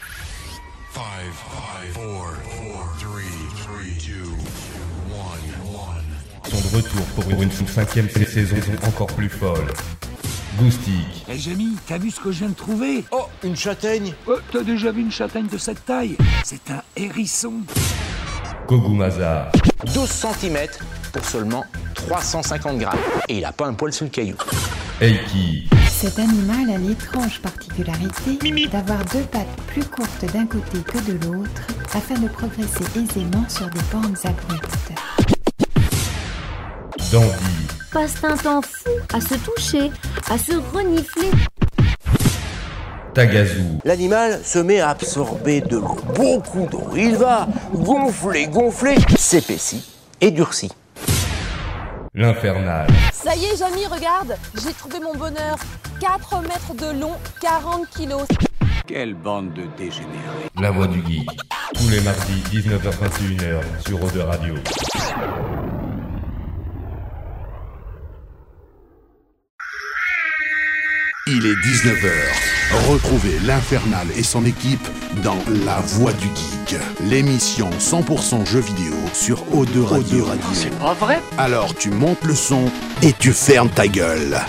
Five, five, four, four, three, three, two, one, one. sont de retour pour une cinquième saison encore plus folle. Goustique, Hé Jamy, t'as vu ce que je viens de trouver Oh, Une châtaigne euh, t'as déjà vu une châtaigne de cette taille C'est un hérisson Kogumaza, 12 cm pour seulement 350 grammes. Et il a pas un poil sous le caillou. Eiki, Cet animal a l'étrange particularité d'avoir deux pattes plus courtes d'un côté que de l'autre afin de progresser aisément sur des pentes abruptes. Dandy, passe un temps fou à se toucher, à se renifler. Tagazu, L'animal se met à absorber de l'eau, beaucoup d'eau. Il va gonfler, gonfler, s'épaissit et durcit. l'Infernal, Ça y est, Jamy, regarde, j'ai trouvé mon bonheur. 4 mètres de long, 40 kilos. Quelle bande de dégénérés la voix du geek. Tous les mardis 19h21h sur Eau de Radio. Il est 19h. Retrouvez l'Infernal et son équipe dans La Voix du Geek, l'émission 100% jeux vidéo sur O2 Radio. C'est pas vrai Alors tu montes le son et tu fermes ta gueule.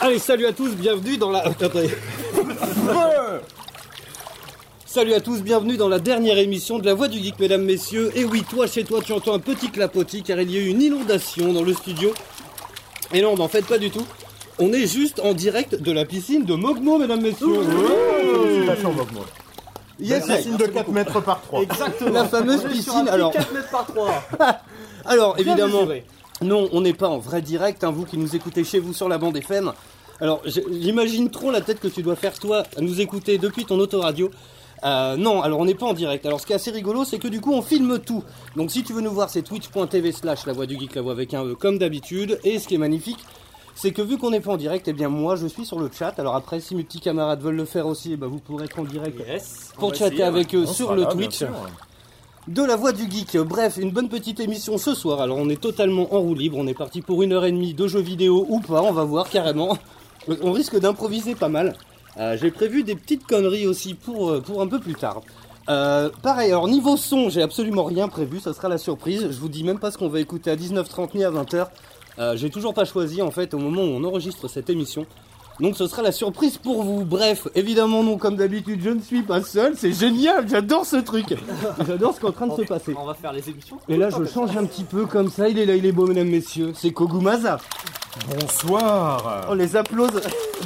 Allez, salut à tous, bienvenue dans la. Oh, Attendez. Salut à tous, bienvenue dans la dernière émission de La Voix du Geek, mesdames, messieurs. Et oui, toi, chez toi, tu entends un petit clapotis car il y a eu une inondation dans le studio. Et non, mais en fait, pas du tout. On est juste en direct de la piscine de Mogmo, mesdames, messieurs. Félicitations, Bob Moore. Yes, Merci de 4 mètres par 3. Exactement. La fameuse piscine. Alors, 4 mètres par 3. alors évidemment, mesuré. non, on n'est pas en vrai direct, hein, vous qui nous écoutez chez vous sur la bande FM. Alors, je- j'imagine trop la tête que tu dois faire, toi, à nous écouter depuis ton autoradio. Euh, non, alors on n'est pas en direct. Alors, ce qui est assez rigolo, c'est que du coup, on filme tout. Donc, si tu veux nous voir, c'est twitch.tv slash la voix du geek, la voix avec un E, comme d'habitude. Et ce qui est magnifique, c'est que vu qu'on n'est pas en direct, eh bien, moi, je suis sur le chat. Alors, après, si mes petits camarades veulent le faire aussi, eh ben, vous pourrez être en direct pour chatter avec eux sur le Twitch de la voix du geek. Bref, une bonne petite émission ce soir. Alors on est totalement en roue libre, on est parti pour une heure et demie de jeux vidéo ou pas, on va voir carrément. On risque d'improviser pas mal. Euh, j'ai prévu des petites conneries aussi pour, euh, pour un peu plus tard. Euh, pareil, alors niveau son, j'ai absolument rien prévu, ça sera la surprise. Je vous dis même pas ce qu'on va écouter à 19h30 ni à 20h. Euh, j'ai toujours pas choisi en fait au moment où on enregistre cette émission. Donc ce sera la surprise pour vous. Bref, évidemment non, comme d'habitude, je ne suis pas seul. C'est génial, j'adore ce truc. J'adore ce qui est en train de se passer. On va faire les émissions. Et là, je change un petit peu comme ça. Il est là, il est beau, mesdames, messieurs. C'est Kogumaza. Bonsoir. On les applause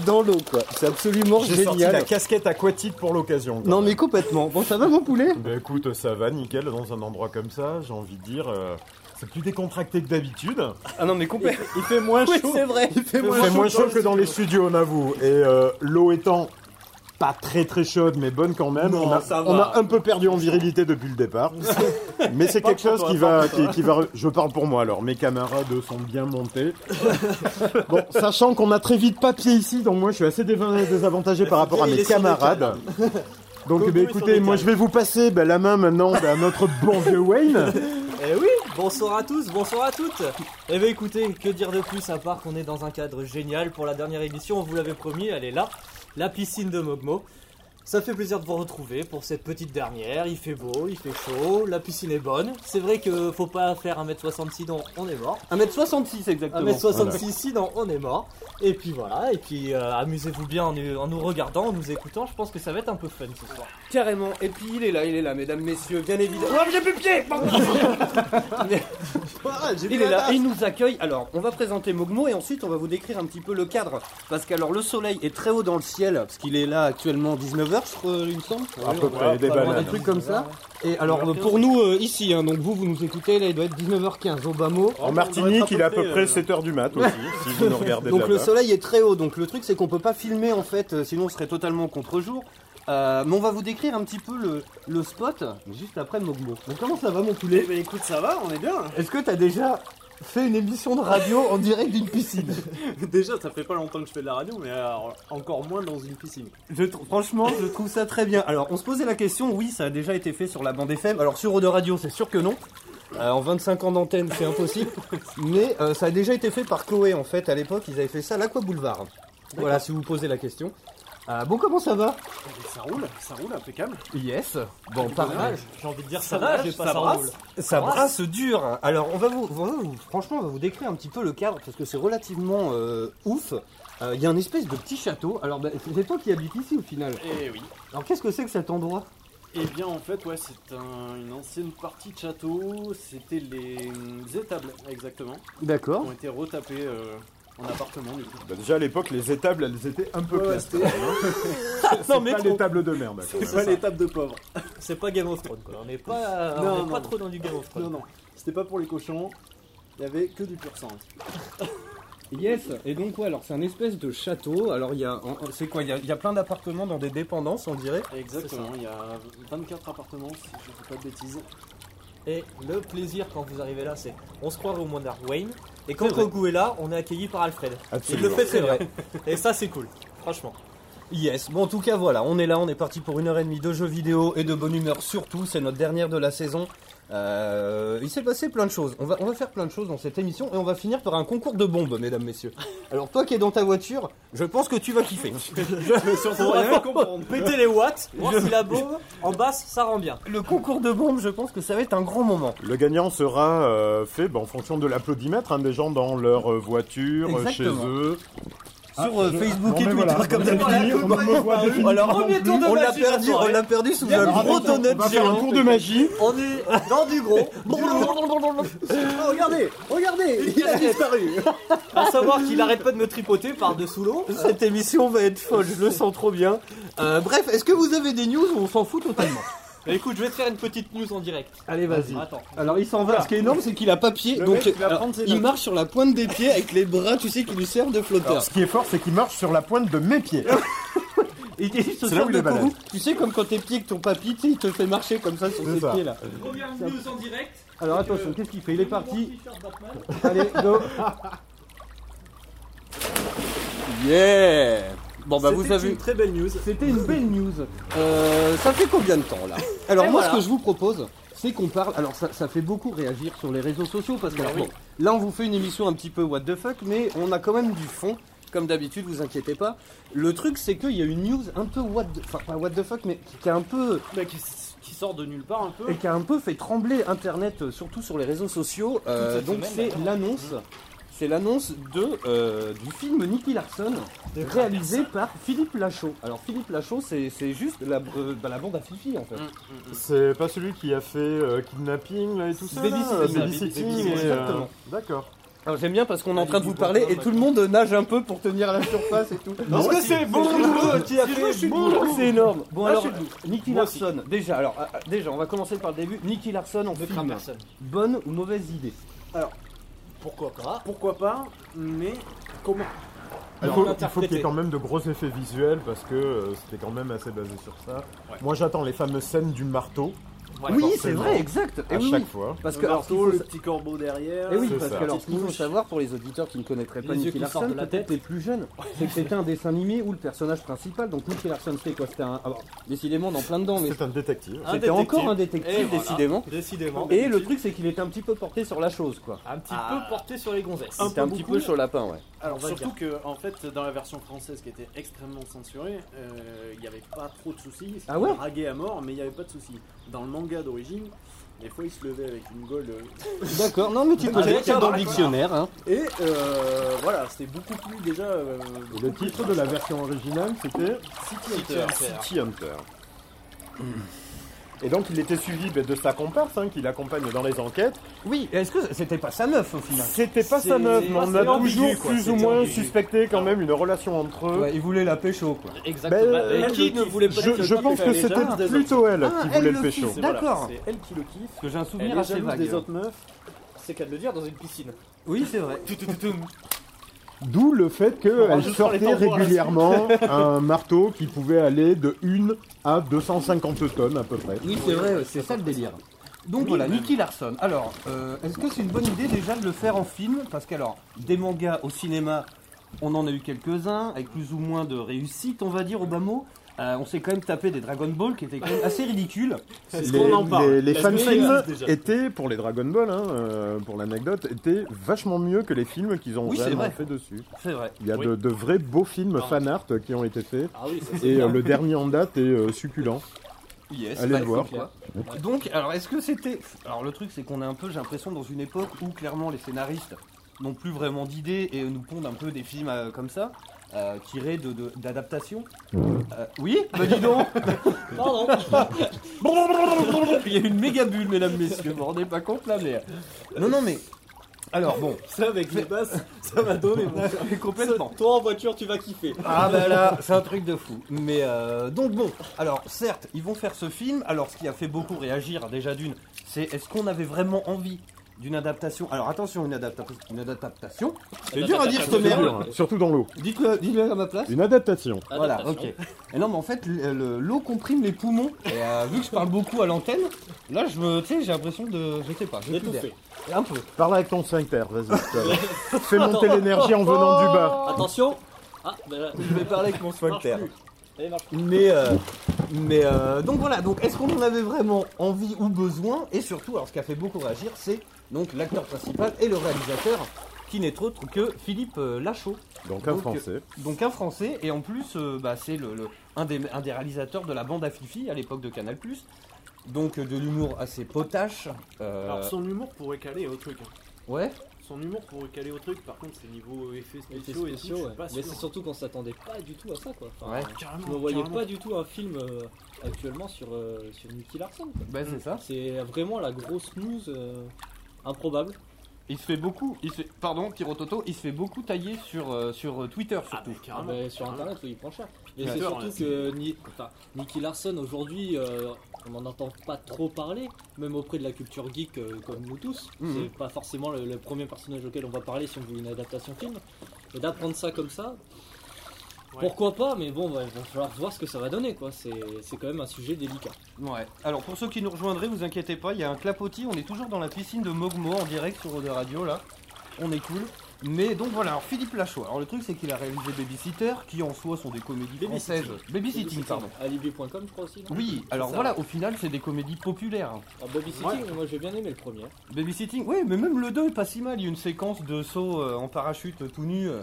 dans l'eau, quoi. C'est absolument J'ai sorti la génial. casquette aquatique pour l'occasion. quoi. Non, mais complètement. Bon, ça va, mon poulet Bah écoute, ça va nickel dans un endroit comme ça, j'ai envie de dire. euh, C'est plus décontracté que d'habitude. Ah non, mais complètement. Il fait moins Oui, chaud. c'est vrai. Il fait Il fait moins chaud que dans les studios, on avoue. Et euh, l'eau étant pas très très chaude, mais bonne quand même, on, a, on a un peu perdu en virilité depuis le départ. mais c'est quelque chose qui va, qui, qui va. Je parle pour moi alors, mes camarades sont bien montés. bon, sachant qu'on a très vite papier ici, donc moi je suis assez déva- désavantagé par rapport à mes camarades. Donc, bah, écoutez, moi je vais vous passer bah, la main maintenant bah, à notre bon vieux Wayne. Eh oui, bonsoir à tous, bonsoir à toutes. Eh bien écoutez, que dire de plus à part qu'on est dans un cadre génial pour la dernière émission, on vous l'avait promis, elle est là, la piscine de Mogmo. Ça fait plaisir de vous retrouver pour cette petite dernière, il fait beau, il fait chaud, la piscine est bonne. C'est vrai que faut pas faire 1m66 dont on est mort. 1m66 exactement. 1m66 sinon on est mort. Et puis voilà, et puis euh, amusez-vous bien en, en nous regardant, en nous écoutant, je pense que ça va être un peu fun ce soir. Carrément. Et puis il est là, il est là, mesdames, messieurs, bien évidemment. Oh, j'ai plus pied Il est là et il nous accueille. Alors, on va présenter Mogmo et ensuite on va vous décrire un petit peu le cadre. Parce qu'alors le soleil est très haut dans le ciel, parce qu'il est là actuellement 19h, je crois, il me semble. À peu près, des Pas loin d'un bananes. truc comme ça. Et alors euh, pour nous euh, ici, hein, donc vous, vous nous écoutez, là il doit être 19h15 au bas mot. En Martinique, il est à peu près 7h du mat aussi, si vous nous regardez de Donc le là-bas. soleil est très haut, donc le truc c'est qu'on peut pas filmer en fait, euh, sinon on serait totalement contre-jour. Euh, mais on va vous décrire un petit peu le, le spot juste après Mogmo. Donc comment ça va mon poulet écoute, ça va, on est bien. Est-ce que t'as déjà fait une émission de radio en direct d'une piscine Déjà, ça fait pas longtemps que je fais de la radio, mais encore moins dans une piscine. Je trou- franchement, je trouve ça très bien. Alors, on se posait la question, oui, ça a déjà été fait sur la bande FM. Alors, sur Eau de Radio, c'est sûr que non. Euh, en 25 ans d'antenne, c'est impossible. Mais euh, ça a déjà été fait par Chloé, en fait. À l'époque, ils avaient fait ça à l'Aqua Boulevard. Voilà, si vous posez la question. Euh, bon, comment ça va Ça roule, ça roule, impeccable. Yes. Bon, Ça par nage, j'ai envie de dire ça nage, et pas ça roule. Ça Ça brasse dur. Alors, on va vous, on va vous- franchement, on va vous décrire un petit peu le cadre parce que c'est relativement euh, ouf. Euh, Il y a une espèce de petit château. Alors, bah, c'est toi qui habites ici au final. Eh oui. Alors, qu'est-ce que c'est que cet endroit Eh bien, en fait, ouais, c'est un- une ancienne partie de château. C'était les étables, exactement. D'accord. Qui ont été retapées euh, en appartement, du coup. Bah, déjà à l'époque, les étables, elles étaient un peu Ouais, classe. c'était- non, mais pas les tables de merde. quand C'est même. pas l'étape de pauvre. C'est pas Game of Thrones, quoi. On n'est pas, on Non, n'est non. pas trop dans du Game of Thrones. Non, non. C'était pas pour les cochons. Il y avait que du pur sang. Yes, et donc ouais, alors c'est un espèce de château. Alors il y a, c'est quoi Il y a, il y a plein d'appartements dans des dépendances, on dirait. Exactement, il y a 24 appartements, si je fais pas de bêtises. Et le plaisir quand vous arrivez là, c'est on se croirait au monde Wayne. Et quand C'est vrai. Kogu est là, on est accueilli par Alfred. Absolument. Il le fait très C'est vrai. vrai. Et ça, c'est cool. Franchement. Yes, bon en tout cas voilà, on est là, on est parti pour une heure et demie de jeux vidéo et de bonne humeur surtout, c'est notre dernière de la saison. Euh, il s'est passé plein de choses, on va, on va faire plein de choses dans cette émission et on va finir par un concours de bombes, mesdames, messieurs. Alors toi qui es dans ta voiture, je pense que tu vas kiffer. Mais surtout, On va rien faire comprendre. péter les watts, voir si la bombe en basse, ça rend bien. Le concours de bombes, je pense que ça va être un grand moment. Le gagnant sera euh, fait bah, en fonction de l'applaudimètre hein, des gens dans leur euh, voiture, euh, chez Exactement. eux. Sur euh, non, Facebook et mais Twitter, voilà. comme On d'habitude. me voit définitivement Alors, Premier tour de on magie de la l'a perdu, on soirée. l'a perdu sous un gros On tonneau va faire un géant. tour de magie. On est dans du gros. Oh, regardez, regardez, il a disparu. À savoir qu'il arrête pas de me tripoter par-dessous l'eau. Cette émission va être folle, je le sens trop bien. Euh, bref, est-ce que vous avez des news ou on s'en fout totalement Mais écoute, je vais te faire une petite news en direct. Allez, vas-y. Attends. Alors il s'en va. Ce qui est énorme, c'est qu'il a pas pied, Le donc mec, il va alors, prendre ses il notes. marche sur la pointe des pieds avec les bras, tu sais, qui lui servent de flotteur. Alors, ce qui est fort, c'est qu'il marche sur la pointe de mes pieds. Et il se là sert où il de est balade. courroux. Tu sais, comme quand tes pieds que ton papy, tu sais, il te fait marcher comme ça sur C'est ses ça. pieds là. Première news en direct. Alors attention, qu'est-ce qu'il fait Il est parti. Allez, go. Yeah. Bon bah vous avez. une très belle news. C'était une belle news. Euh, ça fait combien de temps là Alors Et moi voilà. ce que je vous propose, c'est qu'on parle. Alors ça, ça fait beaucoup réagir sur les réseaux sociaux parce que alors, bon, là on vous fait une émission un petit peu what the fuck, mais on a quand même du fond. Comme d'habitude, vous inquiétez pas. Le truc c'est qu'il y a une news un peu what the, enfin pas what the fuck, mais qui- qui a un peu Bah, qui, s- qui sort de nulle part un peu. et qui a un peu fait trembler Internet, euh, surtout sur les réseaux sociaux. Toute Euh, cette donc semaine, Mm. c'est l'annonce, c'est l'annonce de euh, du film Nicky Larson, réalisé par Philippe Lachaud. Alors Philippe Lachaud, c'est c'est juste la, euh, bah, la bande à Fifi en fait. Mm, C'est pas celui qui a fait euh, kidnapping là et tout ça. là, Babysitting. euh, Babysitting, Babysitting. et, euh, exactement. D'accord. Alors j'aime bien parce qu'on Ah, est en train de vous parler et tout le monde nage un peu pour tenir la surface et tout. Parce que c'est bon qui a fait bon, c'est énorme. Bon Là, alors, je suis Nicky Moi aussi. Larson. Déjà, alors euh, euh, déjà, on va commencer par le début. Nicky Larson en Crains film. personne. Bonne ou mauvaise idée Pourquoi pas Pourquoi pas, mais comment Il Alors, faut, on il faut qu'il y va interpréter. ait quand même de gros effets visuels parce que euh, c'était quand même assez basé sur ça. Moi j'attends les fameuses scènes du marteau Ouais, Oui, c'est forcément. vrai, exact. Et à oui, chaque oui. fois. Parce que Le alors, ce qu'il marteau, faut le petit corbeau derrière. Et oui, C'est parce ça. que alors, ce Petite qu'il faut mouche. savoir pour les auditeurs qui ne connaîtraient pas Les yeux Nicky qui Larson, sortent de la peut-être tête. les plus jeunes, c'est que c'était un dessin animé où le personnage principal, donc Nicky Larson, c'était quoi C'était un. alors, décidément, on est en plein dedans, mais C'est un détective. Un c'était détective. encore un détective, Et voilà. décidément. Décidément. Et le truc, c'est qu'il était un petit peu porté sur la chose, quoi. Un petit Ah. peu porté sur les gonzesses. Ah, Un C'était peu un petit beaucoup. peu chaud lapin, ouais. Alors va surtout que en fait dans la version française qui était extrêmement censurée, euh, il n'y avait pas trop de soucis. C'était Ah ouais Dragué à mort, mais il n'y avait pas de soucis. Dans le manga d'origine, des fois il se levait avec une gaule. euh, D'accord, non, mais Ah, tu peux Allez, le tiens, dans le voilà. dictionnaire, hein. et euh, voilà, c'était beaucoup plus déjà. euh, Et le titre de la version originale c'était City Hunter. Bah, City Hunter. Et donc il était suivi bah, de sa comparse hein, qui l'accompagne dans les enquêtes. Oui, est-ce que c'était pas sa meuf au final C'était pas C'est- sa meuf, mais on c'est a ambigu, toujours quoi, plus ou c'était moins ambigu. suspecté quand même une relation entre eux. Ouais, il voulait la pécho, quoi. Exactement. Ben, Et elle qui le ne voulait pas Je, être je le pense type que avec les c'était jambes des autres plutôt elle Ah, qui elle voulait le le pécho. fils, D'accord. C'est elle qui le kiffe. Parce que j'ai un Elle souvenir est assez jalouse vague. hein. des autres meufs. C'est qu'à de le dire dans une piscine. Oui, c'est vrai. D'où le fait qu'elle rajoute sur les sortait tambours, là. régulièrement un marteau qui pouvait aller de 1 à 250 tonnes à peu près. Oui, c'est vrai, ouais, c'est ça le délire. Donc voilà, Nicky Larson. Alors, euh, est-ce que c'est une bonne idée déjà de le faire en film Parce qu'alors, des mangas au cinéma, on en a eu quelques-uns, avec plus ou moins de réussite, on va dire, au bas mot. Euh, on s'est quand même tapé des Dragon Ball qui étaient quand même assez ridicules. Les, Est-ce qu'on en parle les- les Est-ce qu'on fanfilms existe déjà étaient, pour les Dragon Ball, hein, euh, pour l'anecdote, étaient vachement mieux que les films qu'ils ont Oui, c'est vraiment vrai. fait dessus. C'est vrai. Il y a Oui. de, de vrais beaux films Ah. fanart qui ont été faits. Ah oui, ça, c'est et euh, bien. le dernier en date est euh, succulent. Yes, Allez bah, le voir. c'est clair. Donc, alors, est-ce que c'était. Alors, le truc, c'est qu'on est un peu, j'ai l'impression, dans une époque où clairement les scénaristes n'ont plus vraiment d'idées et nous pondent un peu des films euh, comme ça, euh, tirés de- de- d'adaptations. Euh, oui Bah, dis donc Pardon Il y a une méga bulle, mesdames, messieurs, vous vous rendez pas compte là, mais. Non, non, mais. Alors, bon. Ça, avec les basses, ça va donner. mon cher. Complètement. Toi, en voiture, tu vas kiffer. Ah bah là, c'est un truc de fou. Mais euh, donc bon, alors certes, ils vont faire ce film. Alors ce qui a fait beaucoup réagir déjà d'une, c'est est-ce qu'on avait vraiment envie d'une adaptation Alors attention, une, adapta- une adaptation. C'est dur à dire cette C'est merde. dur, hein. Surtout dans l'eau. Dites-le dites-le à ma place. Une adaptation. Voilà, ok. Et non, mais en fait, le- le- l'eau comprime les poumons. Et euh, vu que je parle beaucoup à l'antenne, là, je me, tu sais, j'ai l'impression de, je sais pas, j'ai plus d'air. Un peu. Parle avec ton sphincter, vas-y. ça va. Fais monter l'énergie en venant du bas. Attention Ah, bah là, Je vais parler avec mon sphincter. allez, marche. Mais, euh, mais euh, donc voilà, donc est-ce qu'on en avait vraiment envie ou besoin Et surtout, alors ce qui a fait beaucoup réagir, c'est donc l'acteur principal et le réalisateur, qui n'est autre que Philippe euh, Lachaud. Donc un euh, Français. donc un français, et en plus, euh, bah, c'est le, le- un, des, un des réalisateurs de la bande à Fifi à l'époque de Canal+. Donc euh, de l'humour assez potache. euh, Alors, son humour pourrait caler au truc. hein. Ouais. Son humour pourrait caler au truc, par contre, c'est niveau effets spéciaux et tout, je suis pas Mais sûr. c'est surtout qu'on s'attendait pas du tout à ça, quoi. Enfin, Ouais. Carrément, je me voyais carrément. pas du tout un film euh, actuellement sur, euh, sur Nicky Larson. quoi. Bah, c'est ça. Mm. C'est vraiment la grosse news euh, improbable. Il se fait beaucoup, il se fait, pardon, Tirototo, il se fait beaucoup tailler sur, euh, sur euh, Twitter surtout. Ah, bah, sur internet, oui, il prend cher. Mais Ouais. c'est Twitter, hein. surtout que Ni- enfin, Nicky Larson aujourd'hui, euh, on n'en entend pas trop parler, même auprès de la culture geek euh, comme nous tous. Mhm. C'est pas forcément le, le premier personnage auquel on va parler si on veut une adaptation film. Et d'apprendre ça comme ça, Ouais. pourquoi pas, mais bon, bah, il va falloir voir ce que ça va donner, quoi. C'est c'est quand même un sujet délicat. Ouais. Alors pour ceux qui nous rejoindraient, vous inquiétez pas, il y a un clapotis. On est toujours dans la piscine de Mogmo en direct sur Eau de Radio là. On est cool. Mais donc voilà, alors Philippe Lachaud. Alors le truc c'est qu'il a réalisé Babysitter, qui en soi sont des comédies Babysitting. françaises. Babysitting, pardon. Alibi.com, je crois aussi. Mhm. non Oui, alors Ça. voilà, au final c'est des comédies populaires. Ah, Babysitting, Ouais. moi j'ai bien aimé le premier. Babysitting, oui, mais même le 2 est pas si mal. Il y a une séquence de saut euh, en parachute euh, tout nu euh,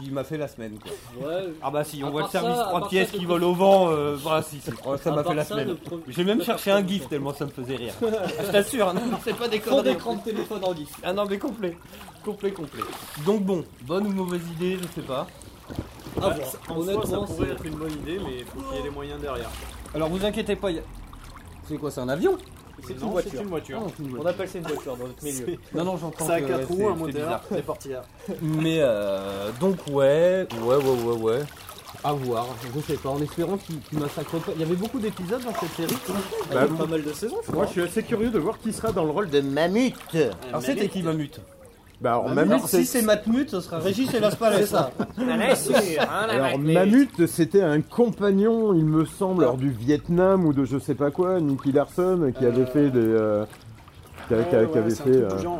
qui m'a fait la semaine quoi. Ouais. Ah bah si, on À voit le part ça- service à 3 part pièces ça, le qui pro- vole au vent, euh, voilà, si, si. Oh, ça À m'a fait part la ça, semaine. le pro- J'ai même le cherché un pro- gif tellement ça me faisait rire. Je t'assure, non, non, c'est pas des Trop conneries. d'écran de téléphone en gif. Ah non mais complet, complet, complet. Donc bon, bonne ou mauvaise idée, je sais pas. Ah, Bah, bon, ça- En soi, ça honnêtement, pourrait c'est- être une bonne idée, mais faut qu'il y ait les moyens derrière. Alors vous inquiétez pas, y a- c'est quoi, c'est un avion C'est une une voiture. voiture. Ah, C'est une voiture. non, c'est une on voiture. appelle ça une voiture dans notre milieu. C'est- Non non j'entends Ça a que, ouais, 4 c'est- roues, un c'est moteur, bizarre. des portières. Mais euh, donc ouais, ouais ouais ouais ouais. À voir, je sais pas, en espérant qu'il qu'il massacre pas. Il y avait beaucoup d'épisodes dans cette série. Elle Bah, a eu vous- pas mal de saisons, je Moi, crois. je suis assez curieux de voir qui sera dans le rôle de Mamut. Euh, Alors c'était qui Mamut Bah, alors, Mamut, Mamut, Ah, si c'est Matmut, ce sera Régis et Laspalais ça. Hein, Alors Mamut, c'était un compagnon, il me semble, lors du Vietnam ou de je sais pas quoi, Nicky Larson, qui avait fait des... euh, qui avait- qui avait- qui avait fait, euh,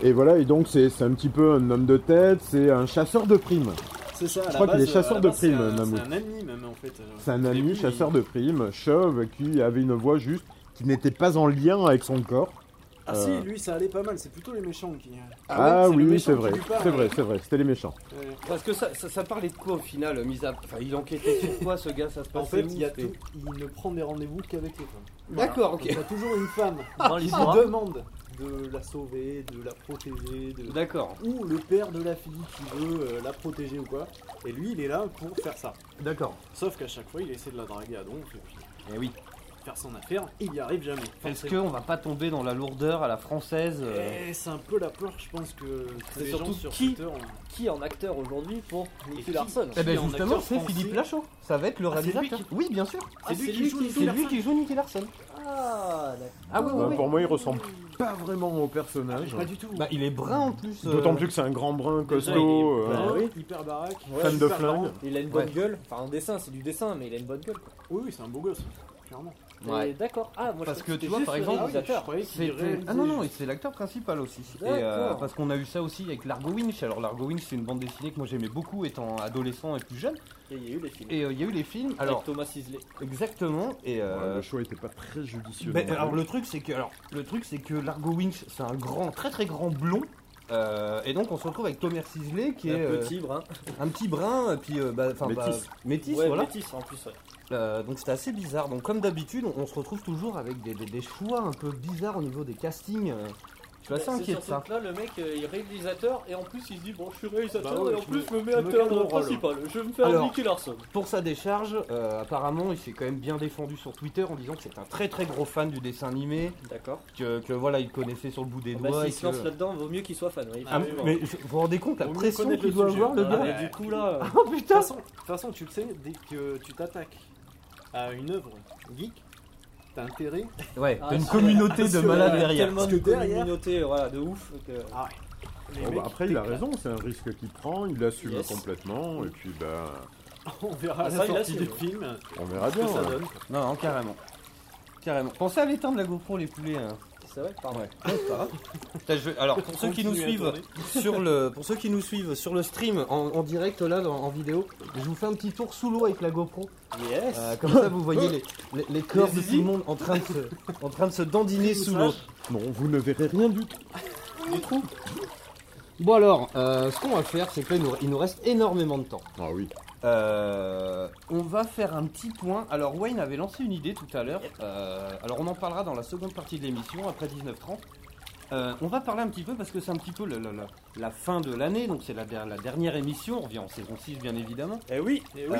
et, et voilà, et donc c'est c'est un petit peu un homme de tête, c'est un chasseur de primes. C'est ça, à la crois qu'il base, euh, est chasseur à la de base, c'est primes, un- Mamou. C'est un ami, même, en fait. euh. C'est un ami chasseur de primes, chauve, qui avait une voix juste, qui n'était pas en lien avec son corps. Ah Euh, si, lui, ça allait pas mal, c'est plutôt les méchants qui... Ah, ouais, le oui, méchant c'est qui vrai, lui parle. c'est vrai, c'est vrai, c'était les méchants. Ouais. Parce que ça, ça, ça parlait de quoi au final, mis à... Enfin, il enquêtait sur quoi ce gars, ça se En passait fait, où, il, y a c'était- tout- il ne prend des rendez-vous qu'avec les femmes. D'accord, ok. Il y a toujours une femme Dans qui l'histoire. lui demande de la sauver, de la protéger, de... D'accord. ou le père de la fille qui veut euh, la protéger ou quoi. Et lui, il est là pour faire ça. D'accord. Sauf qu'à chaque fois, il essaie de la draguer à donc, et puis Eh oui. faire son affaire, il n'y arrive jamais. Est-ce Forcément. qu'on va pas tomber dans la lourdeur à la française euh, Eh, c'est un peu la peur, je pense, que tous C'est les gens surtout sur qui Twitter ont- Qui en acteur aujourd'hui pour Et Nicky qui- Larson Eh ben en justement, acteur c'est français Philippe Lachaud. Ça va être le Ah, c'est lui réalisateur. Oui, bien sûr. Ah, c'est lui qui joue Nicky c'est lui Larson. qui joue Nicky Larson. Ah, d'accord. Ah oui, oui, Bah, oui. Pour moi, il ressemble pas vraiment au personnage. Ah, Pas du tout. Bah, il est brun en plus. euh, D'autant plus que c'est un grand brun Déjà, costaud. il est Ah euh, brun, oui. hyper baraque, Ouais, fan de hyper flingue. marrant. Il a une bonne Ouais. gueule. Enfin, en dessin, c'est du dessin, mais il a une bonne gueule. Quoi. Oui, oui, c'est un beau gosse. clairement. Ouais. Et D'accord. Ah, moi, je parce que croyais tu vois, c'était par juste le exemple, réalisateur. c'est ah non non, c'est l'acteur principal aussi. Et, euh, D'accord. parce qu'on a eu ça aussi avec Largo Winch. Alors Largo Winch, c'est une bande dessinée que moi j'aimais beaucoup étant adolescent et plus jeune. Et il y a eu les films. Et euh, il y a eu les films. Avec Alors Thomas Sisley. Exactement. Et euh, le choix était pas très judicieux. ben, alors le truc c'est que alors le truc c'est que Largo Winch, c'est un grand, très très grand blond. Euh, et donc on se retrouve avec Thomas Sisley qui Un est euh, petit brun. un petit brun, et puis euh, bah, enfin bah, Métis. métis, Ouais, voilà. métis, en plus, ouais. Euh, donc c'était assez bizarre. Donc comme d'habitude, on, on se retrouve toujours avec des, des- des choix un peu bizarres au niveau des castings. euh. Je suis assez Bah, inquiet de surtout ça. que Là, le mec euh, il est réalisateur et en plus il se dit Bon, je suis réalisateur Bah ouais, et en je plus je me mets je me acteur casse mon rôle. principal. Je vais me faire Alors, Nicky Larson. Pour sa décharge, euh, apparemment, il s'est quand même bien défendu sur Twitter en disant que c'est un très très gros fan du dessin animé. D'accord. Que, que, voilà, il connaissait sur le bout des Bah, doigts. s'il et se lance que- là-dedans, vaut mieux qu'il soit fan. oui, Ah, effectivement. mais je- vous vous rendez compte la Vaut mieux pression connaître qu'il le doit sujet. avoir le Ah, gars mais du coup, là, euh, Ah putain De toute façon- de toute façon, tu le sais, dès que tu t'attaques à une œuvre geek, t'as intérêt. Ouais, à t'as une assurer- communauté de assurer malades derrière. euh, Tellement Parce de que derrière- communauté, voilà, de ouf. que- Les Bon, bah, mecs, après, il a raison, c'est un risque qu'il prend, il assume Yes. complètement, et puis bah. On verra Ah, à ça, la il sortie assume. du film. On verra ce que bien, hein. ça ouais. donne. Non, non, carrément. Carrément. Pensez à l'éteindre la GoPro, les poulets. hein. C'est vrai, pardon. Ouais, c'est pas grave. Putain, je vais- Alors pour ceux qui nous Continuez à suivent tourner. sur le pour ceux qui nous suivent sur le stream en, en direct là dans- en vidéo, je vous fais un petit tour sous l'eau avec la GoPro. Yes. Euh, comme ça vous voyez les, les, les corps de Les tout le monde en train de se, en train de se dandiner sous l'eau. Non, vous ne verrez rien du tout. Du coup, Bon alors, euh, ce qu'on va faire, c'est que là, il nous, il nous reste énormément de temps. Ah oui. Euh, on va faire un petit point. Alors Wayne avait lancé une idée tout à l'heure. Euh, alors on en parlera dans la seconde partie de l'émission, après 19h30. Euh, on va parler un petit peu parce que c'est un petit peu le- le- le- la fin de l'année, donc c'est la, der- la dernière émission, on revient en saison 6 bien évidemment. Euh, Eh oui, oui.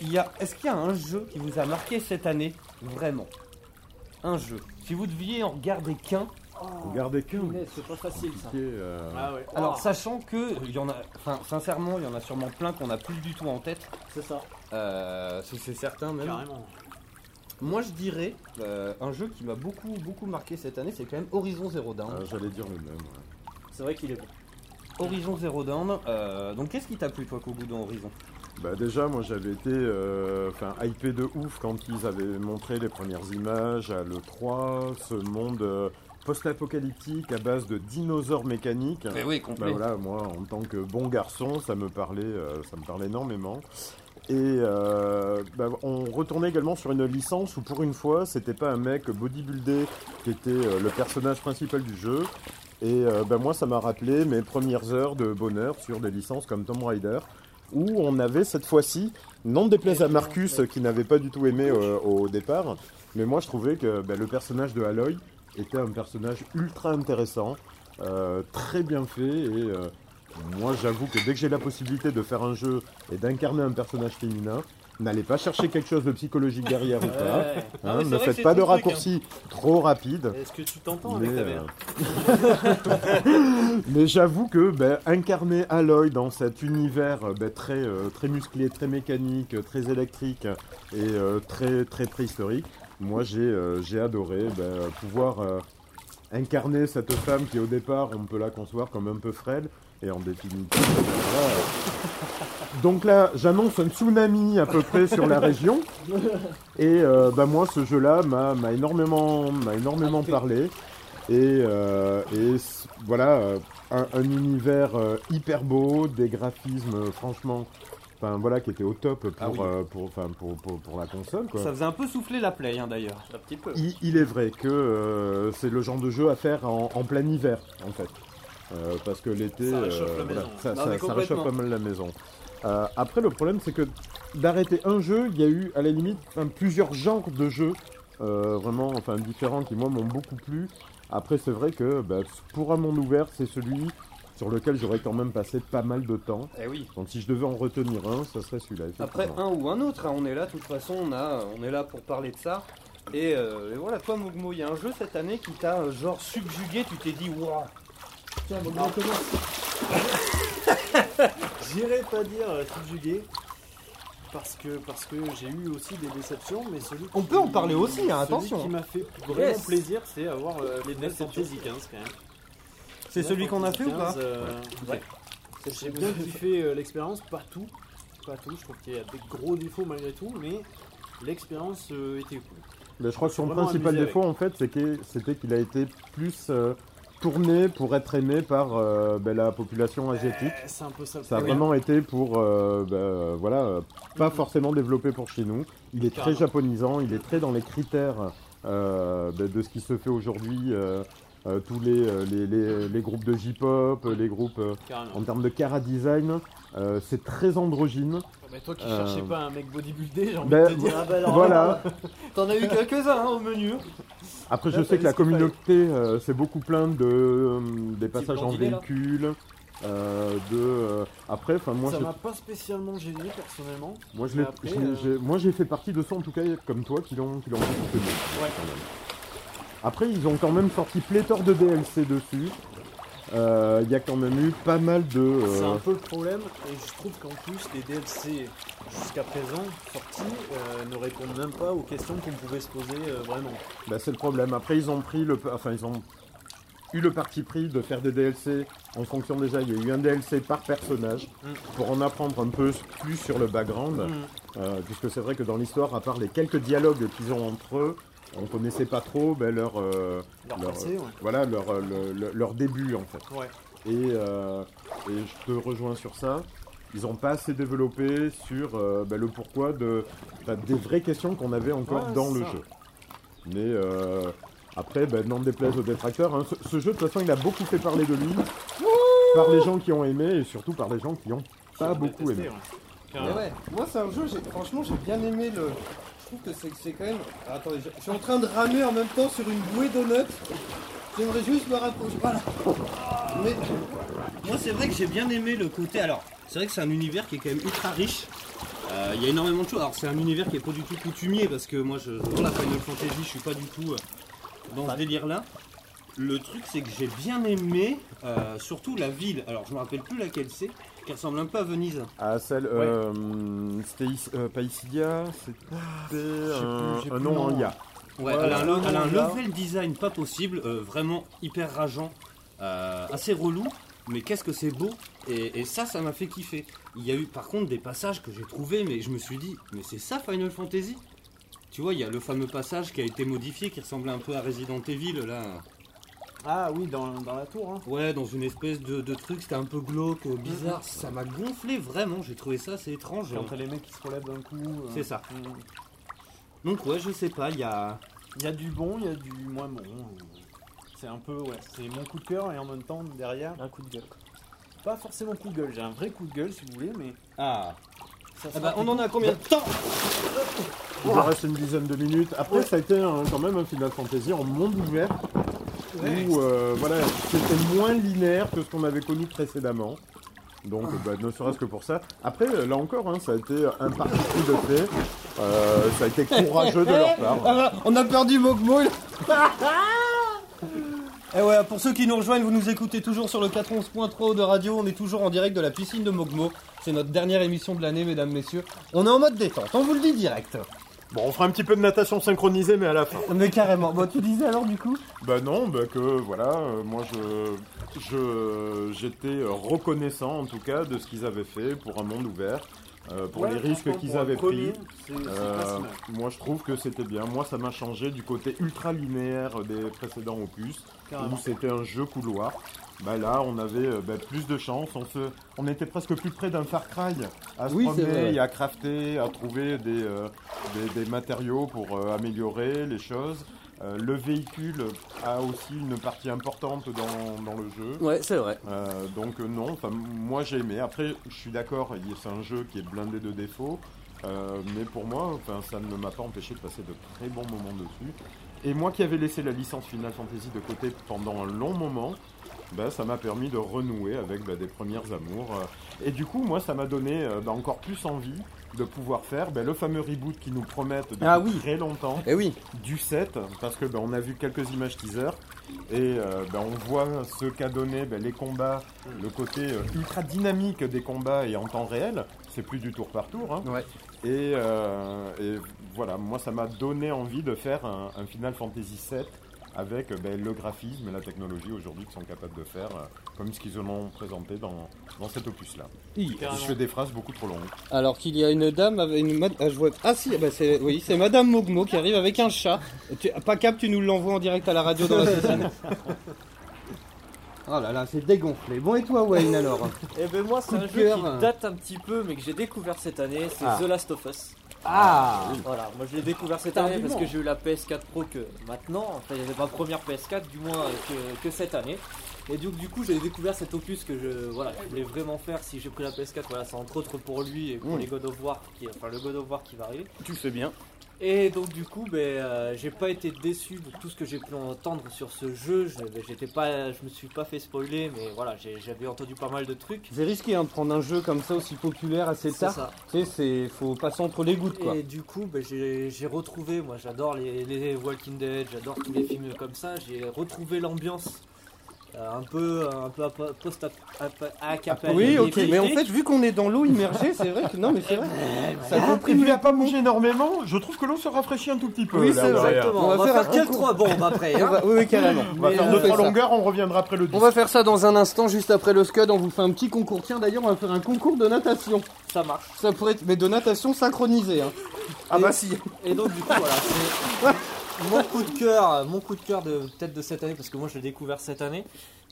il y a, Est-ce qu'il y a un jeu qui vous a marqué cette année Vraiment Un jeu. Si vous deviez en regarder qu'un, Regardez qu'un. C'est pas facile ça. compliqué, euh. Ah ouais. alors Oh. sachant que euh, il y en a, enfin sincèrement, il y en a sûrement plein qu'on n'a plus du tout en tête. Euh, C'est ça. c'est certain même. Carrément. Moi je dirais euh, un jeu qui m'a beaucoup beaucoup marqué cette année, c'est quand même Horizon Zero Dawn. Ah, J'allais dire le même. ouais. C'est vrai qu'il est bon. Horizon Zero Dawn. euh, donc qu'est-ce qui t'a plu toi qu'au bout dans Horizon Bah déjà, moi j'avais été euh, enfin, hypé de ouf quand ils avaient montré les premières images à l'E3, ce monde euh, post-apocalyptique à base de dinosaures mécaniques. Eh oui, complet. Bah voilà, moi en tant que bon garçon, ça me parlait, euh, ça me parlait énormément. Et euh, bah, on retournait également sur une licence où pour une fois, c'était pas un mec bodybuildé qui était euh, le personnage principal du jeu. Et euh, bah, moi, ça m'a rappelé mes premières heures de bonheur sur des licences comme Tomb Raider, où on avait cette fois-ci, non déplaise à Marcus euh, qui n'avait pas du tout aimé euh, au départ, mais moi je trouvais que bah, le personnage de Aloy était un personnage ultra intéressant, euh, très bien fait et euh, moi, j'avoue que dès que j'ai la possibilité de faire un jeu et d'incarner un personnage féminin, n'allez pas chercher quelque chose de psychologique derrière ou pas. Ouais. Hein, Ah ouais, c'est ne vrai que faites c'est pas ton de truc, raccourcis trop rapides. Est-ce que tu t'entends avec ta mère euh, mais j'avoue que ben, incarner Aloy dans cet univers euh, ben, très, euh, très musclé, très mécanique, euh, très électrique et euh, très, très préhistorique, moi j'ai euh, j'ai adoré ben, pouvoir euh, incarner cette femme qui au départ on peut la concevoir comme un peu frêle et en définitive. ben, voilà, euh. Donc là j'annonce un tsunami à peu près sur la région. Et euh, bah moi ce jeu là m'a m'a énormément m'a énormément parlé et, euh, et c- voilà euh, un, un univers euh, hyper beau des graphismes euh, franchement enfin voilà qui était au top pour Ah oui. euh, pour, enfin, pour, pour- pour la console quoi. Ça faisait un peu souffler la play hein, d'ailleurs. Un petit peu. Il, il est vrai que euh, c'est le genre de jeu à faire en, en plein hiver, en fait. Euh, parce que l'été, Ça réchauffe euh, la voilà, maison. ça, Non, ça- mais ça complètement. réchauffe pas mal la maison. Euh, après, le problème, c'est que d'arrêter un jeu, il y a eu à la limite enfin, plusieurs genres de jeux euh, vraiment enfin, différents qui, moi, m'ont beaucoup plu. Après, c'est vrai que bah, pour un monde ouvert, c'est celui sur lequel j'aurais quand même passé pas mal de temps. Eh oui. Donc, si je devais en retenir un, ça serait celui-là. Après effectivement. un ou un autre, hein, on est là de toute façon, on, a, on est là pour parler de ça. Et, euh, et voilà, toi Mogmo, il y a un jeu cette année qui t'a euh, genre subjugué, tu t'es dit waouh. Tiens, Mogmo, J'irai pas dire euh, subjugué. Parce que, parce que j'ai eu aussi des déceptions, mais celui On qui- peut en parler aussi, hein, celui attention. qui m'a fait vraiment Yes. plaisir, c'est avoir euh, les Final Fantasy XV quand même. C'est celui qu'on a fait ou pas Euh, Ouais. ouais. J'ai bien kiffé euh, l'expérience, pas tout. Pas tout, je trouve qu'il y a des gros défauts malgré tout, mais l'expérience euh, était cool. Mais je crois que son Vraiment principal amusé défaut, en fait, c'est que- c'était qu'il a été plus euh, tourné pour être aimé par euh, ben, la population asiatique. Eh, c'est un peu ça le Ça a problème. vraiment été pour, euh, ben, euh, voilà, euh, pas forcément développé pour chez nous. Il est très Carrément. japonisant, il est très dans les critères euh, ben, de ce qui se fait aujourd'hui. euh, euh, tous les, euh, les, les- les groupes de J-pop, les groupes euh, Carrément. en termes de cara design, euh, c'est très androgyne. Mais toi qui Euh, cherchais pas un mec bodybuildé, j'ai envie ben, de te dire. voilà. T'en as eu quelques-uns hein, au menu. Après, Là, je t'as sais vu que la ce qu'il fallait. communauté euh, s'est beaucoup plainte de, euh, des passages en blondinet, là. véhicule, euh, de. euh, après, enfin, moi, ça je- m'a pas spécialement gêné personnellement. moi, je Mais l'ai- après, je l'ai- euh, j'ai- moi, j'ai fait partie de ceux, en tout cas, comme toi, qui l'ont qui l'ont beaucoup aimé. Ouais. quand même. Après, ils ont quand même sorti pléthore de DLC dessus. Euh, Il y a quand même eu pas mal de. euh, C'est un peu le problème, et je trouve qu'en plus, les DLC jusqu'à présent sortis euh, ne répondent même pas aux questions qu'on pouvait se poser euh, vraiment. Bah, c'est le problème. Après, ils ont pris le, enfin, ils ont eu le parti pris de faire des DLC en fonction déjà. Il y a eu un DLC par personnage Mm. pour en apprendre un peu plus sur le background, Mm. Euh, puisque c'est vrai que dans l'histoire, à part les quelques dialogues qu'ils ont entre eux, on connaissait pas trop ben, leur, euh, Leur passé, ouais. voilà, leur, euh, le- le- leur début en fait. Ouais. Et, euh, et je te rejoins sur ça. Ils n'ont pas assez développé sur euh, ben, le pourquoi de, enfin, des vraies questions qu'on avait encore Ouais, dans c'est le ça. jeu. Mais euh, après, ben, n'en déplaise aux détracteurs, hein, ce, ce jeu, de toute façon, il a beaucoup fait parler de lui, par les gens qui ont aimé et surtout par les gens qui n'ont pas beaucoup hein. aimé. Mais ouais, moi c'est un jeu, j'ai- franchement j'ai bien aimé le. Je trouve que c'est c'est quand même. Ah, attendez, je... je suis en train de ramer en même temps sur une bouée d'honneur. J'aimerais juste me rapprocher. Voilà. Mais moi, c'est vrai que j'ai bien aimé le côté. Alors, c'est vrai que c'est un univers qui est quand même ultra riche. Euh, Il y a énormément de choses. Alors, c'est un univers qui est pas du tout coutumier parce que moi, je, dans la Final Fantasy, je suis pas du tout euh, dans ce délire-là. Le truc, c'est que j'ai bien aimé euh, surtout la ville. Alors, je me rappelle plus laquelle c'est, qui ressemble un peu à Venise. À celle. euh, c'était Is- euh, pas Isidia, c'était un, j'ai un Ah, plus nom le en nom. IA. Ouais, elle a un, elle a un level design pas possible, euh, vraiment hyper rageant, euh, assez relou, mais qu'est-ce que c'est beau et, et ça, ça m'a fait kiffer. Il y a eu par contre des passages que j'ai trouvés, mais je me suis dit, mais c'est ça Final Fantasy Tu vois, il y a le fameux passage qui a été modifié, qui ressemblait un peu à Resident Evil, là. Ah oui, dans, dans la tour. Hein. Ouais, dans une espèce de, de truc, c'était un peu glauque, euh, bizarre, ça m'a gonflé vraiment, j'ai trouvé ça assez Hmm. étrange. Quand t'as les mecs qui se relèvent d'un coup. euh, C'est ça. mm. Donc ouais, je sais pas, il y a... Il y a du bon, il y a du moins bon. C'est un peu, ouais, c'est mon coup de cœur et en même temps, derrière. Un coup de gueule. Pas forcément coup de gueule, j'ai un vrai coup de gueule si vous voulez, mais. Ah ça Ah sera bah, on plutôt- en a combien de temps Il en reste une dizaine de minutes. Après, ça a été un- quand même un Final Fantasy en monde ouvert. Ouais. Où euh, voilà, c'était moins linéaire que ce qu'on avait connu précédemment. Donc, Ah. bah, ne serait-ce que pour ça. Après, là encore, hein, ça a été un parti pris de fait. Euh, ça a été courageux de leur part. on a perdu Mogmo. Et Eh ouais, pour ceux qui nous rejoignent, vous nous écoutez toujours sur le 411.3 de radio. On est toujours en direct de la piscine de Mogmo. C'est notre dernière émission de l'année, mesdames, messieurs. On est en mode détente, on vous le dit direct. Bon, on fera un petit peu de natation synchronisée, mais à la fin. Mais carrément. Bon, Bah, tu disais alors du coup Bah non, bah que voilà, euh, moi je je j'étais euh, reconnaissant en tout cas de ce qu'ils avaient fait pour un monde ouvert, euh, pour Ouais, les risques franchement, qu'ils pour un avaient premier, pris. c'est- c'est Euh, pas si mal. Euh, moi je trouve que c'était bien. Moi ça m'a changé du côté ultra linéaire des précédents opus Carrément. où c'était un jeu couloir. Bah là on avait euh, bah, plus de chance, on se on était presque plus près d'un Far Cry à se Oui, c'est promener vrai. et à crafter, à trouver des, euh, des, des matériaux pour euh, améliorer les choses. Euh, le véhicule a aussi une partie importante dans, dans le jeu. Ouais, c'est vrai. Euh, donc euh, non, enfin, moi j'ai aimé. Après, je suis d'accord, il- c'est un jeu qui est blindé de défauts. Euh, mais pour moi, enfin, ça ne m'a pas empêché de passer de très bons moments dessus. Et moi qui avais laissé la licence Final Fantasy de côté pendant un long moment, bah, ça m'a permis de renouer avec bah, des premières amours. euh. Et du coup, moi, ça m'a donné euh, bah, encore plus envie de pouvoir faire bah, le fameux reboot qu'ils nous promettent depuis Ah oui. très longtemps. Eh oui. Du 7, parce que bah, on a vu quelques images teaser et euh, bah, on voit ce qu'a donné bah, les combats, le côté euh, ultra dynamique des combats et en temps réel. C'est plus du tour par tour. hein. Et, euh, et voilà, moi, ça m'a donné envie de faire un, un Final Fantasy 7 avec euh, ben, le graphisme et la technologie aujourd'hui qu'ils sont capables de faire, euh, comme ce qu'ils en ont présenté dans, dans cet opus-là. Hi, Je fais des phrases beaucoup trop longues. Alors qu'il y a une dame avec une mad- ah, je vois- ah, si, bah, c'est oui, c'est Madame Mogmo qui arrive avec un chat. Tu... Pas cap, tu nous l'envoies en direct à la radio dans la semaine. oh là là, c'est dégonflé. Bon et toi Wayne alors Et ben moi, c'est Coup un de jeu cœur. qui date un petit peu, mais que j'ai découvert cette année, c'est Ah. The Last of Us. Ah. Voilà, moi je l'ai découvert cette Tardivement. année parce que j'ai eu la PS4 Pro que maintenant, enfin il n'y avait pas première PS4 du moins euh, que, que cette année. Et donc du coup j'ai découvert cet opus que je, voilà, je voulais vraiment faire si j'ai pris la PS4, voilà c'est entre autres pour lui et pour Mm. les God of War, qui, enfin le God of War qui va arriver. Tu fais bien. Et donc du coup, ben, euh, j'ai pas été déçu de tout ce que j'ai pu entendre sur ce jeu. Je, ben, j'étais pas, je me suis pas fait spoiler, mais voilà, j'ai- j'avais entendu pas mal de trucs. C'est risqué hein, de prendre un jeu comme ça aussi populaire assez C'est tard. ça. Tu sais, c'est faut passer entre les gouttes quoi. Et du coup, ben, j'ai j'ai retrouvé, moi j'adore les, les Walking Dead, j'adore tous les films comme ça, j'ai retrouvé l'ambiance euh, un peu, un peu Eh, ap- post-acapella. Oui, ok. Mais en fait, vu qu'on est dans l'eau immergée, c'est vrai que non, mais c'est vrai. Ça contribue à pas manger énormément, je trouve que l'on se rafraîchit un tout petit peu. Oui, là, c'est derrière. exactement. On va faire quatre, trois bombes après, hein. Oui, oui, carrément. On va Mais faire on deux fait trois ça. longueurs, on reviendra après le On va faire ça dans un instant, juste après le scud. On vous fait un petit concours. Tiens, d'ailleurs, on va faire un concours de natation. Ça marche. Ça pourrait être, mais de natation synchronisée. hein. Ah bah si. Et donc du coup voilà, c'est mon coup de cœur, mon coup de cœur de peut-être de cette année parce que moi je l'ai découvert cette année.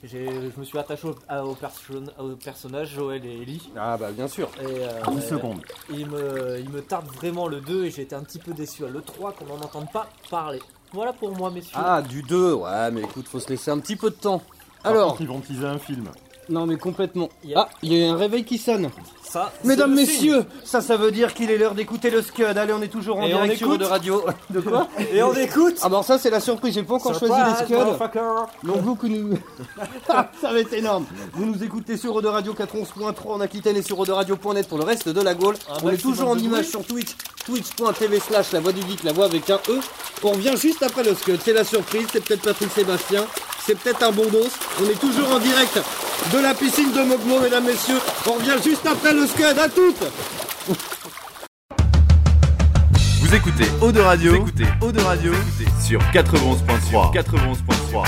J'ai- je me suis attaché au, à- au perso- au personnage Joël et Ellie. Ah bah bien sûr. Et, euh, Une seconde. Il me, il me tarde vraiment le 2 et j'ai été un petit peu déçu à le 3 qu'on n'en entende pas parler. Voilà pour moi messieurs. Ah, du 2, ouais, mais écoute, faut se laisser un petit peu de temps. Par Alors. contre, ils vont teaser un film. Non, mais complètement. Ah, il y a un réveil qui sonne. Ça, Mesdames, c'est le messieurs, ça, ça veut dire qu'il est l'heure d'écouter le Scud. Allez, on est toujours en Et on direct sur écoute. de radio. De quoi Et on écoute. Ah, bon, ça, c'est la surprise. J'ai pas encore Surprise, choisi le Scud. motherfucker. Donc, vous que nous. ça va être énorme. Vous nous écoutez sur Eau de Radio 411.3 en Aquitaine et sur Radio.net pour le reste de la Gaule. Un on est maximum toujours en de image bruit. sur Twitch. Twitch.tv slash la voix du geek, la voix avec un E. On revient juste après le Scud. C'est la surprise. C'est peut-être Patrick Sébastien. C'est peut-être un bon dos. On est toujours en direct de la piscine de Mogmo, mesdames, messieurs. On revient juste après le Scud. À toutes! Vous écoutez Eau de Radio, vous écoutez Eau de Radio sur 91.3. 91.3.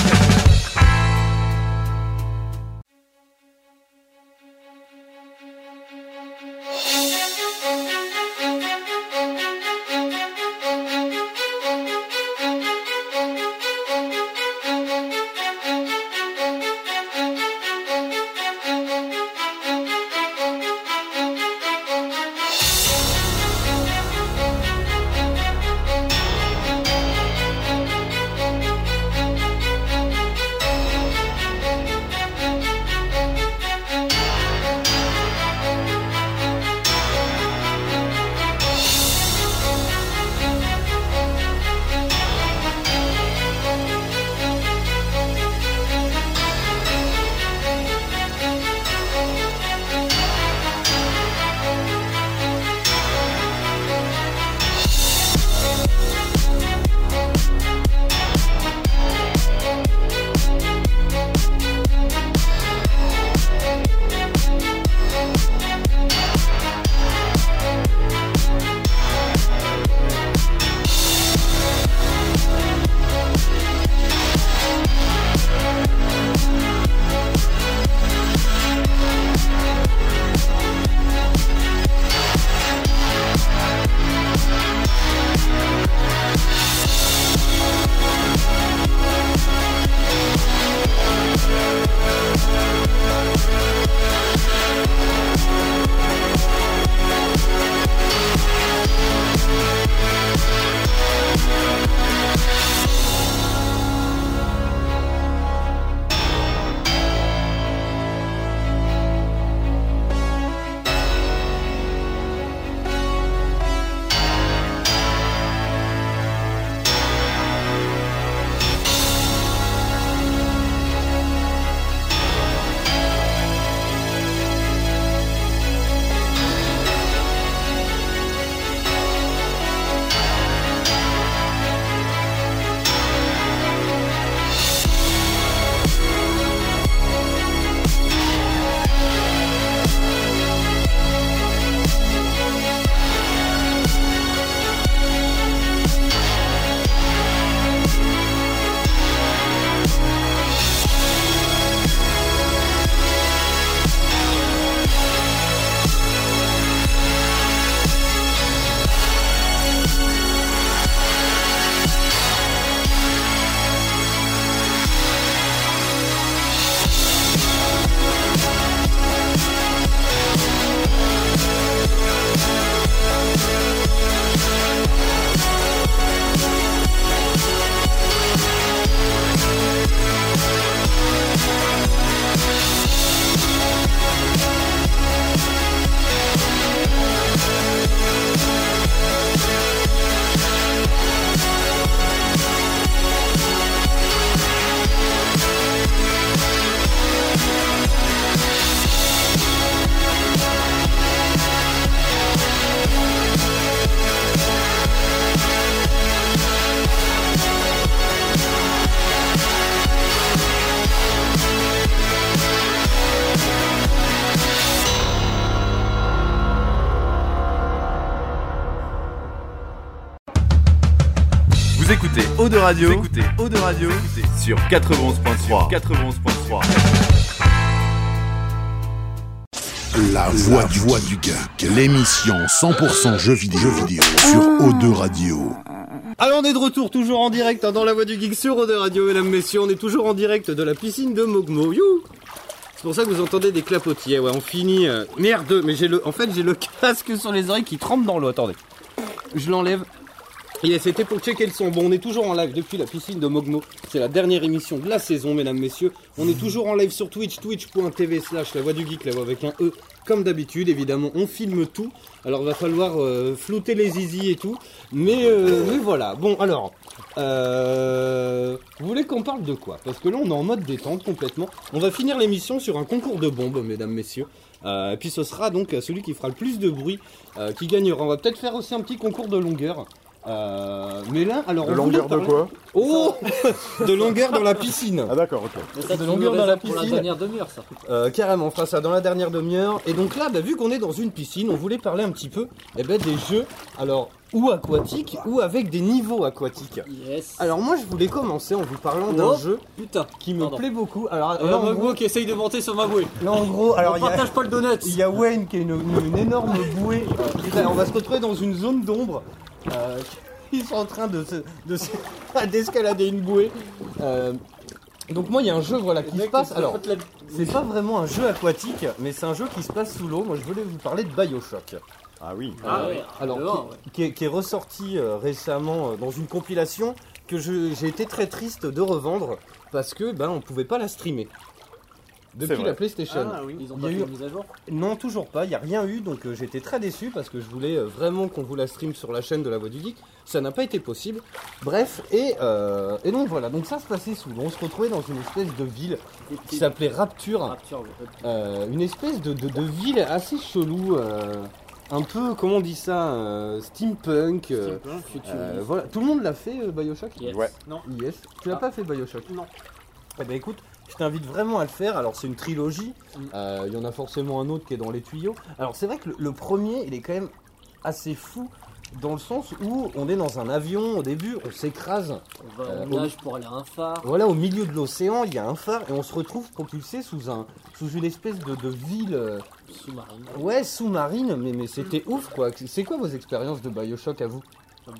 Thank you. Eau de Radio, vous écoutez Eau de Radio sur 91.3. 91.3. La voix, du, voix du geek. L'émission 100% jeux vidéo, jeux vidéo sur O2 Radio. Alors on est de retour toujours en direct hein, dans la voix du geek sur Ode Radio, mesdames, messieurs, on est toujours en direct de la piscine de Mogmo. Youhou C'est pour ça que vous entendez des clapotiers, ouais on finit. euh, Merde, mais j'ai le. En fait j'ai le casque sur les oreilles qui trempe dans l'eau, attendez. Je l'enlève. Et c'était pour checker le son. Bon, on est toujours en live depuis la piscine de Mogmo. C'est la dernière émission de la saison, mesdames, messieurs. On est toujours en live sur Twitch, twitch.tv slash la voix du geek, la voix avec un E. Comme d'habitude, évidemment, on filme tout. Alors, va falloir euh, flouter les zizi et tout. Mais, euh, mais voilà. Bon, alors, euh, vous voulez qu'on parle de quoi Parce que là, on est en mode détente complètement. On va finir l'émission sur un concours de bombes, mesdames, messieurs. Euh, et puis ce sera donc euh, celui qui fera le plus de bruit euh, qui gagnera. On va peut-être faire aussi un petit concours de longueur. Euh, mais là, alors De on voulait longueur de parler- quoi Oh De longueur dans la piscine. Ah d'accord, ok. De longueur dans la piscine. demi-heure, ça. Euh, carrément, on fera ça dans la dernière demi-heure. Et donc là, bah, vu qu'on est dans une piscine, on voulait parler un petit peu eh ben, des jeux, alors ou aquatiques ou avec des niveaux aquatiques. Yes. Alors moi, je voulais commencer en vous parlant d'un Oh, jeu putain, Ah, qui me plaît beaucoup. Alors Euh, là, en Magou gros- qui essaye de monter sur Magoué. Là, en gros, alors On il y a- bah, partage pas le donut. Il y a Wayne qui a une, une- une énorme bouée. Et là, on va se retrouver dans une zone d'ombre. Euh, ils sont en train de se- de se- d'escalader une bouée. Euh, donc moi, il y a un jeu voilà qui se passe. Alors, c'est pas vraiment un jeu aquatique, mais c'est un jeu qui se passe sous l'eau. Moi, je voulais vous parler de Bioshock. Ah oui. Euh, Alors, qui, qui est, qui est ressorti euh, récemment euh, dans une compilation que je- j'ai été très triste de revendre parce que ben on pouvait pas la streamer depuis vrai. la PlayStation. Ah oui. Ils ont Il pas y a fait eu- une mise à jour Non, toujours pas. Il y a rien eu, donc euh, j'étais très déçu parce que je voulais euh, vraiment qu'on vous la stream sur la chaîne de la Voix du Geek. Ça n'a pas été possible. Bref, et, euh, et donc voilà. Donc ça se passait sous l'eau. On se retrouvait dans une espèce de ville qui s'appelait Rapture. Euh, une espèce de, de- de ville assez chelou, euh, un peu, comment on dit ça, euh, steampunk. euh, Steampunk, futuriste. euh, voilà. Tout le monde l'a fait, euh, Bioshock Yes. Ouais. Non. Yes. Tu l'as Ah. pas fait, Bioshock Non. Eh ben écoute, je t'invite vraiment à le faire. Alors c'est une trilogie, Mm. euh, il y en a forcément un autre qui est dans les tuyaux. Alors c'est vrai que le, le premier, il est quand même assez fou. Dans le sens où on est dans un avion au début, on s'écrase. On va- euh, on au- nage pour aller à un phare. voilà, au milieu de l'océan, il y a un phare et on se retrouve propulsé sous un, sous une espèce de, de ville. euh, Sous-marine. Ouais, sous-marine, mais, mais c'était ouf quoi. C'est quoi vos expériences de Bioshock à vous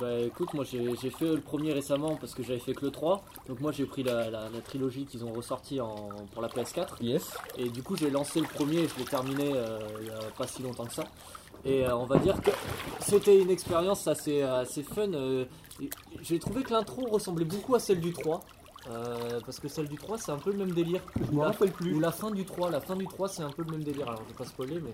Bah écoute, moi j'ai j'ai fait le premier récemment parce que j'avais fait que le 3. Donc moi j'ai pris la, la- la trilogie qu'ils ont ressorti en, pour la PS4. Yes. Et du coup j'ai lancé le premier et je l'ai terminé euh, il y a pas si longtemps que ça. Et euh, on va dire que c'était une expérience assez, assez fun. euh, et j'ai trouvé que l'intro ressemblait beaucoup à celle du 3. euh, parce que celle du 3 c'est un peu le même délire. m'en La- rappelle plus. ou la fin du 3, la fin du 3 c'est un peu le même délire. Alors je vais pas spoiler mais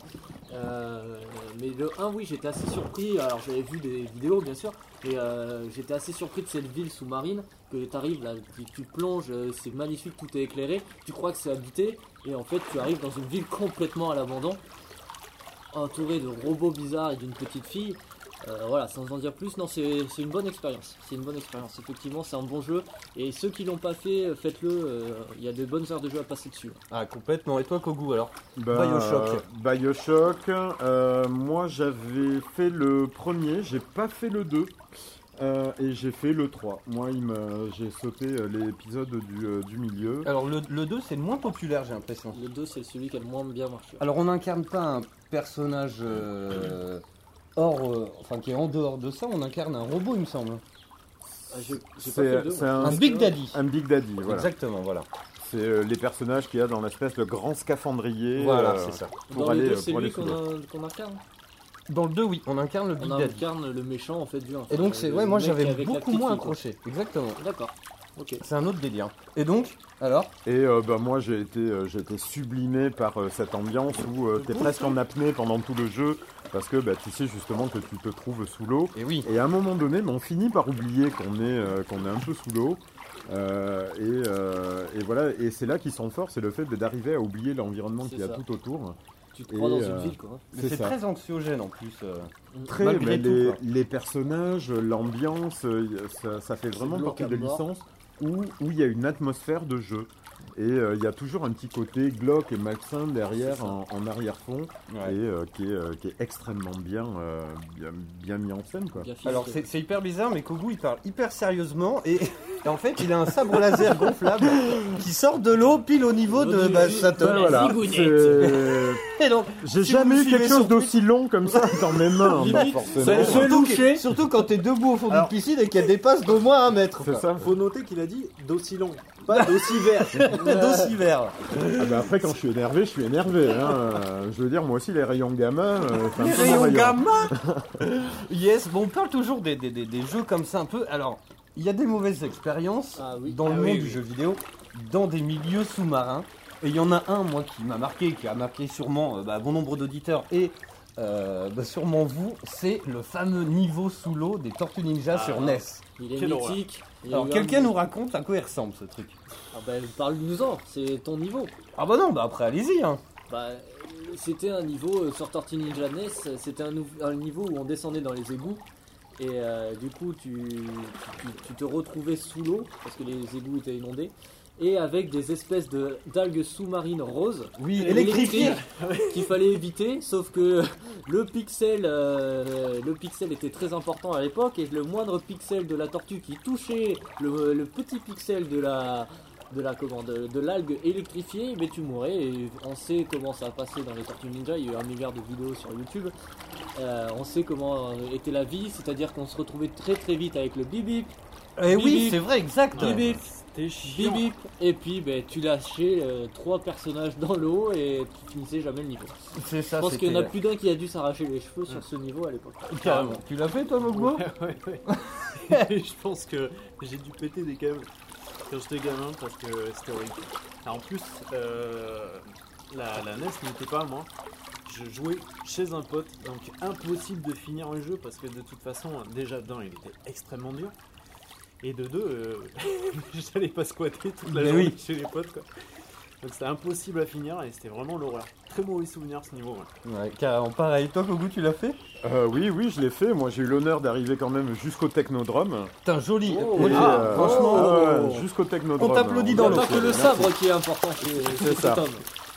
euh, mais le 1 oui j'étais assez surpris. Alors j'avais vu des vidéos bien sûr et euh, j'étais assez surpris de cette ville sous-marine que t'arrives là, tu, tu plonges, euh, c'est magnifique, tout est éclairé. Tu crois que c'est habité et en fait tu arrives dans une ville complètement à l'abandon entouré de robots bizarres et d'une petite fille. Euh, voilà, sans en dire plus, non, c'est c'est une bonne expérience. C'est une bonne expérience. Effectivement, c'est un bon jeu. Et ceux qui l'ont pas fait, euh, faites-le. euh, Il y a de bonnes heures de jeu à passer dessus. Ah, complètement. Et toi, Kogu alors Bah, Bioshock. Bioshock. euh, moi, j'avais fait le premier, j'ai pas fait le 2. euh, et j'ai fait le 3. Moi, il me- j'ai sauté euh, l'épisode du, euh, du milieu. Alors le, 2, c'est le moins populaire, j'ai l'impression. Le 2, c'est celui qui a le moins bien marché. Alors on n'incarne pas un personnage euh, hors, euh, enfin qui est en dehors de ça, on incarne un robot, il me semble. Ah, C'est c'est un, Big Daddy. Un Big Daddy, voilà. Exactement, voilà. C'est euh, les personnages qu'il y a dans l'espèce de grand scaphandrier. Voilà, euh, c'est ça. Pour Dans le aller, deux, euh, c'est pour aller lui sous qu'on l'eau. a- qu'on incarne. Dans le 2, oui, on incarne le Big On Daddy. incarne le méchant en fait du 1. Et donc c'est, ouais, moi j'avais beaucoup moins accroché. Exactement. D'accord. Ok. C'est un autre délire. Et donc, alors Et euh, bah, moi, j'ai été, euh, j'ai été sublimé par euh, cette ambiance où euh, t'es presque en apnée pendant tout le jeu. Parce que bah, tu sais justement que tu te trouves sous l'eau. Et oui. Et à un moment donné, bah, on finit par oublier qu'on est, euh, qu'on est un peu sous l'eau. Euh, et, euh, et voilà. Et c'est là qu'ils sont forts, c'est le fait d'arriver à oublier l'environnement C'est qu'il y a ça. tout autour. Tu te crois dans une ville, quoi. hein. Mais c'est ça. très anxiogène en plus. euh, Très, malgré bah, tout, les, quoi. les personnages, euh, l'ambiance, euh, y- ça, ça fait vraiment glauque partie à de mort. licence où où il y a une atmosphère de jeu. Et euh, il y a toujours un petit côté Glock et Maxin derrière en, en arrière-fond Ouais. et euh, qui, est, euh, qui est extrêmement bien, euh, bien, bien mis en scène. Quoi. Alors euh. c'est c'est hyper bizarre, mais Kogu il parle hyper sérieusement et, et en fait il a un sabre laser gonflable qui sort de l'eau pile au niveau de bah, sa tête. Ben voilà, c'est- Et donc, J'ai si jamais vous eu quelque suivez chose son d'aussi long comme ça dans mes mains. tweet, hein, limite, forcément. c'est- surtout, que- surtout quand t'es debout au fond d'une piscine et qu'elle dépasse d'au moins un mètre. C'est ça. Faut noter qu'il a dit d'aussi long, pas d'aussi vert. d'aussi vert. Ah ben après, quand je suis énervé, je suis énervé. hein. Euh, Je veux dire, moi aussi, les rayons gamins. euh, c'est un Les peu mon rayons rayon. gamins Yes, bon, on parle toujours des, des- des- des jeux comme ça un peu. Alors, il y a des mauvaises expériences dans le Ah monde oui, du oui. jeu vidéo, dans des milieux sous-marins. Et il y en a un, moi, qui m'a marqué, qui a marqué sûrement euh, bah, bon nombre d'auditeurs et euh, bah, sûrement vous, c'est le fameux niveau sous l'eau des Tortues Ninja Ah, sur NES. il est Quelle mythique. horreur. Il y a Alors, eu un- quelqu'un nous raconte à quoi il ressemble ce truc Ah bah, parle-nous-en, c'est ton niveau. Ah bah non, bah après, allez-y, hein Bah, euh, c'était un niveau euh, sur Tortue Ninja NES, euh, c'était un, nou- un niveau où on descendait dans les égouts et euh, du coup tu, tu, tu te retrouvais sous l'eau parce que les égouts étaient inondés et avec des espèces de d'algues sous-marines roses Oui, euh, électrifiées. électriques, qu'il fallait éviter sauf que le pixel euh, le pixel était très important à l'époque et le moindre pixel de la tortue qui touchait le, le petit pixel de la de la commande de l'algue électrifiée, mais tu mourais. Et on sait comment ça a passé dans les Tortues Ninja. Il y a eu un milliard de vidéos sur YouTube. Euh, on sait comment était la vie, c'est-à-dire qu'on se retrouvait très très vite avec le bip bip. Eh bip oui, bip, c'est vrai, exact. Bip bip. chiant. Bip bip. Et puis ben, tu lâchais euh, trois personnages dans l'eau et tu finissais jamais le niveau. C'est ça, Je pense c'était- qu'il y en a plus d'un qui a dû s'arracher les cheveux sur ce niveau à l'époque. Carrément. Tu l'as fait, toi, Mogmo Ouais, ouais, ouais. Je pense que j'ai dû péter des câbles quand j'étais gamin parce que c'était horrible. Alors, en plus, euh, la, la NES n'était pas à moi. Je jouais chez un pote, donc impossible de finir un jeu parce que de toute façon, déjà d'un, il était extrêmement dur. Et de deux, euh, j'allais pas squatter toute la Mais journée oui. chez les potes. Quoi. Donc c'était impossible à finir et c'était vraiment l'horreur. Très mauvais souvenir ce niveau. ouais. Ouais, carrément. Pareil, toi, Kogu, tu l'as fait Euh, oui, oui, je l'ai fait. Moi, j'ai eu l'honneur d'arriver quand même jusqu'au Technodrome. Putain, joli. Et, euh, Ah, franchement, ah ouais, jusqu'au Technodrome. On t'applaudit hein. dans On l'eau. applaudit. Merci. qui est important chez C'est ça.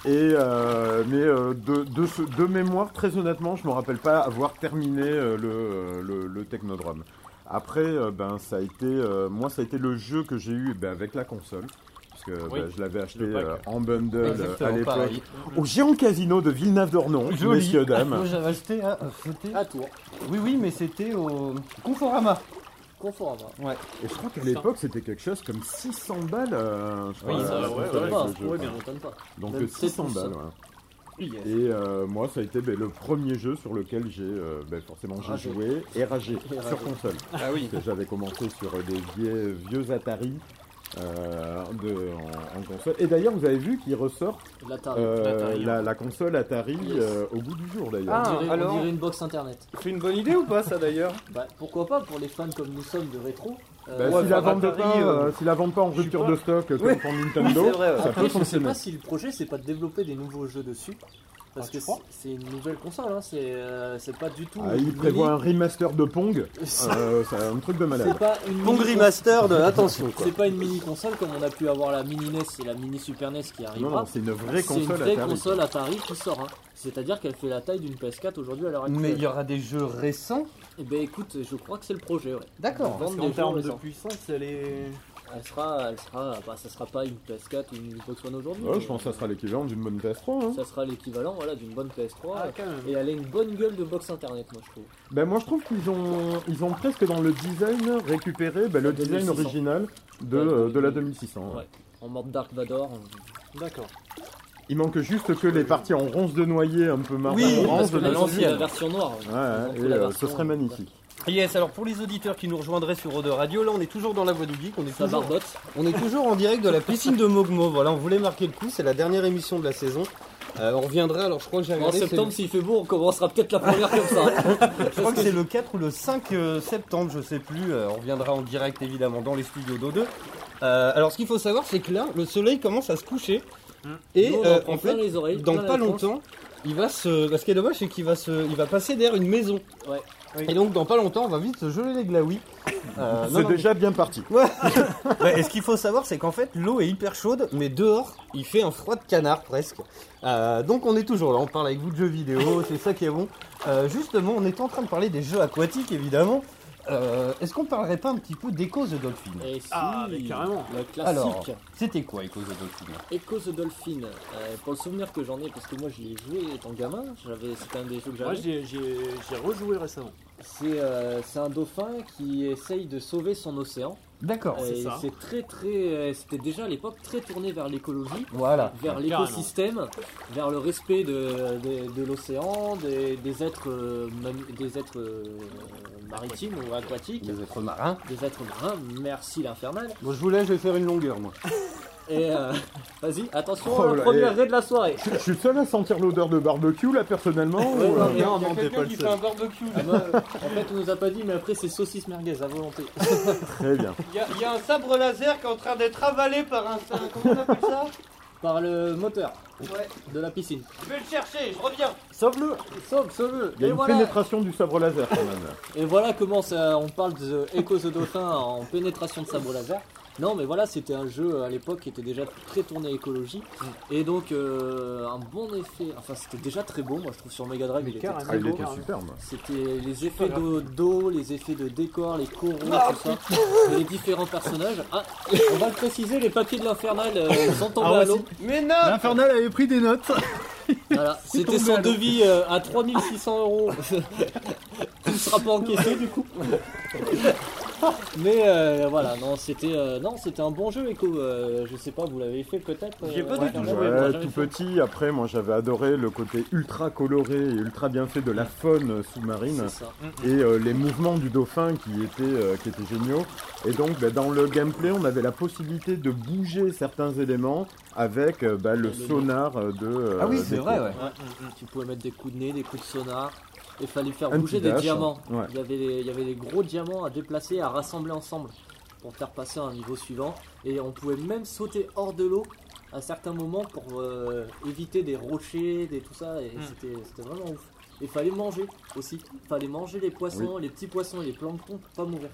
Et euh, mais euh, de, de, ce- de mémoire, très honnêtement, je me rappelle pas avoir terminé euh, le, euh, le, le Technodrome. Après, euh, ben ça a été, euh, moi ça a été le jeu que j'ai eu ben, avec la console, parce que Oui, ben, je l'avais acheté pack. euh, en bundle euh, Exactement, à l'époque pareil. au géant casino de Villeneuve-d'Ornon, Joli. Ah, messieurs Moi, dames. j'avais acheté un. euh, c'était- Oui, oui, mais c'était au Conforama. Conforama. Ouais. Et je crois qu'à l'époque c'était quelque chose comme 600 balles. euh, je Oui, crois, ça, euh, ouais, avec ouais, le ouais, jeu, ouais, quoi. mais on donne pas. Donc Même 600 700. balles. ouais. Et euh, moi, ça a été ben, le premier jeu sur lequel j'ai euh, ben, forcément j'ai Ragé. joué et ragé Et ragé. sur console. Ah oui. Parce que J'avais commencé sur euh, des vieux, vieux Atari euh, de- en, en console. Et d'ailleurs, vous avez vu qu'il ressort L'Atari. euh, L'Atari, la, ouais. la console Atari Ah, hein. Yes. Ah. euh, au bout du jour d'ailleurs. on, dirait, on dirait une box internet. C'est une bonne idée ou pas ça d'ailleurs Bah pourquoi pas pour les fans comme nous sommes de rétro. Bah, ouais, s'ils la bah, vendent Atari, pas, euh, euh, s'ils la vendent pas en je suis rupture pas- de stock euh, comme Oui. pour Nintendo, Oui, c'est vrai, ouais. ça Après, peut je sais fonctionner. pas si le projet c'est pas de développer des nouveaux jeux dessus. Ah, Parce que c'est- c'est une nouvelle console, hein, c'est euh, c'est pas du tout. Ah, une il prévoit un mini- remaster de Pong, euh, c'est un truc de malade. C'est pas une Pong mini- remastered, attention, quoi. C'est pas une mini console comme on a pu avoir la mini NES et la mini Super NES qui arrivera. Non, non, c'est une vraie C'est une console vraie Atari. console Atari qui sort. hein. C'est-à-dire qu'elle fait la taille d'une PS4 aujourd'hui à l'heure actuelle. Mais il y aura des jeux récents. Eh ben écoute, je crois que c'est le projet, ouais. D'accord. De vendre Parce des qu'en jeux termes de récents. puissance, elle est. Elle sera, elle sera, bah ça sera pas une PS4 ou une Xbox One aujourd'hui. Ouais, mais je pense que ça sera l'équivalent d'une bonne PS3. hein. Ça sera l'équivalent, voilà, d'une bonne PS3. Ah, quand même. Et elle a une bonne gueule de box internet, moi je trouve. Ben moi je trouve qu'ils ont ils ont presque dans le design récupéré ben, le La design 2600. original de, Ouais, euh, de la 2600. ouais. Ouais. En mode Dark Vador. D'accord. Il manque juste que les parties en ronce de noyer un peu marron Oui, orange parce que de la noyer. l'ancienne. la version noire. Ouais, ouais, et, la euh, version- Ah, ce serait magnifique. Yes, alors pour les auditeurs qui nous rejoindraient sur Ode Radio, là on est toujours dans la voie du geek, on est, euh, Ça toujours, barbote. on est toujours en direct de la piscine de Mogmo, voilà on voulait marquer le coup, c'est la dernière émission de la saison. Euh, on reviendra, alors je crois que j'ai En regardé, c'est septembre, le- s'il fait beau, on commencera peut-être la première comme ça. je crois que c'est le 4 ou le 5 euh, septembre, je sais plus, euh, on reviendra en direct évidemment dans les studios d'O2. Euh, alors ce qu'il faut savoir c'est que là, le soleil commence à se coucher, et Mmh. Nous, on en euh, prend en plein fait, les oreilles, dans plein la pas tronche. longtemps, il va se... Bah, ce qui est dommage c'est qu'il va, se... il va passer derrière une maison. Ouais. Oui. Et donc, dans pas longtemps, on va vite se geler les glaouis. Euh, non, C'est non, mais- déjà bien parti. Ouais. Ouais, et ce qu'il faut savoir, c'est qu'en fait, l'eau est hyper chaude, mais dehors, il fait un froid de canard presque. Euh, donc on est toujours là, on parle avec vous de jeux vidéo, c'est ça qui est bon. Euh, justement, on est en train de parler des jeux aquatiques, évidemment. Euh, Est-ce qu'on parlerait pas un petit peu d'Echo the Dolphin Ah, mais carrément. Le classique. Alors, c'était quoi Echo the Dolphin Echo the Dolphin, euh, pour le souvenir que j'en ai, parce que moi je l'ai joué étant gamin, j'avais, c'était un des jeux que j'avais. Moi, j'ai- j'ai j'ai rejoué récemment. C'est euh, c'est un dauphin qui essaye de sauver son océan. D'accord, Et c'est ça. C'est très très, euh, c'était déjà à l'époque très tourné vers l'écologie, Voilà. vers Ouais, l'écosystème, vers le respect de, de- de l'océan, des, des êtres, euh, mam- des êtres euh, maritimes ou aquatiques, Des êtres marins. des êtres marins. Merci l'infernal. Bon, je voulais, je vais faire une longueur, moi. Et euh, vas-y, attention, Oh le là, premier et- raid de la soirée. Je, je suis seul à sentir l'odeur de barbecue là personnellement. Ouais, ou, euh, mais il y a quelqu'un qui fait un barbecue. Ah, moi, euh, en fait, on nous a pas dit, mais après, c'est saucisse merguez à volonté. Très bien. Il y, a- il y a un sabre laser qui est en train d'être avalé par un. un- Comment on appelle ça Par le moteur Ouais. de la piscine. Je vais le chercher, je reviens. Sauve-le Sauve, sauve-le Il y a Et une voilà pénétration du sabre laser quand même. Et voilà comment ça, on parle de Echo the Dauphin en pénétration de sabre laser. Non, mais voilà, c'était un jeu à l'époque qui était déjà très tourné écologie. Mm. Et donc, euh, un bon effet. Enfin, c'était déjà très beau, moi je trouve, sur Mega Drive. Il était carrément. très Ah, il beau. était superbe. C'était les effets d'eau, d'eau, les effets de décor, les coraux, Ah, tout ça. les différents personnages. Ah, on va le préciser, les papiers de l'Infernal euh, sont tombés Ah ouais, à l'eau. Mais non L'Infernal avait pris des notes. Voilà, c'était tombé son à l'eau. devis euh, à 3600 euros. Qui ne sera pas encaissé du coup. Mais euh, voilà, non, c'était euh, non, c'était un bon jeu, Echo. Euh, je sais pas, vous l'avez fait peut-être. euh, J'ai pas ouais, du tout non, joué, ouais, Ouais, moi, j'avais tout fait. petit, après moi j'avais adoré le côté ultra coloré et ultra bien fait de la faune sous-marine C'est ça. et euh, les mouvements du dauphin qui étaient, euh, qui étaient géniaux. Et donc bah, dans le gameplay on avait la possibilité de bouger certains éléments avec euh, bah, le sonar euh, de... euh, Ah Ah des coraux. hum, Tu pouvais mettre des coups de nez, des coups de sonar. Il fallait faire Un bouger petit des dash, hein. diamants. ouais. Il, y avait des, il y avait des gros diamants à déplacer, à rassembler ensemble pour faire passer à un niveau suivant. Et on pouvait même sauter hors de l'eau à certains moments pour euh, éviter des rochers, des tout ça. Et Hum. c'était- c'était vraiment ouf. Et fallait manger aussi. Fallait manger les poissons, les petits poissons et les planctons pour pas mourir.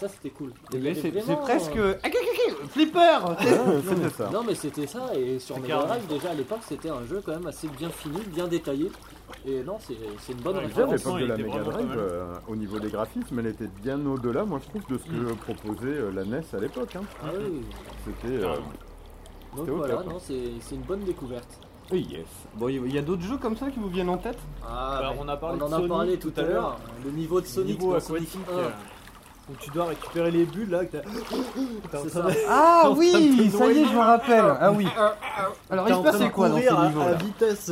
Ça c'était cool. Eh Il y ben, avait c'est- vraiment- c'est presque- euh, Ah, qui, qui, qui, Flipper non, mais, C'était ça. non, mais c'était ça et sur C'est Mega carrément. Drive déjà à l'époque c'était un jeu quand même assez bien fini, bien détaillé et non c'est c'est une bonne Ouais, déjà, référence. l'époque de la Mega Drive, euh, au niveau des graphismes, elle était bien au-delà, moi je trouve, de ce que Mm. proposait euh, la NES à l'époque. hein. Ah oui. C'était. Donc euh, c'était au voilà, top, hein. non c'est c'est une bonne découverte. Oui, yes. Bon, il y- il y a d'autres jeux comme ça qui vous viennent en tête Ah, Bah, mais on a parlé en de a Sonic parlé tout à l'heure, le niveau de Sonic niveau dans Sonic aquatique, 1. euh, où tu dois récupérer les bulles là. que t'as- t'es en C'est train ça. de- t'es Ah en train de oui, te ça y est, je me noyer. rappelle. Ah oui. Alors Alors, il se passait quoi dans ces à, niveaux-là vitesse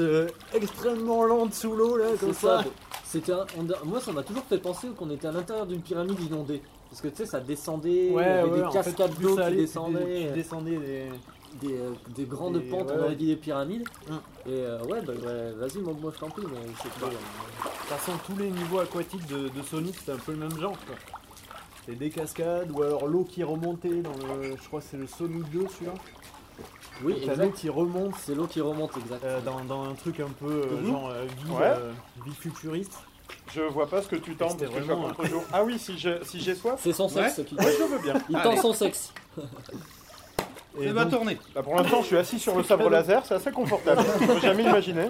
extrêmement lente sous l'eau là, C'est comme ça. ça. C'était un- on- moi ça m'a toujours fait penser qu'on était à l'intérieur d'une pyramide inondée parce que tu sais ça descendait, il y avait des cascades d'eau qui descendaient. Tu descendais des. des, euh, des grandes Des- pentes, ouais, on aurait ouais. Hum. dit des pyramides. Et euh, ouais, bah, ouais, vas-y, moi, moi je t'en prie, mais je sais pas. Bah. euh, De toute façon, tous les niveaux aquatiques de, de Sonic, c'est un peu le même genre. quoi. C'est des cascades ou alors l'eau qui remontait dans le. Je crois que c'est le Sonic 2 celui-là. Oui, T'as exact. l'eau qui remonte. C'est l'eau qui remonte, exact. euh, dans, dans un truc un peu euh, Mhm. genre euh, vie, Ouais. euh, vie futuriste. Je vois pas ce que tu tentes, C'était parce que je vraiment, vois contre-jour. Ah oui, si j'ai si j'ai soif. C'est son sexe, Ouais. ce qui Ouais, je veux bien. Il Ah, tend Allez. son sexe. Et C'est ma donc- tournée. Là, pour l'instant, je suis assis sur le sabre laser, c'est assez confortable. J'aurais jamais imaginé.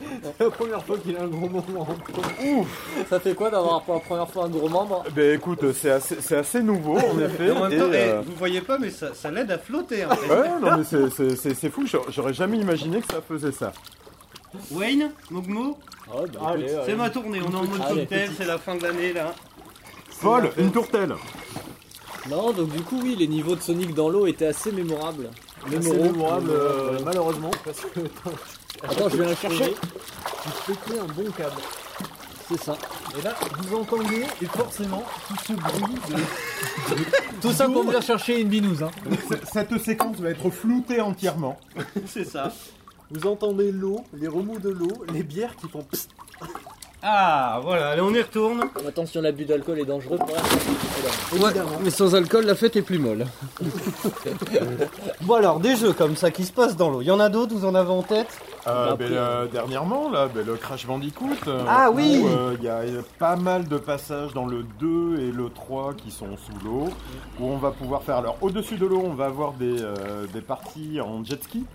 C'est la première fois qu'il a un gros moment. Ouf Ça fait quoi d'avoir pour la première fois un gros membre Ben écoute, c'est assez, c'est assez nouveau en effet. en même temps, et, eh, euh, vous voyez pas, mais ça, ça l'aide à flotter en fait. Ouais, non mais c'est- c'est c'est- c'est fou, j'aurais- j'aurais jamais imaginé que ça faisait ça. Wayne, Mogmo, Ah, bah, allez, c'est allez. ma tournée, on est en mode Allez, cocktail, c'est la fin de l'année là. Paul, une tourtelle Non, donc du coup, oui, les niveaux de Sonic dans l'eau étaient assez mémorables. C'est Mémoraux. mémorable, euh, Ouais. malheureusement, parce que. Attends, je vais la chercher. Tu te pétais un bon câble. C'est ça. Et là, vous entendez, et forcément, tout ce bruit de. Tout ça pour venir chercher une binouse. Hein. Cette séquence va être floutée entièrement. C'est ça. Vous entendez l'eau, les remous de l'eau, les bières qui font pssst. Ah, voilà, allez, on y retourne. Attention, l'abus d'alcool est dangereux pour la santé. Ouais, Évidemment. mais sans alcool, la fête est plus molle. bon alors, des jeux comme ça qui se passent dans l'eau. Il y en a d'autres, vous en avez en tête Euh, Bah, ben, après, euh, dernièrement, là, ben, le Crash Bandicoot. euh, Ah oui où, euh, Il y a euh, pas mal de passages dans le 2 et le 3 qui sont sous l'eau, Mm. où on va pouvoir faire. Alors, au-dessus de l'eau, on va avoir des, euh, des parties en jet ski.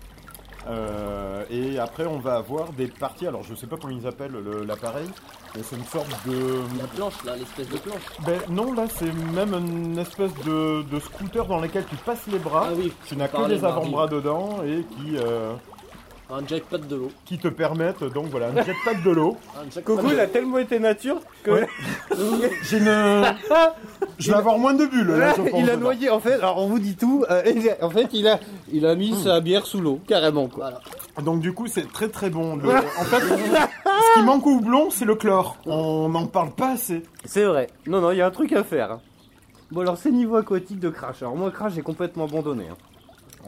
euh, et après, on va avoir des parties. Alors, je sais pas comment ils appellent le- l'appareil, mais c'est une sorte de. La planche, là, l'espèce de planche. Ben non, là c'est même une espèce de, de scooter dans lequel tu passes les bras. Ah, Ah tu n'as que parlait les mardi. avant-bras dedans et qui. euh, Un jackpot de l'eau. Qui te permettent donc voilà, un jackpot de l'eau. Coucou, il a tellement été nature que. Ouais. J'ai une. Je vais avoir moins de bulles là, je pense. il a dedans. noyé, en fait, alors on vous dit tout. euh, il a- en fait, il a, il a mis sa bière sous l'eau, carrément quoi. Donc du coup, c'est très très bon. Le- en fait, ce qui manque au houblon, c'est le chlore. On n'en parle pas assez. C'est vrai. Non, non, il y a un truc à faire. hein. Bon alors, c'est niveau aquatique de Crash. Alors moi, Crash, j'ai complètement abandonné. hein.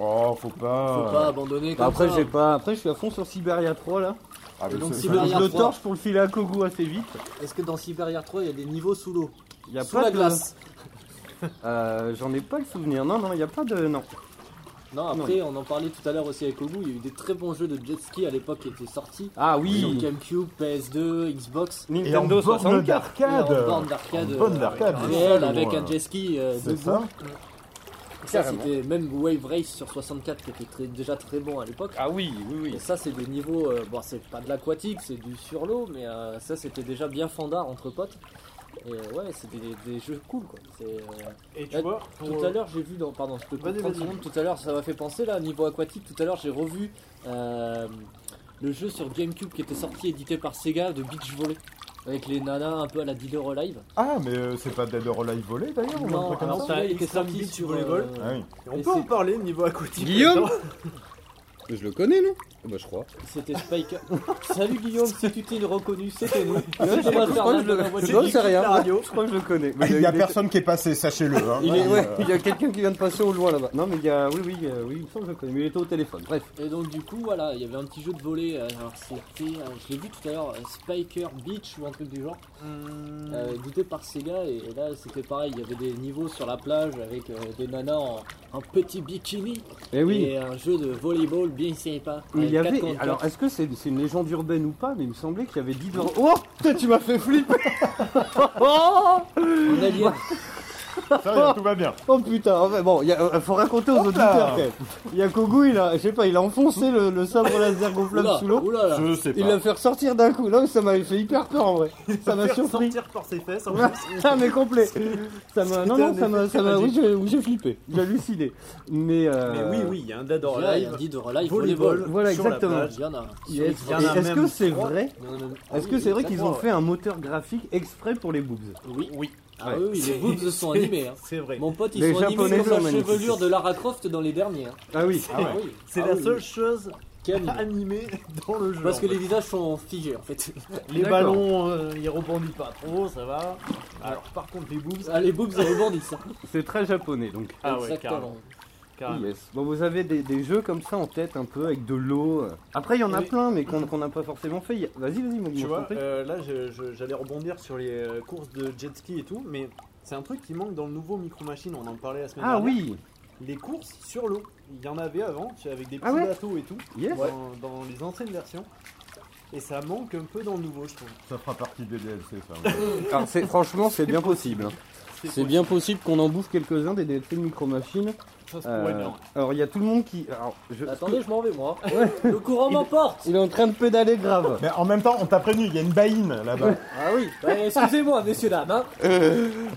Oh, faut pas. Faut pas abandonner Bah, comme après, ça. j'ai pas. Après, je suis à fond sur Siberia 3 là. Ah, mais donc, c'est- Siberia je le 3. torche pour le filer à Kogu assez vite. hein. Est-ce que dans Siberia 3, il y a des niveaux sous l'eau Il y a Sous pas la de- glace. Euh, J'en ai pas le souvenir. Non, non, il y a pas de. Non. Non, après, on en parlait tout à l'heure aussi avec Ogu, il y a eu des très bons jeux de jet ski à l'époque qui étaient sortis. Ah oui. Sur Gamecube, PS2, Xbox. Nintendo Et en borne 64. d'arcade. Et En borne d'arcade. En borne euh, d'arcade, réelle, c'est avec ça, un jet ski euh, C'est debout. ça. Ça, Carrément. c'était même Wave Race sur 64 qui était très- déjà très bon à l'époque. Ah oui, oui, oui. Et ça, c'est des niveaux. euh, bon, c'est pas de l'aquatique, c'est du sur l'eau, mais euh, ça, c'était déjà bien fandard entre potes. Et euh, ouais, c'est des, des jeux cool quoi. C'est, euh, Et tu là, vois, tout pour- euh, euh, à l'heure, j'ai vu dans. Pardon, je te coupe Vas-y, 30 vas-y. secondes. Tout à l'heure, ça m'a fait penser là, niveau aquatique. Tout à l'heure, j'ai revu euh, le jeu sur Gamecube qui était sorti, édité par Sega de Beach Volley. Avec les nanas un peu à la Dealer Alive. Ah, mais euh, c'est pas Dead or Alive volé d'ailleurs ou un Non, truc Oh, comme alors ça celui-là, il était sorti Beach sur Volleyball. euh, Ah oui. On et peut en c'est- parler niveau aquatique. Guillaume Mais je le connais, non Bah, je crois. C'était Spike. Salut Guillaume, si tu t'es reconnu, c'était nous. je crois- je crois que je le- non, c'est rien. Je crois que je le connais. Mais Il y a il est- personne qui est passé, sachez-le. hein. Il est- ouais, Euh, il y a quelqu'un qui vient de passer au loin là-bas. Non, mais il y a. Oui, oui, euh, oui, il me semble que je le connais. Mais il était au téléphone. Bref. Et donc du coup voilà, il y avait un petit jeu de volet, euh, alors c'était, euh, je l'ai vu tout à l'heure, euh, Spiker Beach ou un truc du genre, euh, édité par Sega et, et là c'était pareil, il y avait des niveaux sur la plage avec euh, des nanas en, en petit bikini Eh oui. et un jeu de volleyball bien sympa. Il y avec avait. quatre contre Alors, quatre. est-ce que c'est c'est une légende urbaine ou pas Mais il me semblait qu'il y avait 10 dollars. Oh Putain, tu m'as fait flipper Oh On a Sérieux, tout va bien. Oh putain, enfin, bon, il y a- euh, faut raconter aux Hop là. auditeurs quand même. Il y a Kogu, il a, je sais pas, il a enfoncé le, le sabre laser gonflable Oula, sous l'eau. oula là. Je sais Il pas. l'a fait ressortir d'un coup. Non, mais ça m'avait fait hyper peur en vrai. Ça m'a surpris. sortir par ses fesses. En plus. Ah mais complet. Ça m'a non non ça m'a ça m'a oui j'ai oui, j'ai flippé, j'ai halluciné. Mais euh... Mais oui, oui, il y a un Dead or Oh, Là, il y a Alive. un Dead or Alive, Volleyball. Voilà sur la exactement. plage. Il y en a. Yes. Il y en a Et Est-ce que même c'est trois. vrai Il y en a même- Ah Est-ce oui, que c'est vrai exactement, qu'ils ont ouais. fait un moteur graphique exprès pour les boobs Oui. Oui. Ah oui, oui, les boobs sont animés. hein. C'est vrai. Mon pote, ils Les sont animés Japonais comme la sont magnifiques. chevelure de Lara Croft dans les derniers. hein. Ah oui. Ah ouais. C'est Ah la oui, seule oui. chose Qui est animée. Ah, animée dans le jeu. Parce en que fait. les visages sont figés en fait. Les ballons, euh, ils rebondissent pas trop, ça va. Alors par contre, les boobs. Ah, les boobs, ils rebondissent. C'est très japonais donc. Ah ouais, Exactement. carrément. Carrément. Yes. Bon vous avez des, des jeux comme ça en tête un peu avec de l'eau. euh. Après il y en a Oui. plein mais qu'on qu'on n'a pas forcément fait. Il y a- Vas-y vas-y mon Tu mon vois, santé. euh, là je- je- j'allais rebondir sur les euh, courses de jet ski et tout, mais c'est un truc qui manque dans le nouveau Micro Machine, on en parlait la semaine Ah dernière. oui. Les courses sur l'eau. Il y en avait avant, tu sais, avec des petits Ah ouais bateaux et tout, Yes. dans, dans les anciennes versions. Et ça manque un peu dans le nouveau, je trouve. Ça fera partie des DLC, ça. Alors, Ah, c'est- franchement c'est bien possible. hein. C'est bien possible qu'on en bouffe quelques-uns des DLC de micro machines. Ça se pourrait bien. alors il y a tout le monde qui. alors, je- Euh, Ah. Attendez, je m'en vais moi. Le courant Il- m'emporte. Il est en train de pédaler grave. Mais en même temps, on t'a prévenu, il y a une baïne là-bas. Ah oui. Eh, Excusez-moi, messieurs dames. hein.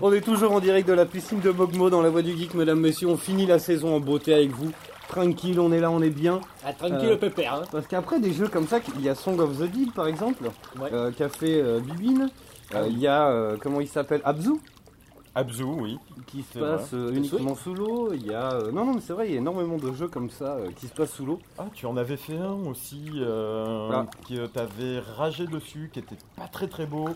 On est toujours en direct de la piscine de Bogmo dans la voie du geek, mesdames, messieurs. On finit la saison en beauté avec vous. Tranquille, on est là, on est bien. Ah, tranquille, Euh, le pépère. hein. Parce qu'après des jeux comme ça, il y a Song of the Deep par exemple, Ouais. euh, qu'a fait euh, Bibine. Ah Euh, Il y a, euh, comment il s'appelle Abzu Abzu, oui. qui se C'est passe vrai. euh, uniquement sous l'eau. Il y a, euh, non, non, mais c'est vrai, il y a énormément de jeux comme ça euh, qui se passent sous l'eau. Ah, tu en avais fait un aussi, euh, Ah. qui euh, t'avais ragé dessus, qui était pas très très beau.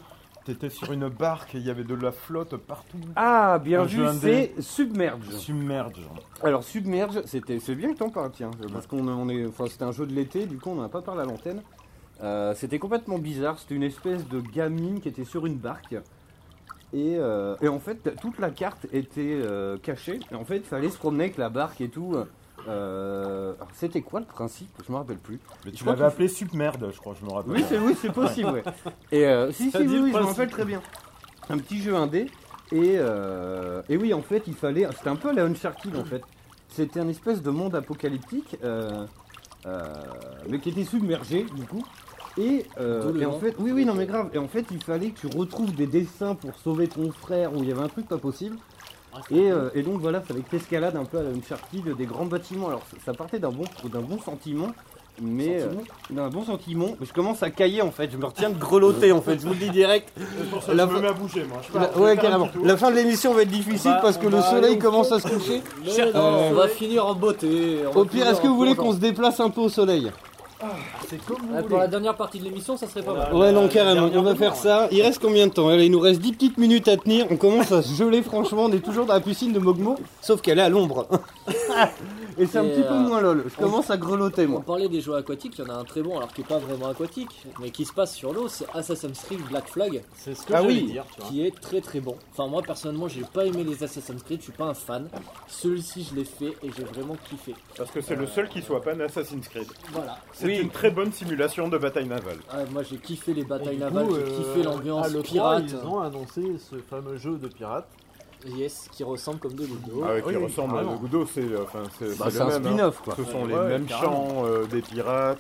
T'étais sur une barque et il y avait de la flotte partout. Ah, bien Un vu, jeu indé. c'est Submerge. Submerge. Alors euh, Submerge, c'était c'est bien que t'en parles tiens, parce qu'on a- on est, enfin c'était un jeu de l'été, du coup on n'en a pas parlé à l'antenne. Euh, c'était complètement bizarre. C'était une espèce de gamine qui était sur une barque. Et, euh, et en fait, toute la carte était euh, cachée. Et en fait, il fallait se promener avec la barque et tout. Euh, alors, c'était quoi le principe Je me rappelle plus. Mais tu Je crois l'avais qu'on- appelé Submerde, je crois, je me rappelle. Oui, c'est oui, c'est possible. ouais. Et euh, si, si, Ça oui, dit le oui, je me principe. rappelle très bien. Un petit jeu indé. Et, euh, et oui, en fait, il fallait. C'était un peu à la Uncharted, en fait. C'était un espèce de monde apocalyptique, euh, euh, mais qui était submergé, du coup. Et, euh, D'où le et en nom. fait, oui, oui, non, mais grave. Et en fait, il fallait que tu retrouves des dessins pour sauver ton frère, ou il y avait un truc pas possible. Et, euh, et donc voilà, fallait que t'escalades un peu à la Uncharted des grands bâtiments. Alors ça- ça partait d'un bon, d'un bon sentiment, mais euh, Sentiment d'un bon sentiment. Mais je commence à cailler en fait, je me retiens de grelotter en fait, je vous le dis direct. pour ça que je me mets à bouger, moi. Je La- pars, je vais ouais, faire un carrément. petit tour. La fin de l'émission va être difficile Bah, parce que on le va aller soleil au commence à se fond. coucher. Cher- Euh, on va finir en beauté. on va Au pire, finir est-ce que en vous voulez qu'on plongeant. se déplace un peu au soleil C'est comme Ah. Ouais, Euh, Pour la dernière partie de l'émission, ça serait pas mal. Ouais, non, carrément, on va faire ça. Il reste combien de temps Allez, Il nous reste 10 petites minutes à tenir. On commence à se geler, franchement. On est toujours dans la piscine de Mogmo, sauf qu'elle est à l'ombre. Et c'est un Et, petit peu euh, moins lol. Je on- commence à grelotter, moi. On parlait des jeux aquatiques, il y en a un très bon alors qui est pas vraiment aquatique, mais qui se passe sur l'eau, c'est Assassin's Creed Black Flag. C'est ce que Ah j'allais oui. dire, tu vois. Qui est très très bon. Enfin moi personnellement j'ai pas aimé les Assassin's Creed, je suis pas un fan. Celui-ci je l'ai fait et j'ai vraiment kiffé. Parce que c'est le seul qui soit pas un Assassin's Creed. Voilà. C'est une très bonne simulation de bataille navale. Ah, moi j'ai kiffé les Et batailles du navales, coup, j'ai euh, kiffé l'ambiance à l'E3, pirate. Ils ont annoncé ce fameux jeu de pirates. Yes, qui ressemble comme deux gouttes Ah ouais, qui ressemble à Le Goudo, c'est euh, enfin, c'est- Bah, c'est c'est le un même, hein. spin-off, quoi. Ce sont Ouais, les ouais, mêmes carrément. chants euh, des pirates,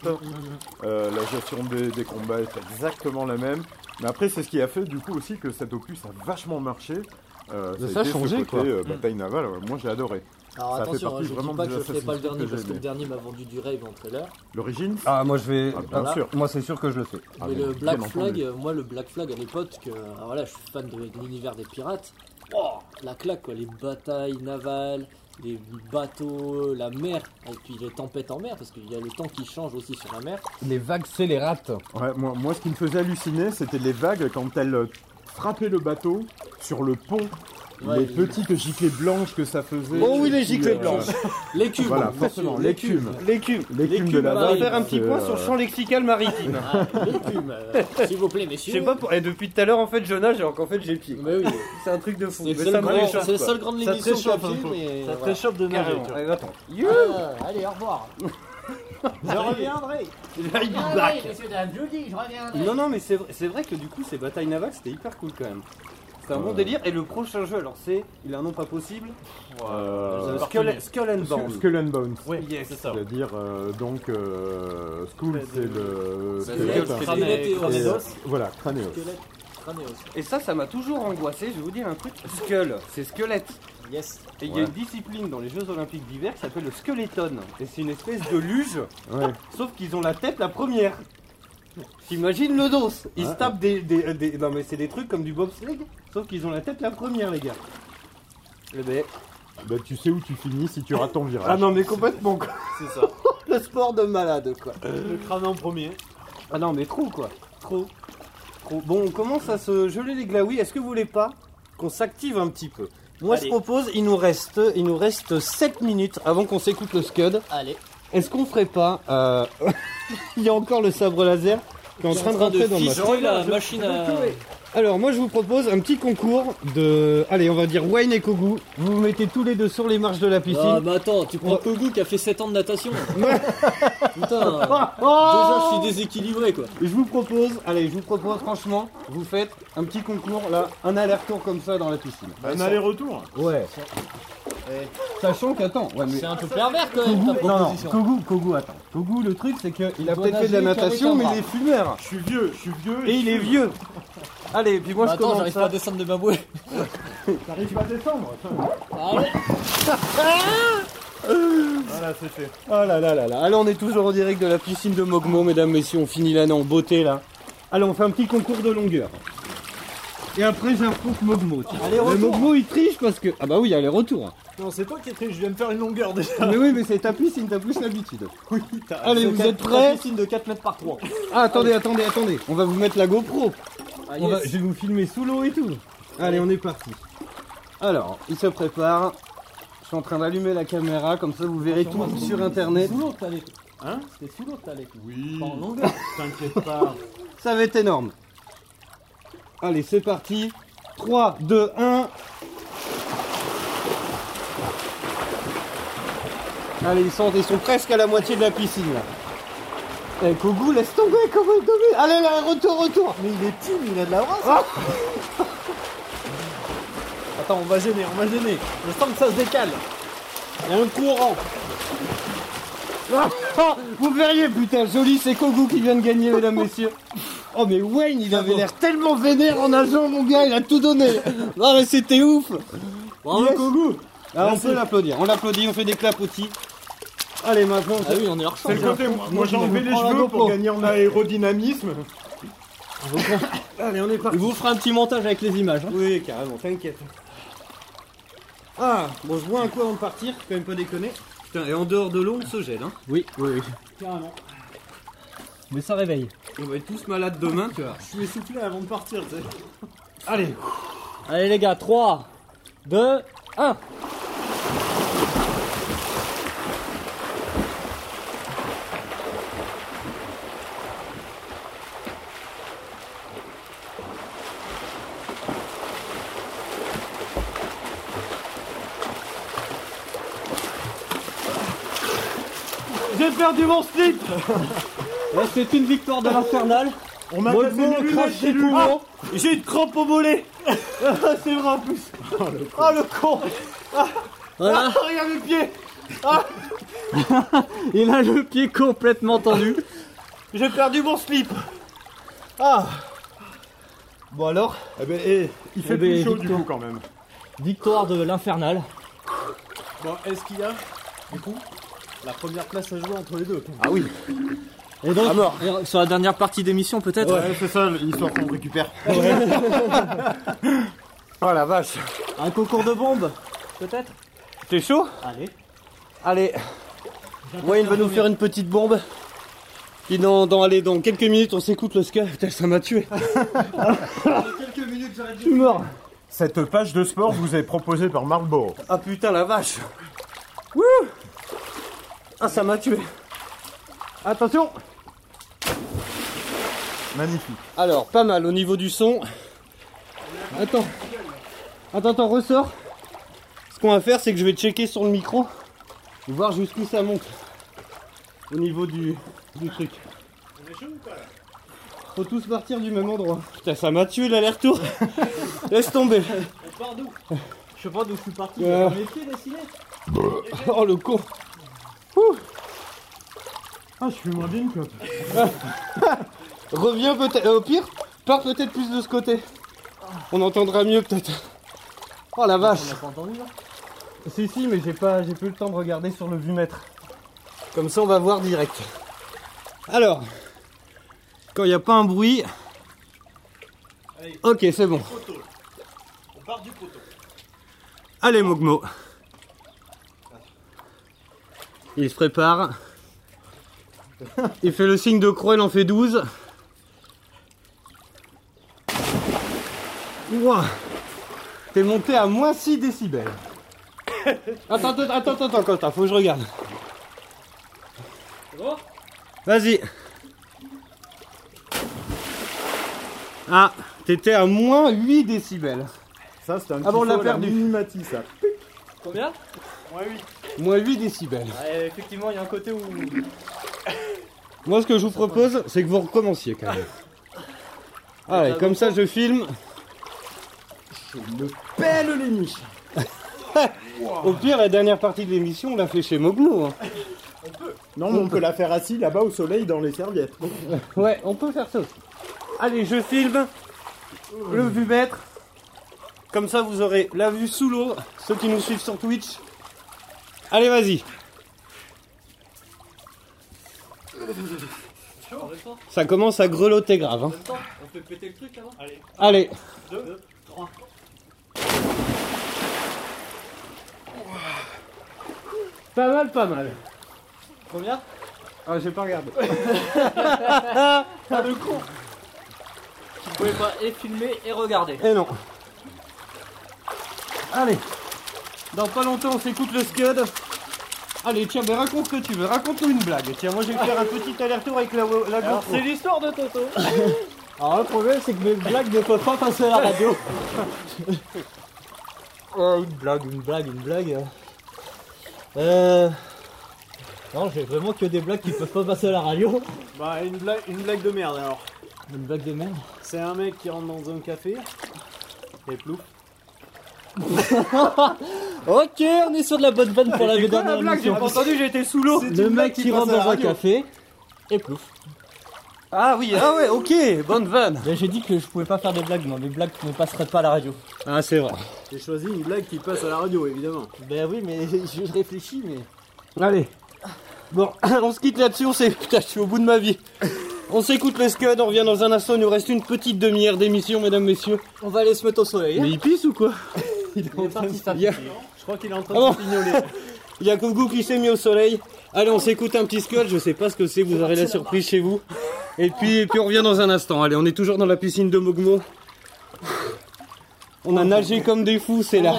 euh, la gestion des, des combats est exactement la même. Mais après, c'est ce qui a fait du coup aussi que cet opus a vachement marché. Euh, Mais ça a ça a été ce changé, côté, quoi. euh, Mm. bataille navale, ouais, moi j'ai adoré. Alors ça attention, hein, fait partie je dis vraiment pas des que je ferai Assassin's pas le Creed dernier que parce j'ai que le aimé. dernier m'a vendu du rêve en trailer. L'origine Ah, moi, je vais. Ah, bien ah, sûr. Moi, c'est sûr que je le fais. Ah, Mais le Black Flag, euh, moi le Black Flag à l'époque, que alors voilà, je suis fan de, de l'univers des pirates. Oh, la claque quoi, les batailles navales, les bateaux, euh, la mer, et puis les tempêtes en mer, parce qu'il y a le temps qui change aussi sur la mer. Les vagues scélérates. Ouais, moi, moi, ce qui me faisait halluciner, c'était les vagues quand elles euh, frappaient le bateau sur le pont. Ouais, les les- petites giclées blanches que ça faisait. Oh oui, les Et puis, giclées euh, blanches. Les cubes, Voilà, bien forcément, sûr, les les cubes. cubes. Les cubes. Les Les cubes de cubes, la on va vague, faire un petit c'est, Point sur euh, le champ lexical maritime. Ah, les cubes, euh, s'il vous plaît, Je messieurs. sais pas, pour- et depuis tout à l'heure en fait je nage alors qu'en fait j'ai pied. Mais oui. C'est un truc de fou. C'est le Mais seul ça me grand- réchauffe, c'est le quoi. seul grand de Ça te l'émission sur réchauffe, pied, hein, mais Ça te voilà. réchauffe de nager. Carrément. tu vois. Allez, attends. Ah, allez, au revoir. Je reviendrai. Là, il Ah back. oui, messieurs, dames, je vous dis, je reviendrai. Non, non, mais c'est vrai, c'est vrai que du coup, ces batailles navales, c'était hyper cool quand même. C'était un bon Ouais. délire. Et le prochain jeu, alors c'est. Il a un nom pas possible. Euh, Euh, Skull, Skull and Skull- Bones. Skull and Bones. Ouais, yes, c'est ça. C'est-à-dire, euh, donc, euh, Skull, c'est le. C'est squelette. le Et, squelette et euh, os. Voilà, Cranéos. Et ça, ça m'a toujours angoissé. Je vais vous dire un truc. Skull, c'est squelette. Yes. Et il y Ouais. a une discipline dans les Jeux Olympiques d'hiver qui s'appelle le skeleton. Et c'est une espèce de luge. Ouais. Sauf qu'ils ont la tête la première. T'imagines le dos Ils se tapent des, des- des- Non mais c'est des trucs comme du bobsleigh, sauf qu'ils ont la tête la première les gars. Eh ben, Bah, tu sais où tu finis si tu rates ton virage. Ah non mais complètement quoi C'est ça. le sport de malade quoi. Le crâne en premier. Ah non mais trop quoi. Trop. Trop. Bon on commence à se geler les glaouis. Est-ce que vous voulez pas qu'on s'active un petit peu Moi Allez. je propose, il nous reste il nous reste 7 minutes avant qu'on s'écoute le scud. Allez. Est-ce qu'on ferait pas euh, Il y a encore le sabre laser qui est en train de rentrer dans ma fissurer la machine à. alors moi je vous propose un petit concours de... Allez on va dire Wayne et Kogu. Vous vous mettez tous les deux sur les marches de la piscine. Ah, mais attends, tu prends Ouais. Kogu qui a fait 7 ans de natation. Putain. Oh Déjà, je suis déséquilibré quoi. Et je vous propose, allez je vous propose franchement, vous faites un petit concours là, un aller-retour comme ça dans la piscine. Un aller-retour Ouais. Sachant qu'attends, ouais, mais... C'est un peu pervers quand même ta Kogu- non, non, proposition. Kogu, Kogu, attends. Kogu, le truc c'est qu'il a doit peut-être fait de la nager natation, mais qu'avec un il est bras. fumeur. Je suis vieux, je suis vieux. Et il est vieux. Allez, et puis moi Bah je commence. attends, j'arrive ça. pas à descendre de ma bouée. T'arrives pas à descendre Voilà, c'est fait. Oh là là là là. Allez, on est toujours en direct de la piscine de Mogmo, mesdames, messieurs. On finit l'année en beauté, là. Allez, on fait un petit concours de longueur. Et après, j'affronte Mogmo. tiens. Allez, Le retour. Mogmo, il triche parce que. Ah bah oui, allez, retour. Non, c'est toi qui es triste, je viens de faire une longueur déjà. mais oui, mais c'est ta piscine, t'as plus l'habitude. Allez, C'est vous quatre- êtes prêts une piscine de 4 mètres par 3. Ah, attendez, attendez, attendez. On va vous mettre la GoPro. Ah, On va- yes. Je vais vous filmer sous l'eau et tout. Allez, on est parti. Alors, il se Ah, prépare. Je suis en train d'allumer la caméra, comme ça vous verrez tout sur internet. Hein C'était sous l'autre, t'allais. Oui. En longueur. T'inquiète pas. Ça va être énorme. Allez, c'est parti. 3, 2, 1. Allez, ils sont, ils sont presque à la moitié de la piscine là. Eh, Kogu, laisse tomber, comment tomber Allez là, retour, retour Mais il est timide, il a de la brasse Attends, on va gêner, on va gêner. Je sens que ça se décale. Il y a un courant. Oh, Vous verriez, putain, joli, c'est Kogu qui vient de gagner, mesdames, messieurs. Oh, mais Wayne, il avait l'air tellement vénère en nageant, mon gars, il a tout donné. Non, mais c'était ouf. Bravo, Kogu. Ah, on Merci. peut l'applaudir, on l'applaudit, on fait des clapotis. Allez, maintenant. Ah oui, on est hors champ, C'est le là. côté, moi, Moi, j'ai je enlevé me les prends la cheveux GoPro. pour gagner en aérodynamisme. Allez, on est parti. Il vous fera un petit montage avec les images. hein. Oui, carrément, t'inquiète. Ah, bon, je vois un coup avant de partir, quand même pas déconner. Putain, et en dehors de l'eau, on se gèle, hein. Oui, oui, oui. Carrément. Mais ça réveille. On va être tous malades demain, tu vois. Je suis essoufflé avant de partir, tu sais. Allez. Allez les gars, 3, 2, 1. J'ai perdu mon slip C'est une victoire de l'infernal. On m'a cassé mes lunettes, j'ai lu. J'ai une crampe au mollet C'est vrai en plus Oh le con, oh, le con. Ah, Voilà. ah, Regarde le pied ah, Il a le pied complètement tendu. J'ai perdu mon slip Ah Bon alors Eh ben, eh, il fait Eh ben, plus chaud du victoire. coup quand même. Victoire de l'infernal. Bon, est-ce qu'il y a, du coup, la première place à jouer entre les deux Ah oui. Et donc, et euh, sur la dernière partie d'émission peut-être Eh, c'est ça, l'histoire qu'on récupère. Oh la vache Un concours de bombes Peut-être T'es chaud Allez. Allez Wayne va nous faire une petite bombe. Et dans, dans, allez, dans quelques minutes, on s'écoute le ska. Putain, ça m'a tué. Quelques minutes, j'arrête Je suis mort. Cette page de sport vous est proposée par Marlboro. Ah putain, la vache. Wouh ah, ça m'a tué. Attention. Magnifique. Alors, pas mal au niveau du son. Attends. Attends, attends, ressort. Ce qu'on va faire, c'est que je vais checker sur le micro. Voir jusqu'où ça monte. Au niveau du, du truc. Faut tous partir du même endroit. Putain, ça m'a tué l'aller-retour. Laisse tomber. On part d'où Je sais pas d'où je suis parti, Ouais. j'ai mes pieds dessinés. Oh le con. Ouh. Ah, je suis moins bien que Reviens peut-être. euh, Au pire, pars peut-être plus de ce côté. On entendra mieux peut-être. Oh la vache. On a pas entendu là hein. Si si mais j'ai pas j'ai plus le temps de regarder sur le vumètre. Comme ça on va voir direct. Alors, quand il n'y a pas un bruit. Ok c'est bon. On part du poteau. Allez Mogmo. Il se prépare. Il fait le signe de croix, il en fait 12. Ouah. T'es monté à moins 6 décibels. Attends, attends, attends, attends, Quentin, faut que je regarde. Vas-y. Ah, t'étais à moins 8 décibels. Ça, c'est un Ah bon, on l'a petit faux, là, perdu. Minimati, ça. Combien Moins 8 décibels. Ouais, Effectivement, il y a un côté où. Moi, ce que je vous propose, c'est que vous recommenciez quand même. Ah, Allez, bah, comme ça, je filme. Je me pèle les niches. Au pire, la dernière partie de l'émission, on l'a fait chez Moglo. hein. Non, mais on peut la faire assis là-bas au soleil dans les serviettes. Ouais, on peut faire ça aussi. Allez, je filme le vumètre. Comme ça, vous aurez la vue sous l'eau, ceux qui nous suivent sur Twitch. Allez, vas-y. Ça commence à grelotter grave. hein. On peut péter le truc avant hein. Allez. Allez. 2, 3. Pas mal, pas mal. Combien Ah, j'ai pas regardé. Ah le con Tu pouvais pas et filmer et regarder. Eh non. Allez. Dans pas longtemps, on s'écoute le scud. Allez, tiens, mais raconte ce que tu veux, raconte-nous une blague. Tiens, moi je vais faire un petit aller-retour avec la, la Alors, GoPro. Oh. c'est l'histoire de Toto. Ah, Alors le problème c'est que mes blagues ne peuvent pas passer à la radio. Oh, une blague, une blague, une blague. Euh. Non, j'ai vraiment que des blagues qui peuvent pas passer à la radio. Bah, une blague, une blague de merde alors. Une blague de merde C'est un mec qui rentre dans un café et plouf. ok, on est sur de la bonne vanne pour la C'est quoi la dernière blague émission. J'ai pas entendu, j'étais sous l'eau. C'est Le une blague mec qui qui passe rentre à la dans un radio. café et plouf. Ah oui, ah ouais, ok, bonne vanne. J'ai dit que je pouvais pas faire des blagues, moi, mes blagues ne passeraient pas à la radio. Ah, c'est vrai. J'ai choisi une blague qui passe à la radio, évidemment. Ben oui, mais je réfléchis, mais. Allez. Bon, on se quitte là-dessus, on s'est... Putain, je suis au bout de ma vie. On s'écoute les scuds, on revient dans un instant, il nous reste une petite demi-heure d'émission, mesdames, messieurs. On va aller se mettre au soleil. Mais il pisse ou quoi Il est, parti Il y a- Je crois qu'il est en train Ah de pignoler. Il y a Kougou qui s'est mis au soleil. Allez, on s'écoute un petit scud, je sais pas ce que c'est, vous aurez la surprise chez vous. Et puis, et puis on revient dans un instant. Allez, on est toujours dans la piscine de Mogmo. On a nagé comme des fous, c'est la,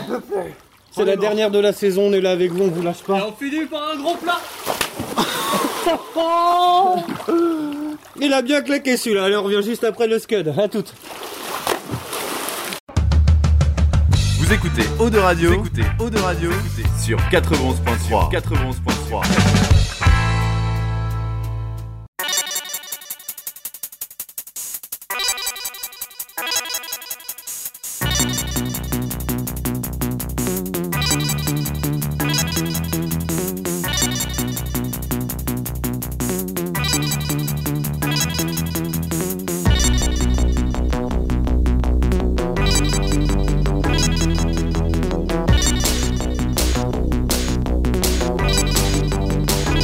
c'est la dernière de la saison, on est là avec vous, on vous lâche pas. On finit par un gros plat. Il a bien claqué celui-là, allez on revient juste après le scud, à toutes. Vous écoutez Eau de Radio, vous écoutez Eau de Radio sur 91.3. 91.3. Thank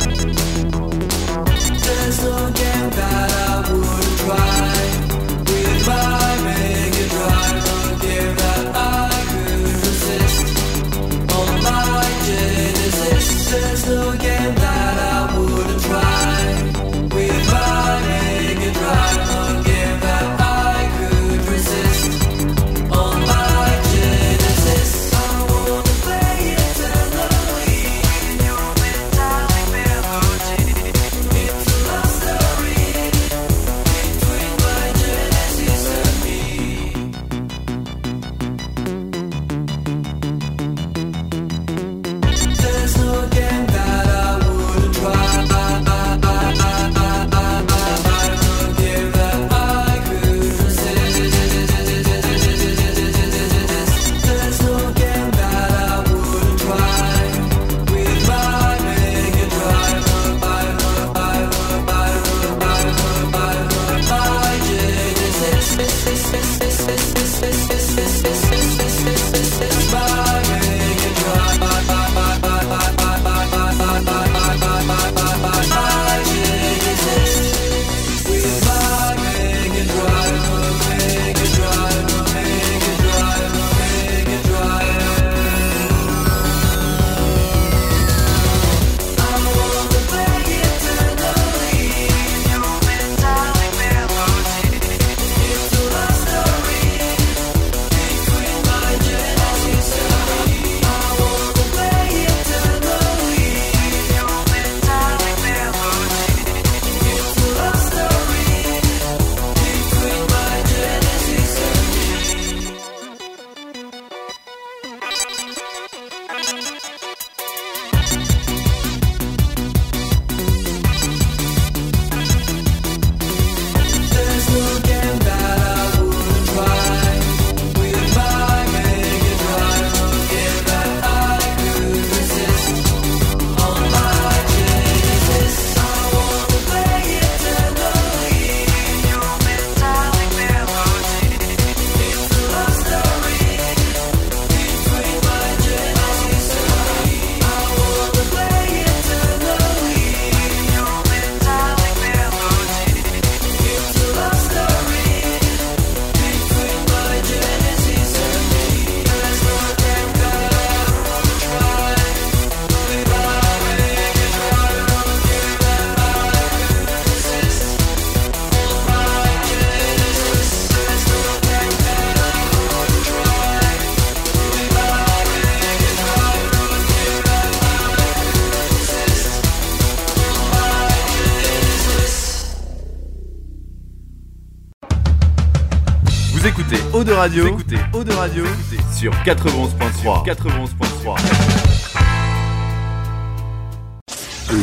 Vous écoutez Eau de Radio, vous écoutez Eau de Radio sur 91.3. 91.3.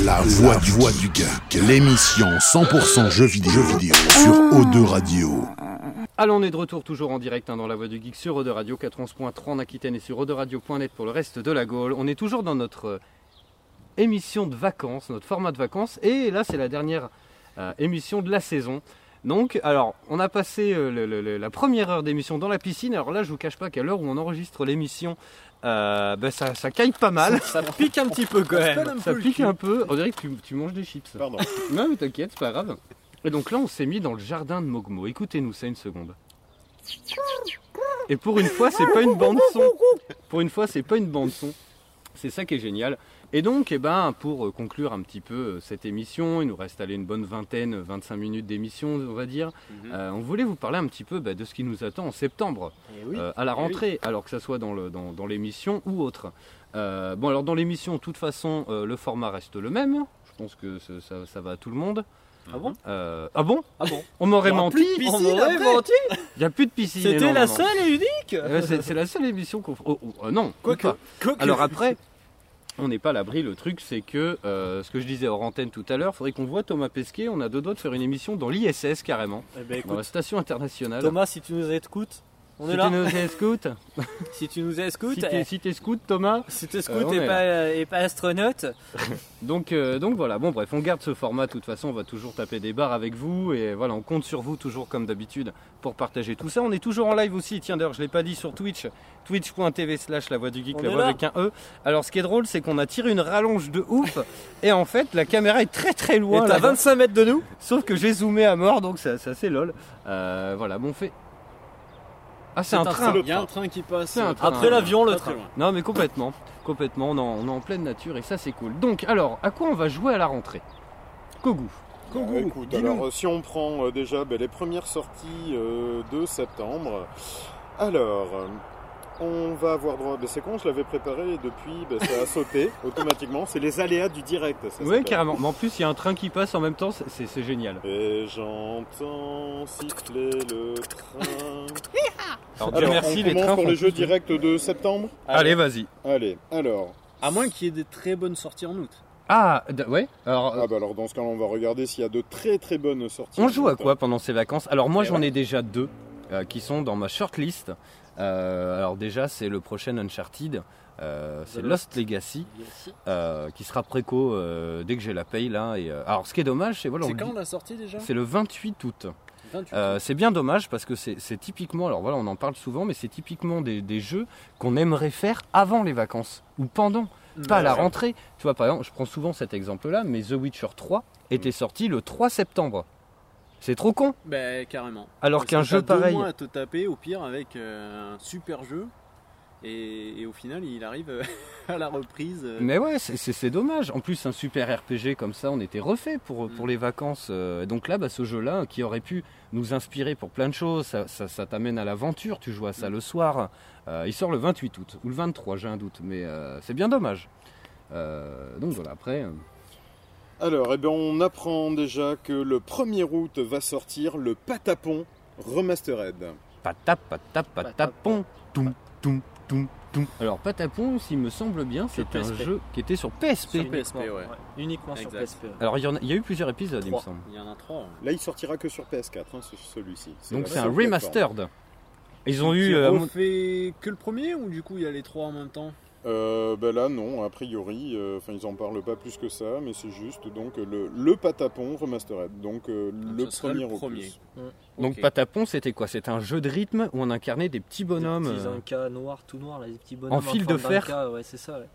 La voix, du, voix du geek. L'émission 100% jeux vidéo, jeux vidéo sur O2 Radio. Allons, on est de retour toujours en direct hein, dans la voix du geek sur Ode Radio 91.3 en Aquitaine et sur Radio.net pour le reste de la Gaule. On est toujours dans notre euh, émission de vacances, notre format de vacances et là c'est la dernière euh, émission de la saison. Donc, alors, on a passé euh, le- le- le- la première heure d'émission dans la piscine. Alors là, je vous cache pas qu'à l'heure où on enregistre l'émission, euh, ben, ça, ça caille pas mal. Ça pique un petit peu, quand Ça même. pique Ça pique un peu. On dirait que tu, tu manges des chips. Pardon. non, mais t'inquiète, c'est pas grave. Et donc là, on s'est mis dans le jardin de Mogmo. Écoutez-nous ça une seconde. Et pour une fois, c'est pas une bande son. Pour une fois, c'est pas une bande son. C'est ça qui est génial. Et donc, eh ben, pour euh, conclure un petit peu euh, cette émission, il nous reste allez, une bonne vingtaine, 25 minutes d'émission, on va dire. Mhm. Euh, on voulait vous parler un petit peu bah, de ce qui nous attend en septembre, Eh oui. euh, à la Eh oui. rentrée, alors que ça soit dans le- dans- dans l'émission ou autre. Euh, bon, alors dans l'émission, de toute façon, euh, le format reste le même. Je pense que ce- ça, ça va à tout le monde. Ah bon Euh, Ah bon Ah bon On m'aurait Il y aura menti plus de piscine On m'aurait après. menti Il n'y a plus de piscine C'était la énormément. seule et unique Euh, c'est, c'est la seule émission qu'on. Oh, oh, euh, non, Quoique. ou pas. Quoique. Alors après, on n'est pas à l'abri. Le truc, c'est que euh, ce que je disais hors antenne tout à l'heure, faudrait qu'on voit Thomas Pesquet. On a deux doigts de faire une émission dans l'ISS carrément, Eh ben, écoute, dans la station internationale. Thomas, si tu nous écoutes, on Si est là. tu nous écoutes. si tu nous écoutes, Si t'es- eh, si t'es scout, Thomas. si t'es euh, scout on et, est pas, là. euh, et pas astronaute, Donc, euh, donc voilà, bon bref, on garde ce format, de toute façon on va toujours taper des barres avec vous et voilà, on compte sur vous toujours comme d'habitude pour partager tout ça. On est toujours en live aussi, tiens d'ailleurs je l'ai pas dit sur Twitch, twitch.tv slash la voix du geek, On la est voix là. avec un E. Alors ce qui est drôle c'est qu'on a tiré une rallonge de ouf et en fait la caméra est très très loin. Et t'as là-bas. 25 mètres de nous Sauf que j'ai zoomé à mort donc c'est c'est assez lol. Euh, voilà, bon on fait... Ah c'est un, train Il y a un train qui passe. euh, c'est un train, Après hein. l'avion, le Pas train. très loin. Non, mais complètement. Complètement. On est en, on est en pleine nature et ça, c'est cool. Donc, alors, à quoi on va jouer à la rentrée Kogou. Bah, écoute, dis-nous. alors euh, si on prend euh, déjà ben, les premières sorties euh, de septembre, alors euh, on va avoir droit. ben, c'est con, je l'avais préparé et depuis, ben, ça a sauté automatiquement. C'est les aléas du direct. ça Oui, s'appelle. carrément. Mais en plus, il y a un train qui passe en même temps, c'est- c'est c'est génial. Et j'entends siffler le train. Alors, Dieu merci, on les commence trains pour font les jeux tout de- directs de septembre. Allez, vas-y. Allez, alors. À moins qu'il y ait des très bonnes sorties en août. Ah, ouais. Alors, ah bah alors dans ce cas, on va regarder s'il y a de très très bonnes sorties. On joue à quoi pendant ces vacances Alors moi j'en ai déjà deux euh, qui sont dans ma shortlist. Euh, alors déjà c'est le prochain Uncharted, euh, c'est The Lost Legacy, euh, qui sera préco euh, dès que j'ai la paye là. Et, euh, alors ce qui est dommage c'est voilà. on C'est le quand dit- la sortie déjà Euh, C'est le 28 août. 28 Euh, c'est bien dommage parce que c'est c'est typiquement, alors voilà on en parle souvent, mais c'est typiquement des, des jeux qu'on aimerait faire avant les vacances ou pendant, pas à la Euh, Ouais. rentrée. Tu vois par exemple, je prends souvent cet exemple là, mais The Witcher 3 était Mm. sorti le 3 septembre. C'est trop con Ben carrément. Alors Parce qu'un que jeu t'as deux pareil- mois à te taper au pire avec euh, un super jeu et, et au final il arrive euh, à la reprise. euh, Mais ouais, c'est- c'est c'est dommage. En plus, un super RPG comme ça, on était refait Mm. pour, pour les vacances. Euh, Donc là, bah, ce jeu-là, qui aurait pu nous inspirer pour plein de choses, ça, ça- ça t'amène à l'aventure, tu joues à Mm. ça le soir. Euh, il sort le 28 août, ou le 23, j'ai un doute, mais euh, c'est bien dommage. Euh, donc voilà, après... euh, Alors, eh ben, on apprend déjà que le 1er août va sortir le Patapon Remastered. Patap, patap, patapon, toum, toum, toum, toum. Alors, Patapon, s'il me semble bien, c'est un PSP. jeu qui était sur PSP. Sur PSP, ouais. Ouais, Uniquement sur Exact. PSP. Alors, il y, en a- il y a eu plusieurs épisodes, il me Trois. semble. Il y en a trois. Là, il sortira que sur PS4, hein, ce- celui-ci. Donc la c'est un seule plateforme. remastered. Ils ont Qui eu... euh, à mon- refait que le premier ou du coup il y a les trois en même temps Euh, ben là, non, a priori, euh, enfin, ils en parlent pas plus que ça, mais c'est juste donc le, le Patapon Remastered, donc euh, le, ce sera premier le opus. premier. Donc Patapon, c'était quoi C'était un jeu de rythme où on incarnait des petits bonhommes. Des petits euh, Incas noirs, tout noirs, là, des petits bonhommes. fil forme de fer. d'Inca, ouais, c'est ça, ouais.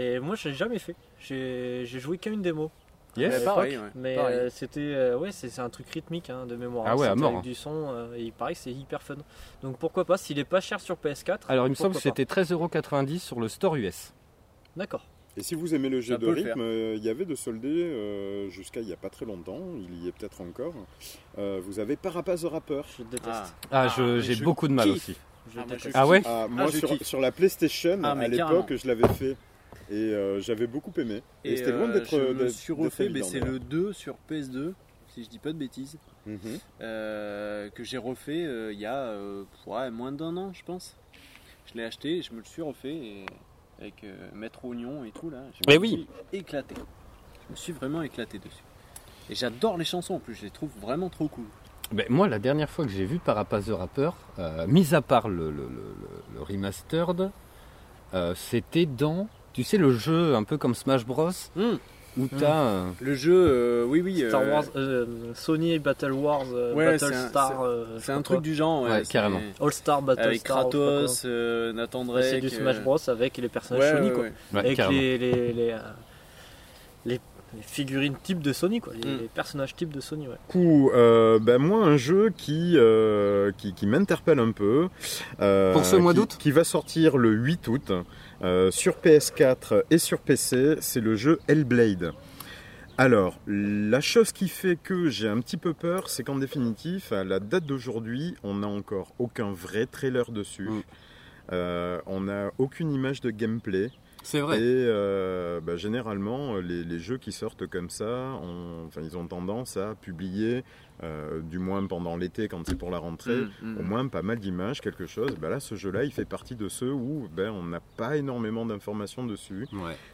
Et moi, je l'ai jamais fait. J'ai j'ai joué qu'à une démo. Yes. à Ouais, pareil, l'époque. ouais. Mais Pareil. euh, c'était euh, ouais, c'est c'est un truc rythmique hein, de mémoire. Ah ouais, à C'était mort, Avec hein. du son, euh, et il paraît que c'est hyper fun. Donc pourquoi pas S'il est pas cher sur PS4. Alors il me semble que pourquoi pas. c'était 13,90€ sur le store US. D'accord. Et si vous aimez le jeu Ça de peut le rythme, faire. euh, il y avait de soldés euh, jusqu'à il n'y a pas très longtemps, il y est peut-être encore. Euh, vous avez Parapaz the Rapper. Je déteste. Ah, je- j'ai beaucoup de mal aussi. Je Ah, moi, je déteste. Ah ouais Ah, Ah, Moi, je sur, kiffe. sur la PlayStation, Ah, mais à carrément. l'époque, je l'avais fait. Et euh, j'avais beaucoup aimé. Et, c'était loin d'être. Je me d'être- suis d'être refait, évident, mais c'est d'ailleurs. le 2 sur PS2. si je dis pas de bêtises, Mhm. euh, que j'ai refait euh, il y a euh, ouais, moins d'un an, je pense. Je l'ai acheté et je me le suis refait et- avec euh, Maître Oignon et tout là. Je Eh me oui. suis éclaté. Je me suis vraiment éclaté dessus. Et j'adore les chansons en plus, je les trouve vraiment trop cool. Ben, moi, la dernière fois que j'ai vu Parapaz the Rapper, euh, mis à part le, le- le- le- le remastered, euh, c'était dans, tu sais, le jeu un peu comme Smash Bros. Où Mm. t'as. euh, Le jeu, euh, oui, oui. Star Wars, euh, Sony Battle Wars, euh, Ouais, Battle c'est un- Star. c'est- euh, je c'est sais un pas truc quoi. du genre, ouais, Ouais, c'est- carrément. All Star Battle Avec Star, je sais pas Kratos, quoi. euh, Nathan Mais C'est du Drake, Smash euh, Bros avec les personnages ouais, Sony ouais, quoi. ouais. Ouais, avec carrément. les, les, les, euh, les- les figurines type de Sony quoi, les, Mm. les personnages type de Sony ouais. coup, euh, ben moi, un jeu qui, euh, qui, qui m'interpelle un peu. euh, Pour ce mois qui- d'août Qui va sortir le 8 août euh, sur PS4 et sur PC, c'est le jeu Hellblade. Alors, la chose qui fait que j'ai un petit peu peur, c'est qu'en définitive, à la date d'aujourd'hui, on n'a encore aucun vrai trailer dessus. Mm. Euh, on n'a aucune image de gameplay. C'est vrai. Et euh, bah, généralement, les, les jeux qui sortent comme ça, on- enfin, ils ont tendance à publier, euh, du moins pendant l'été quand c'est pour la rentrée, Mm, mm. au moins pas mal d'images, quelque chose. Bah, là, ce jeu-là, il fait partie de ceux où ben, on n'a pas énormément d'informations dessus.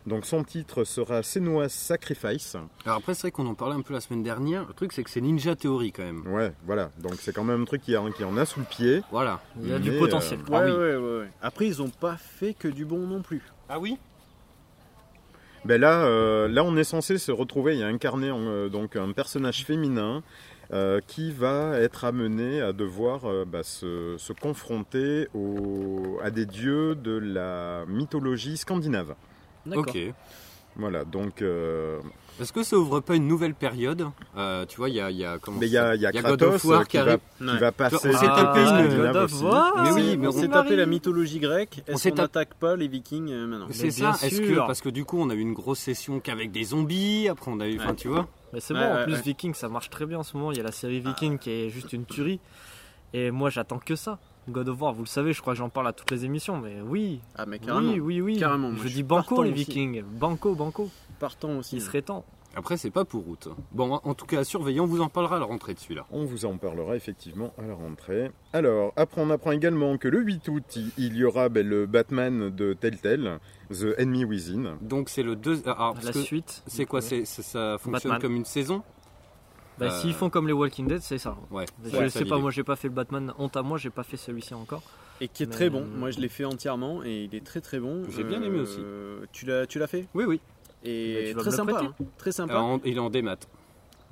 Donc son titre sera Senua's Sacrifice. Alors après, c'est vrai qu'on en parlait un peu la semaine dernière. Le truc, c'est que c'est Ninja Theory quand même. Ouais, voilà. Donc c'est quand même un truc qui en, qui en a sous le pied. Voilà. Il y a du potentiel. Ah oui. Après, ils ont pas fait que du bon non plus. Ah oui Ben là, euh, là, on est censé se retrouver et incarner en, euh, donc un personnage féminin euh, qui va être amené à devoir euh, bah, se, se confronter au- à des dieux de la mythologie scandinave. D'accord. Ok. Voilà, donc. euh, Est-ce que ça ouvre pas une nouvelle période Euh, Tu vois, il y a, il y a comment Mais il y a- il y a God Kratos, of War euh, qui va- arrive. qui va passer On s'est par tapé God une of War. Mais oui, On mais s'est tapé la mythologie grecque. On Est-ce s'est qu'on tapé- n'attaque pas les Vikings euh, maintenant C'est ça. Est-ce que parce que du coup, on a eu une grosse session qu'avec des zombies. Après, on a eu, enfin, tu vois. Mais c'est bon, en plus Viking ça marche très bien en ce moment, il y a la série Ah. Viking qui est juste une tuerie. Et moi j'attends que ça. God of War, vous le savez, je crois que j'en parle à toutes les émissions, mais oui. Ah mais carrément. Oui, oui, oui. Carrément, moi, je, je dis suis banco partant les aussi. Vikings, banco, banco. Partons aussi. Il serait temps. Après, c'est pas pour août. Bon, en- en tout cas, à surveiller, on vous en parlera à la rentrée de celui-là. On vous en parlera effectivement à la rentrée. Alors, après, on apprend également que le 8 août, il- il y aura ben, le Batman de Telltale, The Enemy Within. Donc, c'est le deux. alors, parce La que suite, C'est du quoi coup, c'est, c'est- Ça fonctionne Batman. comme une saison Bah, Euh, S'ils font comme les Walking Dead, c'est ça. Ouais, je ouais, c'est sais pas, l'idée. moi j'ai pas fait le Batman, honte à moi, j'ai pas fait celui-ci encore. Et qui est Mais, très bon. euh, Moi, je l'ai fait entièrement et il est très très bon. J'ai bien aimé aussi. Tu l'as, tu l'as fait Oui, oui. Et Bah, tu vas très me le sympa, prêter. hein. très sympa. Alors, Ah, en- il est en démat.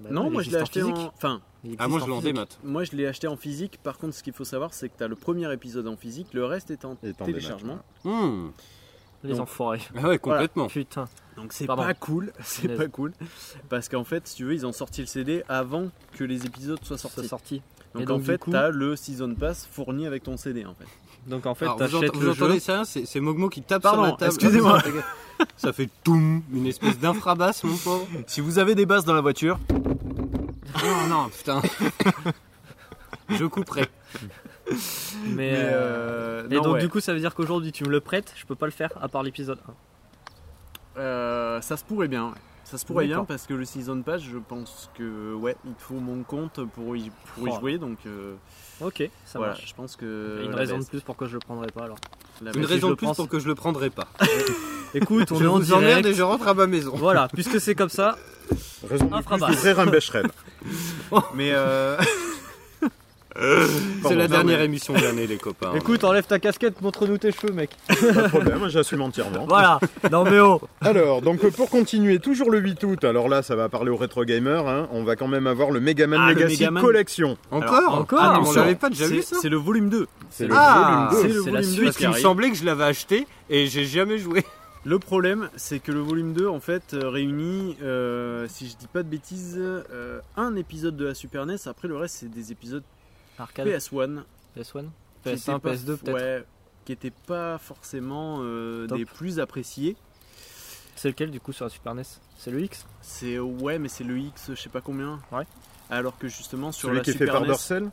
Bah, non, moi je l'ai acheté en. Enfin, ah, moi je l'ai en démat. Moi je l'ai acheté en physique. Par contre, ce qu'il faut savoir, c'est que tu as le premier épisode en physique, le reste est en démat, téléchargement. Les enfoirés. Hum. Ah ouais, complètement. Putain. Donc c'est Pardon. pas cool, c'est Punaise. pas cool, parce qu'en fait, si tu veux, ils ont sorti le CD avant que les épisodes soient sortis. Donc, Et donc, en du fait, coup- t'as le season pass fourni avec ton CD en fait. Donc en fait, Alors, vous, t'achètes ent- le vous entendez jeu. ça c'est, c'est Mogmo qui tape Pardon, sur la table. excusez-moi. ça fait toum, une espèce d'infrabasse, mon pauvre. Si vous avez des basses dans la voiture, Non, Oh non, putain. je couperai. Mais, Mais, euh, euh, et non, donc ouais. du coup, ça veut dire qu'aujourd'hui tu me le prêtes, je peux pas le faire à part l'épisode 1. Euh, ça se pourrait bien. ouais. Ça se pourrait bien D'accord. parce que le season pass, je pense que ouais, il te faut mon compte pour y, pour y Oh. jouer. Donc euh, Ok, ça voilà, marche. Je pense que Euh, Une la raison baisse. de plus pourquoi je le prendrai pas alors. La Ah bah Une raison de plus pour que je le prendrai pas. Écoute, on Je est en vous emmerde direct. et je rentre à ma maison. Voilà, puisque c'est comme ça. Raison de plus Infrabasse. d'ouvrir un Becherel. Mais euh... C'est la dernière émission de l'année, les copains. Écoute, enlève ta casquette, montre-nous tes cheveux, mec. Pas de problème, hein, j'assume entièrement. Voilà. non mais oh Alors, donc euh, pour continuer, toujours le 8 août, alors là ça va parler aux rétro gamers, hein, on va quand même avoir le Megaman Ah, le Legacy Megaman. Collection. Encore Encore Ah non, mais on Attention. l'avait pas déjà vu, C'est- C'est le volume 2. C'est ah, volume deux. c'est la suite. qui Il me arrive. semblait que je l'avais acheté et j'ai jamais joué. Le problème, c'est que le volume 2, en fait, euh, réunit, euh, si je dis pas de bêtises, euh, un épisode de la Super NES. Après, le reste, c'est des épisodes Arcade. PS1. PS1 qui étaient PS1, pas- PS2 peut-être. Ouais, qui n'étaient pas forcément euh, Top. des plus appréciés. C'est lequel du coup sur la Super NES C'est le X C'est ouais, mais c'est le X, je sais pas combien. Ouais. Alors que justement sur Celui la qui est fait Super par NES, Dorcel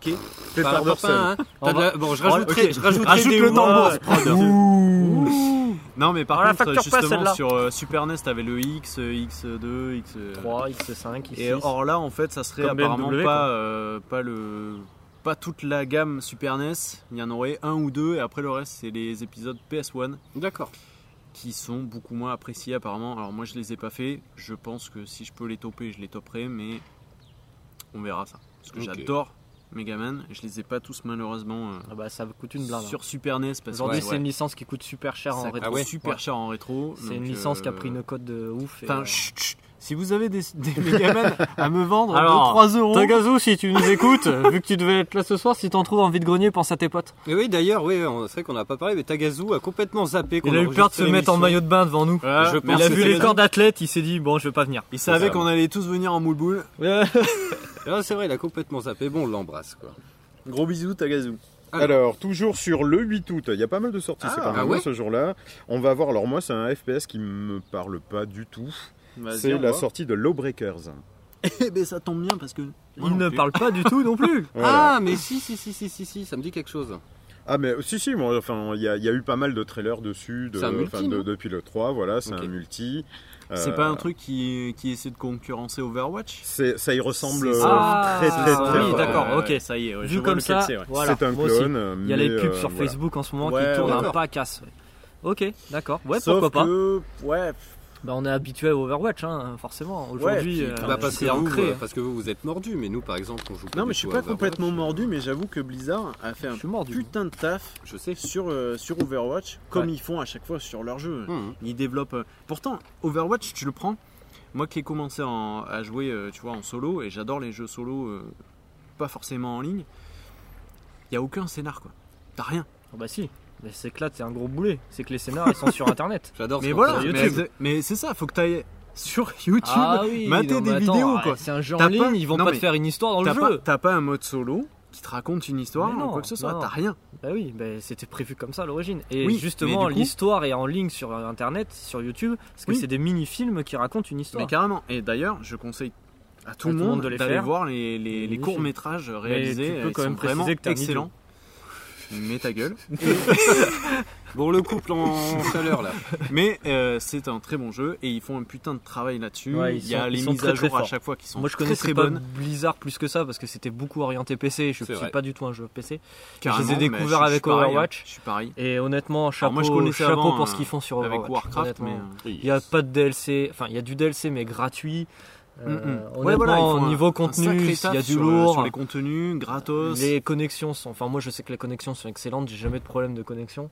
Qui est Fait Bah, par Dorcel. Oh, hein. T'as de la- Bon, je rajouterai, Ok. je rajouterai Rajoute des le tambour. Ouah, prod. Ouh. Non, mais par Alors, la contre, facture passe, justement, celle-là. sur euh, Super NES, t'avais le X, euh, X2, X3, X5, X6. Et or là, en fait, ça serait Comme apparemment BMW, pas, quoi. euh, pas, le, pas toute la gamme Super NES. Il y en aurait un ou deux, et après le reste, c'est les épisodes PS1. D'accord. Qui sont beaucoup moins appréciés, apparemment. Alors, moi, je les ai pas fait. Je pense que si je peux les toper, je les toperai, mais on verra ça. Parce que Ok. j'adore. Megaman, je les ai pas tous malheureusement. euh, Ah ça coûte une blinde, hein. Sur Super NES parce Aujourd'hui, que c'est une licence qui coûte super cher en Ça rétro. coûte super ah Ouais. cher en rétro. C'est donc, une licence qui a euh, pris une cote de ouf. et, Enfin, euh, chut, chut. si vous avez des, des Megaman à me vendre Alors, de 3 euros. Tagazu, si tu nous écoutes, euh, vu que tu devais être là ce soir, si t'en trouves envie de grenier, pense à tes potes. Mais oui, d'ailleurs, oui, on- c'est vrai qu'on n'a pas parlé, mais Tagazu a complètement zappé. qu'on Il a eu peur de se enregistrait mettre en l'émission. maillot de bain devant nous. Je pense il a que vu c'est les la- corps d'athlète, il s'est dit bon, je vais pas venir. Il savait qu'on allait tous venir en moule boule. Ah, c'est vrai, il a complètement zappé. Bon, on l'embrasse, quoi. Gros bisous, Tagazu. Alors, toujours sur le 8 août, il y a pas mal de sorties, Ah, c'est pas mal ah ouais ce jour-là. On va voir, alors moi, c'est un FPS qui me parle pas du tout. Vas-y, C'est on la voit. sortie de Lawbreakers. Eh ben, ça tombe bien parce que. Il ne parle pas du tout non plus. Voilà. Ah, mais si, si, si, si, si, si, ça me dit quelque chose. Ah mais si si moi enfin il y, a- il y a eu pas mal de trailers dessus de, C'est un multi, enfin, de- non depuis le 3 voilà c'est un multi C'est Euh, pas un truc qui, qui essaie de concurrencer Overwatch c'est- ça y ressemble C'est euh, ça. très très Ah, très oui, fort. d'accord, ok, ça y est, ouais, je Vu vois comme ça, lequel c'est, ouais. voilà. C'est un Moi aussi. clone, euh, Il y a les mais, pubs euh, sur voilà. Facebook en ce moment Ouais, qui tournent un d'accord. pacasse. ouais. Ok, d'accord. Ouais, Sauf pourquoi que, pas. Ouais. Bah, on est habitué à Overwatch, hein, forcément. Aujourd'hui, euh, bah, parce, c'est que vous, ancré. euh, parce que vous vous êtes mordu, mais nous par exemple on joue Non, mais je suis du tout pas à Overwatch. euh, complètement mordu, mais j'avoue que Blizzard a fait un putain de taf je sais. Sur, euh, sur Overwatch, comme Ouais. ils font à chaque fois sur leur jeu. Mmh, Ils développent. euh, Pourtant, Overwatch, tu le prends. Moi qui ai commencé en- à jouer euh, tu vois, en solo, et j'adore les jeux solo, euh, pas forcément en ligne, il y a aucun scénar quoi. T'as rien. bah si. Mais c'est que là, t'es un gros boulet. C'est que les scénars, ils sont sur internet. J'adore Mais voilà, mais, mais c'est ça, faut que t'ailles sur YouTube, Ah oui, mater non, mais des attends, vidéos ouais, quoi. c'est un jeu en T'as ligne, ils vont pas te mais faire une histoire dans le t'as jeu. pas- T'as pas un mode solo qui te raconte une histoire Mais ou non, quoi que ce soit, non. t'as rien. Bah oui, bah, c'était prévu comme ça à l'origine. Et Oui, justement, mais du coup- l'histoire est en ligne sur internet, sur YouTube, parce que Oui. c'est des mini-films qui racontent une histoire. Mais carrément, et d'ailleurs, je conseille à tout le monde, d'aller voir les, les, les courts métrages réalisés. Mais tu peux ils quand sont même préciser vraiment que t'es un idiot. excellents. Mets ta gueule. Bon, le couple en chaleur, là. Mais euh, c'est un très bon jeu et ils font un putain de travail là-dessus. Ouais, Il y a sont- les sont mises très, à très jour à forts. chaque fois qui sont Moi, je très connaissais très pas bonnes. Blizzard plus que ça parce que c'était beaucoup orienté PC. Je C'est suis vrai. pas du tout un jeu PC. Et Je les Carrément, ai mais découverts je- je avec suis pareil, hein. Overwatch. Je suis pareil. Et honnêtement, chapeau, Alors, moi, je connaissais chapeau avant, pour ce euh, qu'ils font sur avec Overwatch. Warcraft, honnêtement. mais, euh, il y a pas de DLC. Enfin, il y a du DLC mais gratuit. Euh, Mm, mm. honnêtement, Ouais, voilà, ils font un- niveau un sacré contenu, il y a taf du sur le- lourd. sur les contenus, gratos. Les connexions sont. Enfin, moi je sais que les connexions sont excellentes, j'ai jamais de problème de connexion.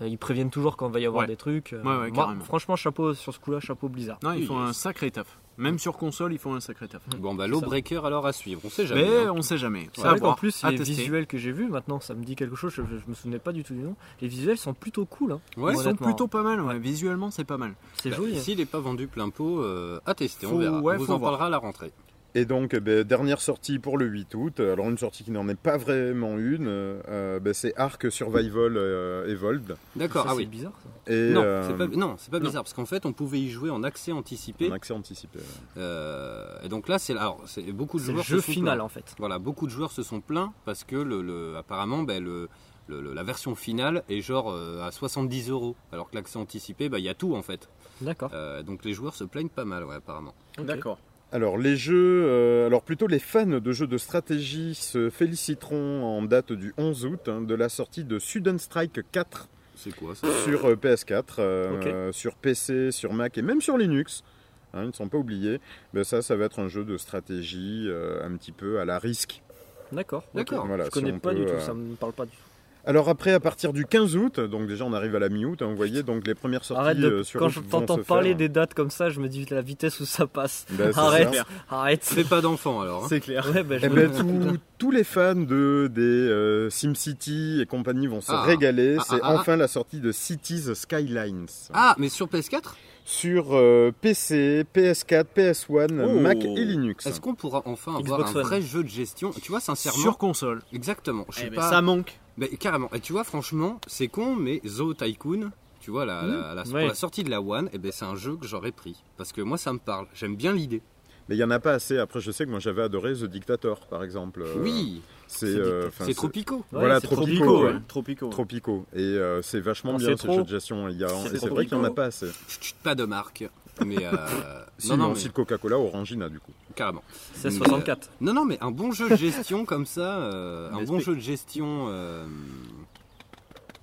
Euh, Ils préviennent toujours quand il va y avoir Ouais. des trucs. Euh, Ouais, ouais, moi, carrément. franchement, chapeau sur ce coup-là, chapeau Blizzard. Non, ils font un sacré taf. Même sur console, ils font un sacré taf. Bon, bah, Lawbreaker alors à suivre. On sait jamais. Mais hein. on sait jamais. C'est Ça vrai à qu'en voir, plus, à les tester. visuels que j'ai vus, maintenant ça me dit quelque chose, je, je me souvenais pas du tout du nom. Les visuels sont plutôt cool. Hein, ils sont honnêtement. plutôt pas mal. ouais. Visuellement, c'est pas mal. C'est Bah, joli, hein. S'il n'est pas vendu plein pot, euh, à tester, Faut- on verra. ouais, on vous faut en voir. parlera à la rentrée. Et donc, eh ben, dernière sortie pour le 8 août. Alors, une sortie qui n'en est pas vraiment une. euh, ben, c'est Ark Survival euh, Evolved. D'accord, ah oui. Et, non, euh, c'est pas, non, c'est pas non. bizarre, parce qu'en fait, on pouvait y jouer en accès anticipé. En accès anticipé. ouais. Euh, et donc là, c'est alors, c'est- beaucoup de C'est le joueurs. jeu se sont final, plaints. en fait. Voilà, beaucoup de joueurs se sont plaints parce que le, le- apparemment, ben, le, le- le- la version finale est genre euh, à 70 euros, alors que l'accès anticipé, ben, il y a tout en fait. D'accord. Euh, donc les joueurs se plaignent pas mal, ouais, apparemment. D'accord. Alors les jeux, euh, alors plutôt les fans de jeux de stratégie se féliciteront en date du 11 août hein, de la sortie de Sudden Strike 4. C'est quoi ça Sur euh, PS4, euh, sur PC, sur Mac et même sur Linux. Hein, ils ne sont pas oubliés. Ben ça, ça va être un jeu de stratégie euh, un petit peu à la risque. D'accord, D'accord. ok. Voilà, je si connais on pas peut, du tout, euh, ça me parle pas du tout. Alors après, à partir du 15 août, donc déjà on arrive à la mi-août, hein, vous voyez, donc les premières sorties Arrête de- euh, sur quand route je vont t'entends se parler faire. des dates comme ça, je me dis la vitesse où ça passe. Ben, c'est arrête, ça. arrête. Fais pas d'enfant alors. hein. Ouais, ben, je Eh me- ben, tout- tous les fans de, des euh, SimCity et compagnie vont se Ah. régaler. Ah, C'est ah, ah, enfin la sortie de Cities Skylines. Ah, mais sur PS4 Sur euh, PC, PS4, PS1, Oh. Mac et Linux. Est-ce qu'on pourra enfin avoir Xbox un One. vrai jeu de gestion Tu vois, sincèrement. Sur console. Exactement. Je Eh sais ben, pas. ça manque. Mais carrément. Et tu vois, franchement, c'est con, mais Zoo Tycoon. Tu vois, la, la- la- Mmh. pour Ouais. la sortie de la One, eh ben, c'est un jeu que j'aurais pris. Parce que moi, ça me parle. J'aime bien l'idée. Mais il n'y en a pas assez. Après, je sais que moi j'avais adoré The Dictator, par exemple. Euh, Oui. C'est C'est euh, dic- enfin, c'est Tropico. Voilà, Ouais, c'est Tropico. Tropico, ouais. ouais. Tropico, ouais. Tropico. Et euh, c'est vachement On bien sait ces trop. jeux de gestion. Il y a- C'est C'est vrai Tropico. qu'il n'y en a pas assez. Chut, Pas de marque. Mais euh, Si, non, non, non, mais- si le Coca-Cola Orangina, du coup. Carrément. C'est Mais, 64. euh, non, non, mais un bon jeu de gestion comme ça, euh, un bon jeu de gestion euh,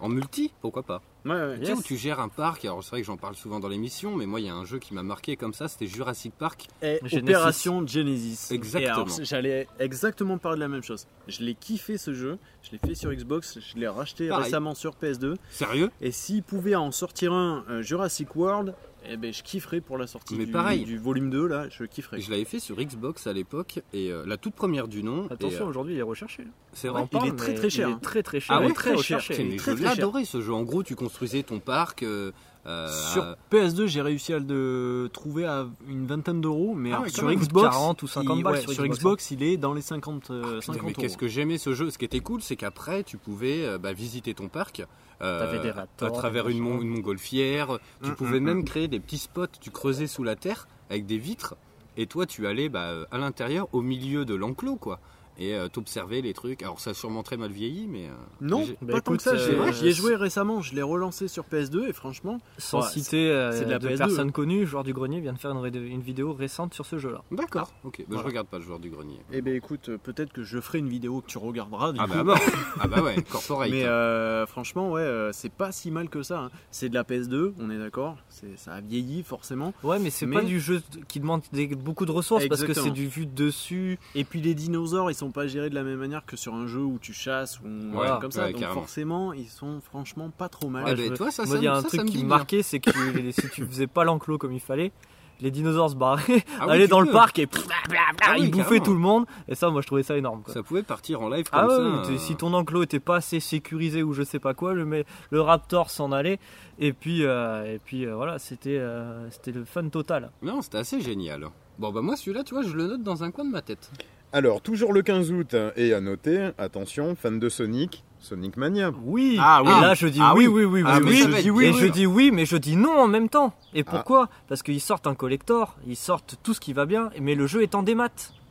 en multi, pourquoi pas Ouais, ouais. Tu sais, Yes. où tu gères un parc, alors c'est vrai que j'en parle souvent dans l'émission, mais moi il y a un jeu qui m'a marqué comme ça, c'était Jurassic Park. Et Opération Genesis. Et Exactement. alors, c'est- J'allais exactement parler de la même chose. Je l'ai kiffé ce jeu, je l'ai fait sur Xbox, je l'ai racheté Pareil. récemment sur PS2. Sérieux Et s'ils pouvaient en sortir un euh, Jurassic World, eh ben, je kifferais pour la sortie Mais du, pareil. du volume 2, là, je kifferais. Je l'avais fait sur Xbox à l'époque, et euh, la toute première du nom. et, Attention, euh, aujourd'hui, il est recherché. C'est Ouais, vrai. il est très, très cher, Il hein. est très très cher. Ah ouais, Il est très recherché, recherché, il est mais très, je très cher. l'adorais, ce jeu. En gros, tu construisais ton parc. euh, euh, Sur à- PS2, j'ai réussi à le trouver à une vingtaine d'euros, mais Ah alors ouais, quand sur même. Xbox, 40 ou 50 il- balles ouais, sur sur Xbox, Xbox, il est dans les 50, euh, Putain, 50 mais euros. qu'est-ce que j'aimais ce jeu Ce qui était cool, c'est qu'après, tu pouvais euh, bah, visiter ton parc euh, T'avais des raptors, à travers des euh, une, mon- machins. une montgolfière. Tu Mm, pouvais mm, même mm. créer des petits spots. Tu creusais sous la terre avec des vitres, et toi, tu allais bah, euh, à l'intérieur, au milieu de l'enclos, quoi. Et euh, t'observais les trucs. Alors, ça a sûrement très mal vieilli, mais euh, Non, j'ai- euh, pas tant que ça. j'ai- J'y ai joué récemment, je l'ai relancé sur PS2 et franchement, Sans ouais, citer euh, c'est de, PS2, personnes hein. connues, Joueur du Grenier vient de faire une, ré- une vidéo récente sur ce jeu-là. D'accord, ok. Bah, Ah. Voilà. Je regarde pas le joueur du grenier. Eh ben écoute, euh, peut-être que je ferai une vidéo que tu regarderas. Du Ah bah coup. à mort. Ah bah ouais, corporate. Mais euh, franchement, ouais, euh, c'est pas si mal que ça. hein. C'est de la PS2, on est d'accord. C'est ça a vieilli forcément. Ouais, mais c'est pas du jeu qui demande des- beaucoup de ressources parce que c'est du vu dessus. Et puis les dinosaures, ils sont pas gérés de la même manière que sur un jeu où tu chasses ou un Ouais, truc comme ça. ouais, Donc carrément. forcément, ils sont franchement pas trop Eh mal. ben, Ouais, je- moi, il y a un truc qui me marquait, c'est que si tu faisais pas l'enclos comme il fallait, les dinosaures se barraient, Ah oui, allaient tu dans le peux. parc et pff, blablabla, Ah oui, ils bouffaient carrément. tout le monde. Et ça, moi, je trouvais ça énorme. quoi. Ça pouvait partir en live comme Ah ouais, ça. ouais, t'es- euh, si ton enclos était pas assez sécurisé ou je sais pas quoi, le, mais le raptor s'en allait. Et puis, euh, et puis euh, voilà, c'était euh, c'était le fun total. Non, c'était assez génial. Bon, bah moi, celui-là, tu vois, je le note dans un coin de ma tête. Alors, toujours le 15 août, hein, et à noter, attention, fan de Sonic, Sonic Mania. Oui, Ah et là je dis oui, oui, oui, oui, oui, et je dis oui, mais je dis non en même temps. Et Ah. pourquoi Parce qu'ils sortent un collector, ils sortent tout ce qui va bien, mais le jeu est en démat.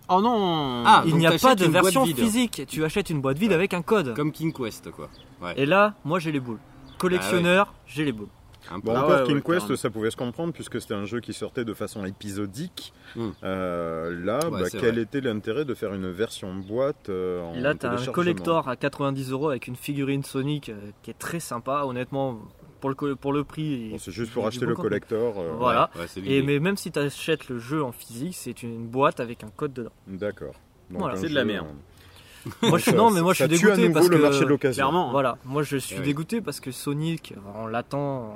Oh non Ah, Il donc n'y a t'achètes pas de une boîte version vide. physique, tu achètes une boîte vide avec un code. Comme King Quest, quoi. Et là, moi j'ai les boules. Collectionneur, Ah j'ai les boules. Bah Bon, Bah, Ah encore King Quest, ça pouvait se comprendre puisque c'était un jeu qui sortait de façon épisodique. Euh, là, Hmm. Ouais, bah, c'est quel vrai. était l'intérêt de faire une version boîte euh, en Là, t'as un téléchargement collector à 90 euros avec une figurine Sonic euh, qui est très sympa, honnêtement. Pour le, co- pour le prix. c'est juste pour il- il- acheter il- le beaucoup. collector, euh, voilà. ouais, ouais, c'est et l'idée. mais même si tu achètes le jeu en physique, c'est une boîte avec un code dedans. D'accord. Donc, Voilà. un C'est de la jeu, merde. euh, Moi, je suis, Ça- non, mais moi je ça suis tue à dégoûté nouveau parce le que marché de l'occasion. hein. Clairement. Voilà, moi je suis Eh oui. dégoûté parce que Sonic, on l'attend,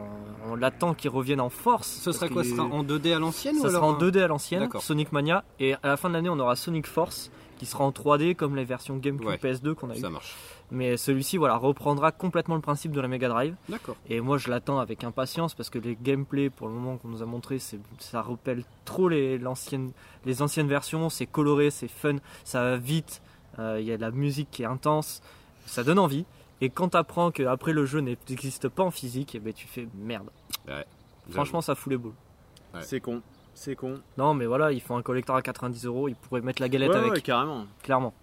on l'attend qu'il revienne en force. Ce serait quoi Ce sera en 2D à l'ancienne ou Ça sera alors en un- 2D à l'ancienne, D'accord. Sonic Mania, et à la fin de l'année on aura Sonic Force qui sera en 3D comme les versions GameCube Ouais, PS2 qu'on a eu. ça marche. Mais celui-ci voilà, reprendra complètement le principe de la Mega Drive. D'accord. Et moi je l'attends avec impatience parce que les gameplays pour le moment qu'on nous a montré, c'est- ça rappelle trop les, l'ancienne- les anciennes versions, c'est coloré, c'est fun, ça va vite, euh, il y a de la musique qui est intense, ça donne envie. Et quand t'apprends que après le jeu n'existe pas en physique, et ben tu fais merde. Franchement, ça fout les boules. C'est con, c'est con. Non, mais voilà, ils font un collector à 90 euros, ils pourraient mettre la galette Ouais, avec. ouais, carrément. Clairement.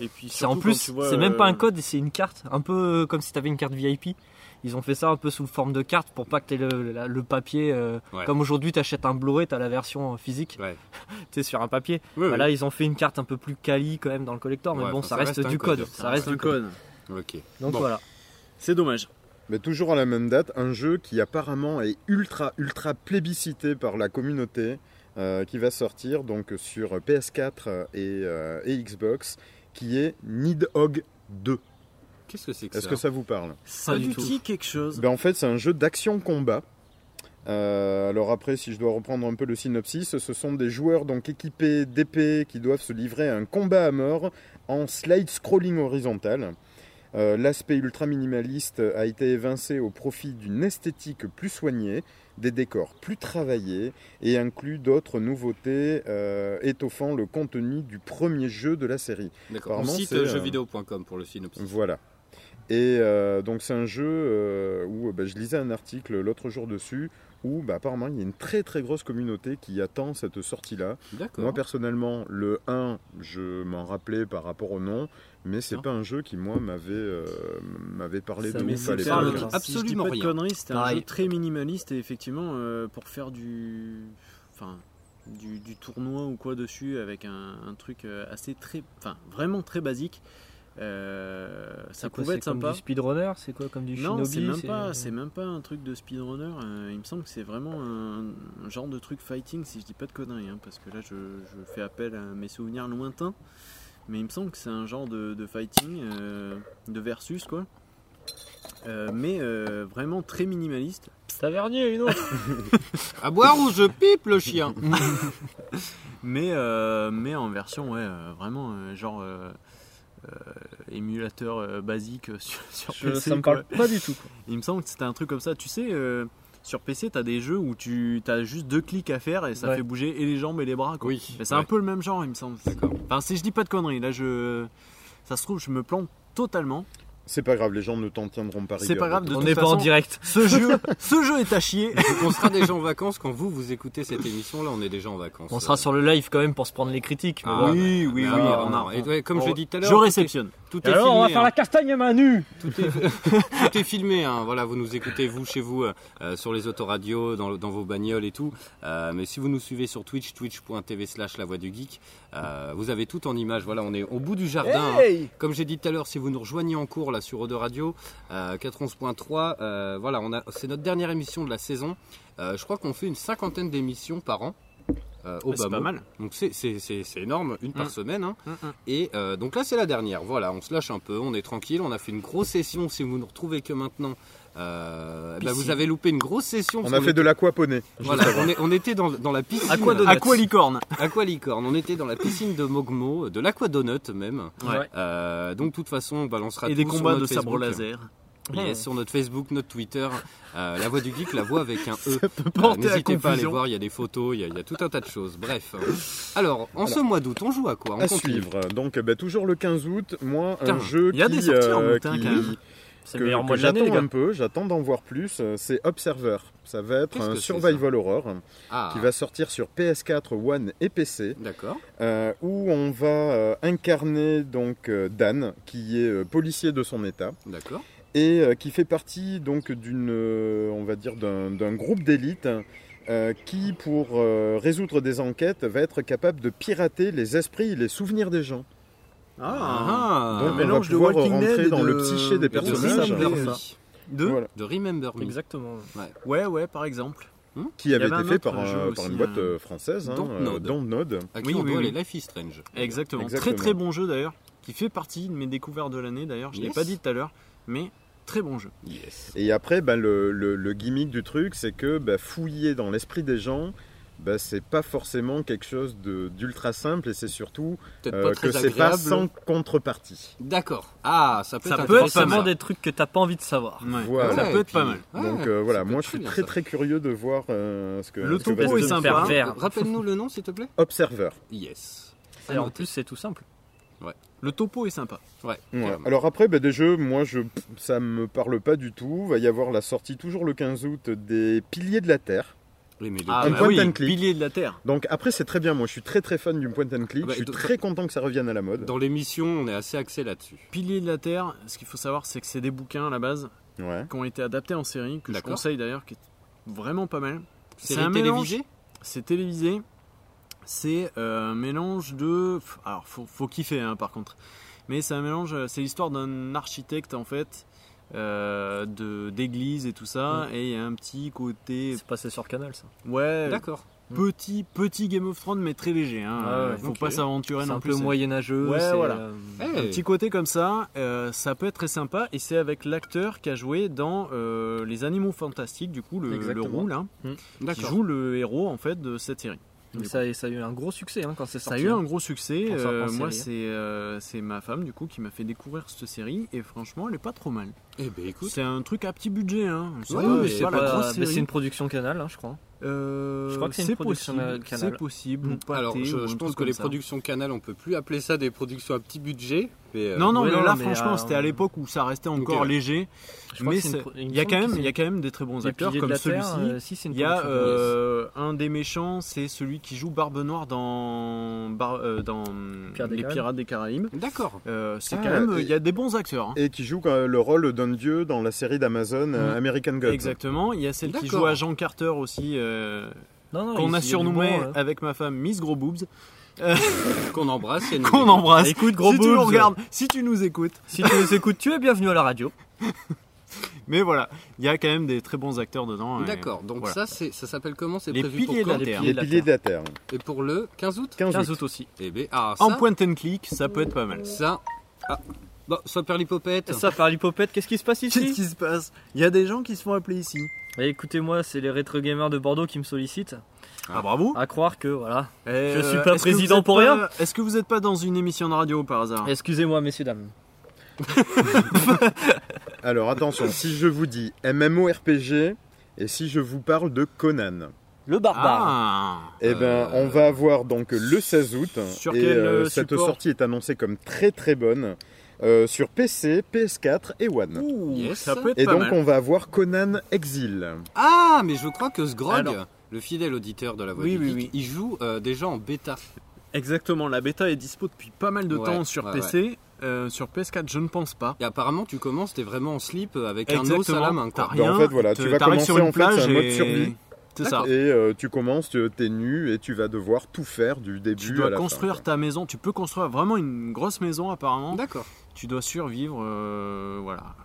Et puis c'est en surtout plus, quand tu vois, c'est même pas euh, un code, c'est une carte, un peu euh, comme si t'avais une carte VIP. Ils ont fait ça un peu sous forme de carte pour pas que t'aies le, la- le papier. euh, Ouais. Comme aujourd'hui, t'achètes un Blu-ray, t'as la version euh, physique. t'es sur un papier. Ouais, Bah ouais. Là, ils ont fait une carte un peu plus quali quand même dans le collector, mais Ouais, bon, enfin, ça, reste, un du code. Ça reste un du code. Ok. Donc voilà. C'est dommage. Mais toujours à la même date, un jeu qui apparemment est ultra, ultra plébiscité par la communauté, euh, qui va sortir donc sur PS4 et, euh, et Xbox, qui est Nidhogg 2. Qu'est-ce que c'est que ça Est-ce que ça vous parle Ça lui dit quelque chose. Ben, en fait, c'est un jeu d'action-combat. Euh, alors après, si je dois reprendre un peu le synopsis, ce sont des joueurs donc équipés d'épées qui doivent se livrer à un combat à mort en slide scrolling horizontal. Euh, L'aspect ultra minimaliste a été évincé au profit d'une esthétique plus soignée, des décors plus travaillés et inclut d'autres nouveautés euh, étoffant le contenu du premier jeu de la série. D'accord. On Apparemment, cite c'est, euh, Mm. jeuxvideo.com pour le synopsis. voilà. Et euh, donc c'est un jeu euh, où bah, je lisais un article l'autre jour dessus où bah, apparemment il y a une très très grosse communauté qui attend cette sortie-là. D'accord. Moi personnellement, le 1, je m'en rappelais par rapport au nom, mais c'est pas un jeu qui moi m'avait euh, m'avait parlé Ça de me ouf à parle l'époque. absolument pas de conneries, c'était un Pareil. jeu très minimaliste et effectivement euh, pour faire du enfin du, du tournoi ou quoi dessus avec un, un truc euh, assez très enfin vraiment très basique. euh, ça C'est quoi, pouvait c'est être comme sympa. du speedrunner, c'est quoi, comme du Non, shinobi, c'est euh, même c'est- pas, c'est même pas un truc de speedrunner. euh, il me semble que c'est vraiment un, un genre de truc fighting, si je dis pas de conneries, hein, parce que là je, je fais appel à mes souvenirs lointains. Mais il me semble que c'est un genre de, de fighting, euh, de versus quoi. Euh, mais euh, vraiment très minimaliste. Tavernier, une autre À boire ou je pipe le chien mais, euh, mais en version, ouais, euh, vraiment, euh, genre euh, euh, émulateur euh, basique euh, sur, sur Je- PC. ça me parle quoi. pas du tout, quoi. Il me semble que c'était un truc comme ça. Tu sais, euh, sur PC, t'as des jeux où tu as juste deux clics à faire et ça Ouais. fait bouger et les jambes et les bras. Quoi. Oui, Mais c'est ouais. un peu le même genre, il me semble. Enfin, si je dis pas de conneries, là, je. Ça se trouve, je me plante totalement. C'est pas grave, les gens ne t'en tiendront pas rigueur. C'est pas grave, de toute toute façon. façon, Ce jeu, ce jeu est à chier. On sera déjà en vacances quand vous, vous écoutez cette émission-là, on est déjà en vacances. On sera sur le live quand même pour se prendre les critiques. mais Ah, bon. oui, oui, oui, on a- et ouais, comme je l'ai dit tout à l'heure, Je tout est- réceptionne. tout Et est alors, on va filmé, faire hein. la castagne à main nue. Tout est, tout est filmé, hein. voilà, vous nous écoutez, vous, chez vous, euh, euh, sur les autoradios, dans, dans vos bagnoles et tout. Euh, mais si vous nous suivez sur Twitch, twitch.tv slash la voix du geek, euh, vous avez tout en image. Voilà, on est au bout du jardin. hein. Hey Comme j'ai dit tout à l'heure, si vous nous rejoignez en cours là sur Ode Radio, euh, 91.3, euh, voilà, on a, c'est notre dernière émission de la saison. Euh, je crois qu'on fait une cinquantaine d'émissions par an. euh, au Ouais, Ah, c'est bas pas mot. mal. Donc c'est, c'est- c'est- c'est énorme, une par Mm. semaine. hein. Mm, mm. Et euh, donc là, c'est la dernière. Voilà, on se lâche un peu, on est tranquille. On a fait une grosse session. Si vous nous retrouvez que maintenant, euh, bah, Piscine. vous avez loupé une grosse session. On parce a qu'on fait de était- l'aquaponie. Voilà, on, est- on était dans, dans la piscine. Aquadonut. Aqualicorne. Aqualicorne. On était dans la piscine de Mogmo, de l'Aquadonut même. Ouais. Euh, donc, de toute façon, on balancera Et tout des sur combats notre de sabre Facebook. laser. Yes, Ouais. sur notre Facebook, notre Twitter, euh, la voix du geek, la voix avec un E. Euh, porter à N'hésitez pas à aller confusion. voir, il y a des photos, il y a, il y a tout un tas de choses. Bref. Alors, en ce Alors, mois d'août, on joue à quoi On à continue. suivre. Donc euh, bah, toujours le 15 août, moi Putain, un jeu il y a qui, des sorties en euh, août, hein, qui- quand même. que, C'est le meilleur que mois de l'année, j'attends les gars. un peu, j'attends d'en voir plus, euh, c'est Observer. Ça va être Qu'est-ce un que c'est, survival horror hein, Ah. qui va sortir sur PS4, One et PC. D'accord. euh, où on va euh, incarner donc euh, Dan qui est euh, policier de son état. D'accord. et euh, qui fait partie donc d'une, euh, on va dire d'un d'un groupe d'élite euh, qui, pour euh, résoudre des enquêtes, va être capable de pirater les esprits, et les souvenirs des gens. Ah, Donc un on mélange va de pouvoir Walking rentrer Dead dans et le de- psyché des et de personnages. Remember Me. De, Voilà. de Remember Me. Exactement. Ouais. ouais, par exemple. Qui avait été fait par, un- par une boîte euh, française, hein, euh, Dontnod. Dontnod. À qui on doit les Life is Strange. Exactement. Exactement. Très très bon jeu d'ailleurs, qui fait partie de mes découvertes de l'année d'ailleurs. Je ne l'ai Yes. pas dit tout à l'heure, mais très bon jeu. Et après, ben, le, le- le gimmick du truc, c'est que ben, fouiller dans l'esprit des gens, ben, c'est pas forcément quelque chose de- d'ultra simple et c'est surtout Peut-être euh, pas très que c'est pas agréable. sans contrepartie. D'accord. Ah, ça peut Ça être peut être intéressant, vraiment ça. des trucs que t'as pas envie de savoir. Voilà. Ça peut être pas mal. Ah, Donc euh, voilà, moi je suis très très curieux de voir euh, ce que Le ce que topo va est donner. sympa. Pervers. Rappelle-nous le nom, s'il te plaît. Observer. Yes. Et en plus, c'est tout simple. Ouais. Le topo est sympa. Ouais. Ouais. Alors après, ben, des jeux, moi je ça me parle pas du tout. Va y avoir la sortie toujours le 15 août des Piliers de la Terre. Oui, mais le- Ah, un point Ah, bah oui, and click. Piliers de la Terre. Donc après c'est très bien. Moi je suis très très fan du point and click. Ah bah, je suis de- très content que ça revienne à la mode. Dans l'émission, on est assez axé là-dessus. Piliers de la Terre, ce qu'il faut savoir, c'est que c'est des bouquins à la base Ouais. qui ont été adaptés en série, que je D'accord. conseille d'ailleurs, qui est vraiment pas mal. Série télévisée mélange- C'est télévisé. C'est euh, un mélange de. pff, Alors, faut, faut kiffer hein, par contre. Mais c'est un mélange. euh, C'est l'histoire d'un architecte en fait, euh, de- d'église et tout ça. Mm. Et il y a un petit côté. C'est passé sur Canal ça. Ouais. D'accord. Mm. Petit, petit Game of Thrones, mais très léger. Hein. Ouais, Euh, ouais. Faut Ok. pas s'aventurer C'est non un plus. peu moyenâgeux, Ouais, c'est, voilà. euh, Un Hey. petit côté comme ça, euh, ça peut être très sympa. Et c'est avec l'acteur qui a joué dans euh, Les Animaux Fantastiques, du coup, le, hein. le Exactement. roux, là, Mm. qui D'accord. joue le héros en fait de cette série. Mais ça, et ça a eu un gros succès hein, quand c'est Ça a sorti. eu un gros succès. Quand ça reprend Euh, en moi, série, hein. c'est euh, c'est ma femme du coup qui m'a fait découvrir cette série et franchement, elle est pas trop mal. Eh ben écoute, c'est un truc à petit budget. Hein. Ouais, mais c'est pas- mais c'est une production Canal, hein, je crois. Euh, Je crois que c'est une production possible, de Canal. C'est possible. ou Mm. pâté Alors, ou je, un je truc pense que comme les ça. productions Canal, on peut plus appeler ça des productions à petit budget. mais, euh, Non, non, ouais, mais là, mais, franchement, euh, c'était à l'époque où ça restait encore ouais. léger. Je crois Mais que c'est une c'est- pro- il me il y, a semble quand que même- c'est il y a quand même des très bons Les acteurs Piliers de comme la Terre, celui-ci. euh, si, c'est une il y a production de euh, un des méchants, c'est celui qui joue Barbe Noire dans, Bar- euh, dans Pirates des Les Caraïbes. Pirates des Caraïbes. Euh, D'accord. c'est Ah, quand même. et- Il y a des bons acteurs. hein. Et qui joue euh, le rôle d'un dieu dans la série d'Amazon euh, Mm. American Gods. Exactement. Il y a celle qui D'accord. joue à Jean Carter aussi, euh, Non, non, il- qu'on il y a a du surnommé bon, hein. avec ma femme Miss Gros Boobs. Qu'on embrasse. si elle nous Qu'on écoute. embrasse. si tu nous regardes, regardes. si tu nous écoutes, si tu nous écoutes, tu es bienvenu à la radio. Mais voilà, il y a quand même des très bons acteurs dedans. et D'accord, donc voilà. ça, c'est- ça s'appelle comment C'est Les prévu pour piliers de la quand Terre. Les piliers de la Terre. Et pour le 15 août 15 août aussi. Eh ben, ah, ça, en point and click, ça peut être pas mal. Ça, ah, bah, ça perd l'hypopète. Ça Par l'hypopète, qu'est-ce qui se passe ici Qu'est-ce qui se passe Il y a des gens qui se font appeler ici. Écoutez-moi, c'est les rétro gamers de Bordeaux qui me sollicitent. Ah bravo À croire que voilà, Et, je suis euh, pas est-ce que vous président êtes pour pas- rien. Est-ce que vous n'êtes pas dans une émission de radio par hasard Excusez-moi, messieurs dames. Alors attention, si je vous dis MMORPG et si je vous parle de Conan. Le barbare. eh Euh, ben, on va avoir donc le 16 août. Euh, Sur et quel, euh, euh, cette support sortie est annoncée comme très très bonne euh, sur PC, PS4 et Ah, One. yes. ça peut être et pas donc mal. on va avoir Conan Exil. Ah, mais je crois que Sgrog, Alors- le fidèle auditeur de la voix Oui, du oui, Geek, il joue euh, déjà en bêta. Exactement, la bêta est dispo depuis pas mal de Ouais, temps sur ouais, PC. euh, sur PS4, je ne pense pas. Et apparemment, tu commences, t'es vraiment en slip euh, avec un os à Exactement. la main. quoi. T'as Ben, en fait, voilà, te- tu vas t'arrives commencer sur une en fait, c'est un plage mode et- survie. C'est ça. Et euh, tu commences, tu- t'es nu et tu vas devoir tout faire du début Tu à dois la fin, construire quoi. ta maison. Tu peux construire vraiment une grosse maison apparemment. D'accord. Tu dois survivre, euh, voilà,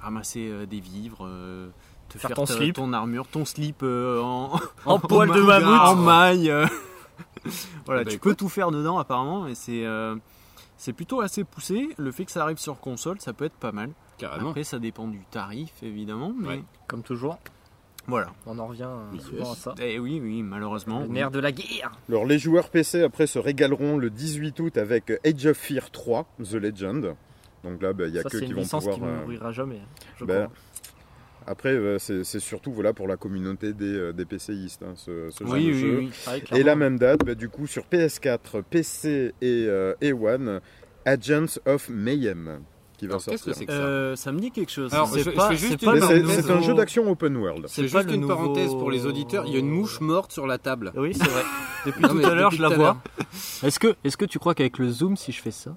ramasser euh, des vivres, euh, te Faire faire, ton ta- slip. ton armure, ton slip euh, en, En poil de manga, mammouth. en maille. euh. voilà, Bah, tu écoute. peux tout faire dedans apparemment et c'est euh, c'est plutôt assez poussé. Le fait que ça arrive sur console, ça peut être pas mal. Ah Carrément. Après, ça dépend du tarif évidemment, mais Ouais. Comme toujours. Voilà. On en revient euh, souvent à ça. Eh oui, oui, malheureusement. Le oui. nerf de la guerre. Alors les joueurs PC après se régaleront le 18 août avec Age of Fear 3, The Legend. Donc là, ben, il y a Ça, que c'est qui une vont licence pouvoir. qui euh, ne mourira jamais. je ben, crois. après, euh, c'est c'est surtout voilà, pour la communauté des, euh, des PCistes, hein, ce, ce genre Oui, de oui, jeu. oui. Ah oui, et clairement. la même date, ben, du coup, sur PS4, PC et, euh, et One, Agents of Mayhem qui va Qu'est-ce sortir. que c'est que ça Euh, Ça me dit quelque chose. Alors, C'est je- je pas- fais juste c'est pas une le Mais c'est- nouveau- C'est un jeu d'action open world. C'est juste une parenthèse pour les auditeurs. Il y a une mouche morte sur la table. Oui, c'est vrai. Non, mais depuis tout à l'heure. Est-ce que, est-ce que tu crois qu'avec le zoom, si je fais ça,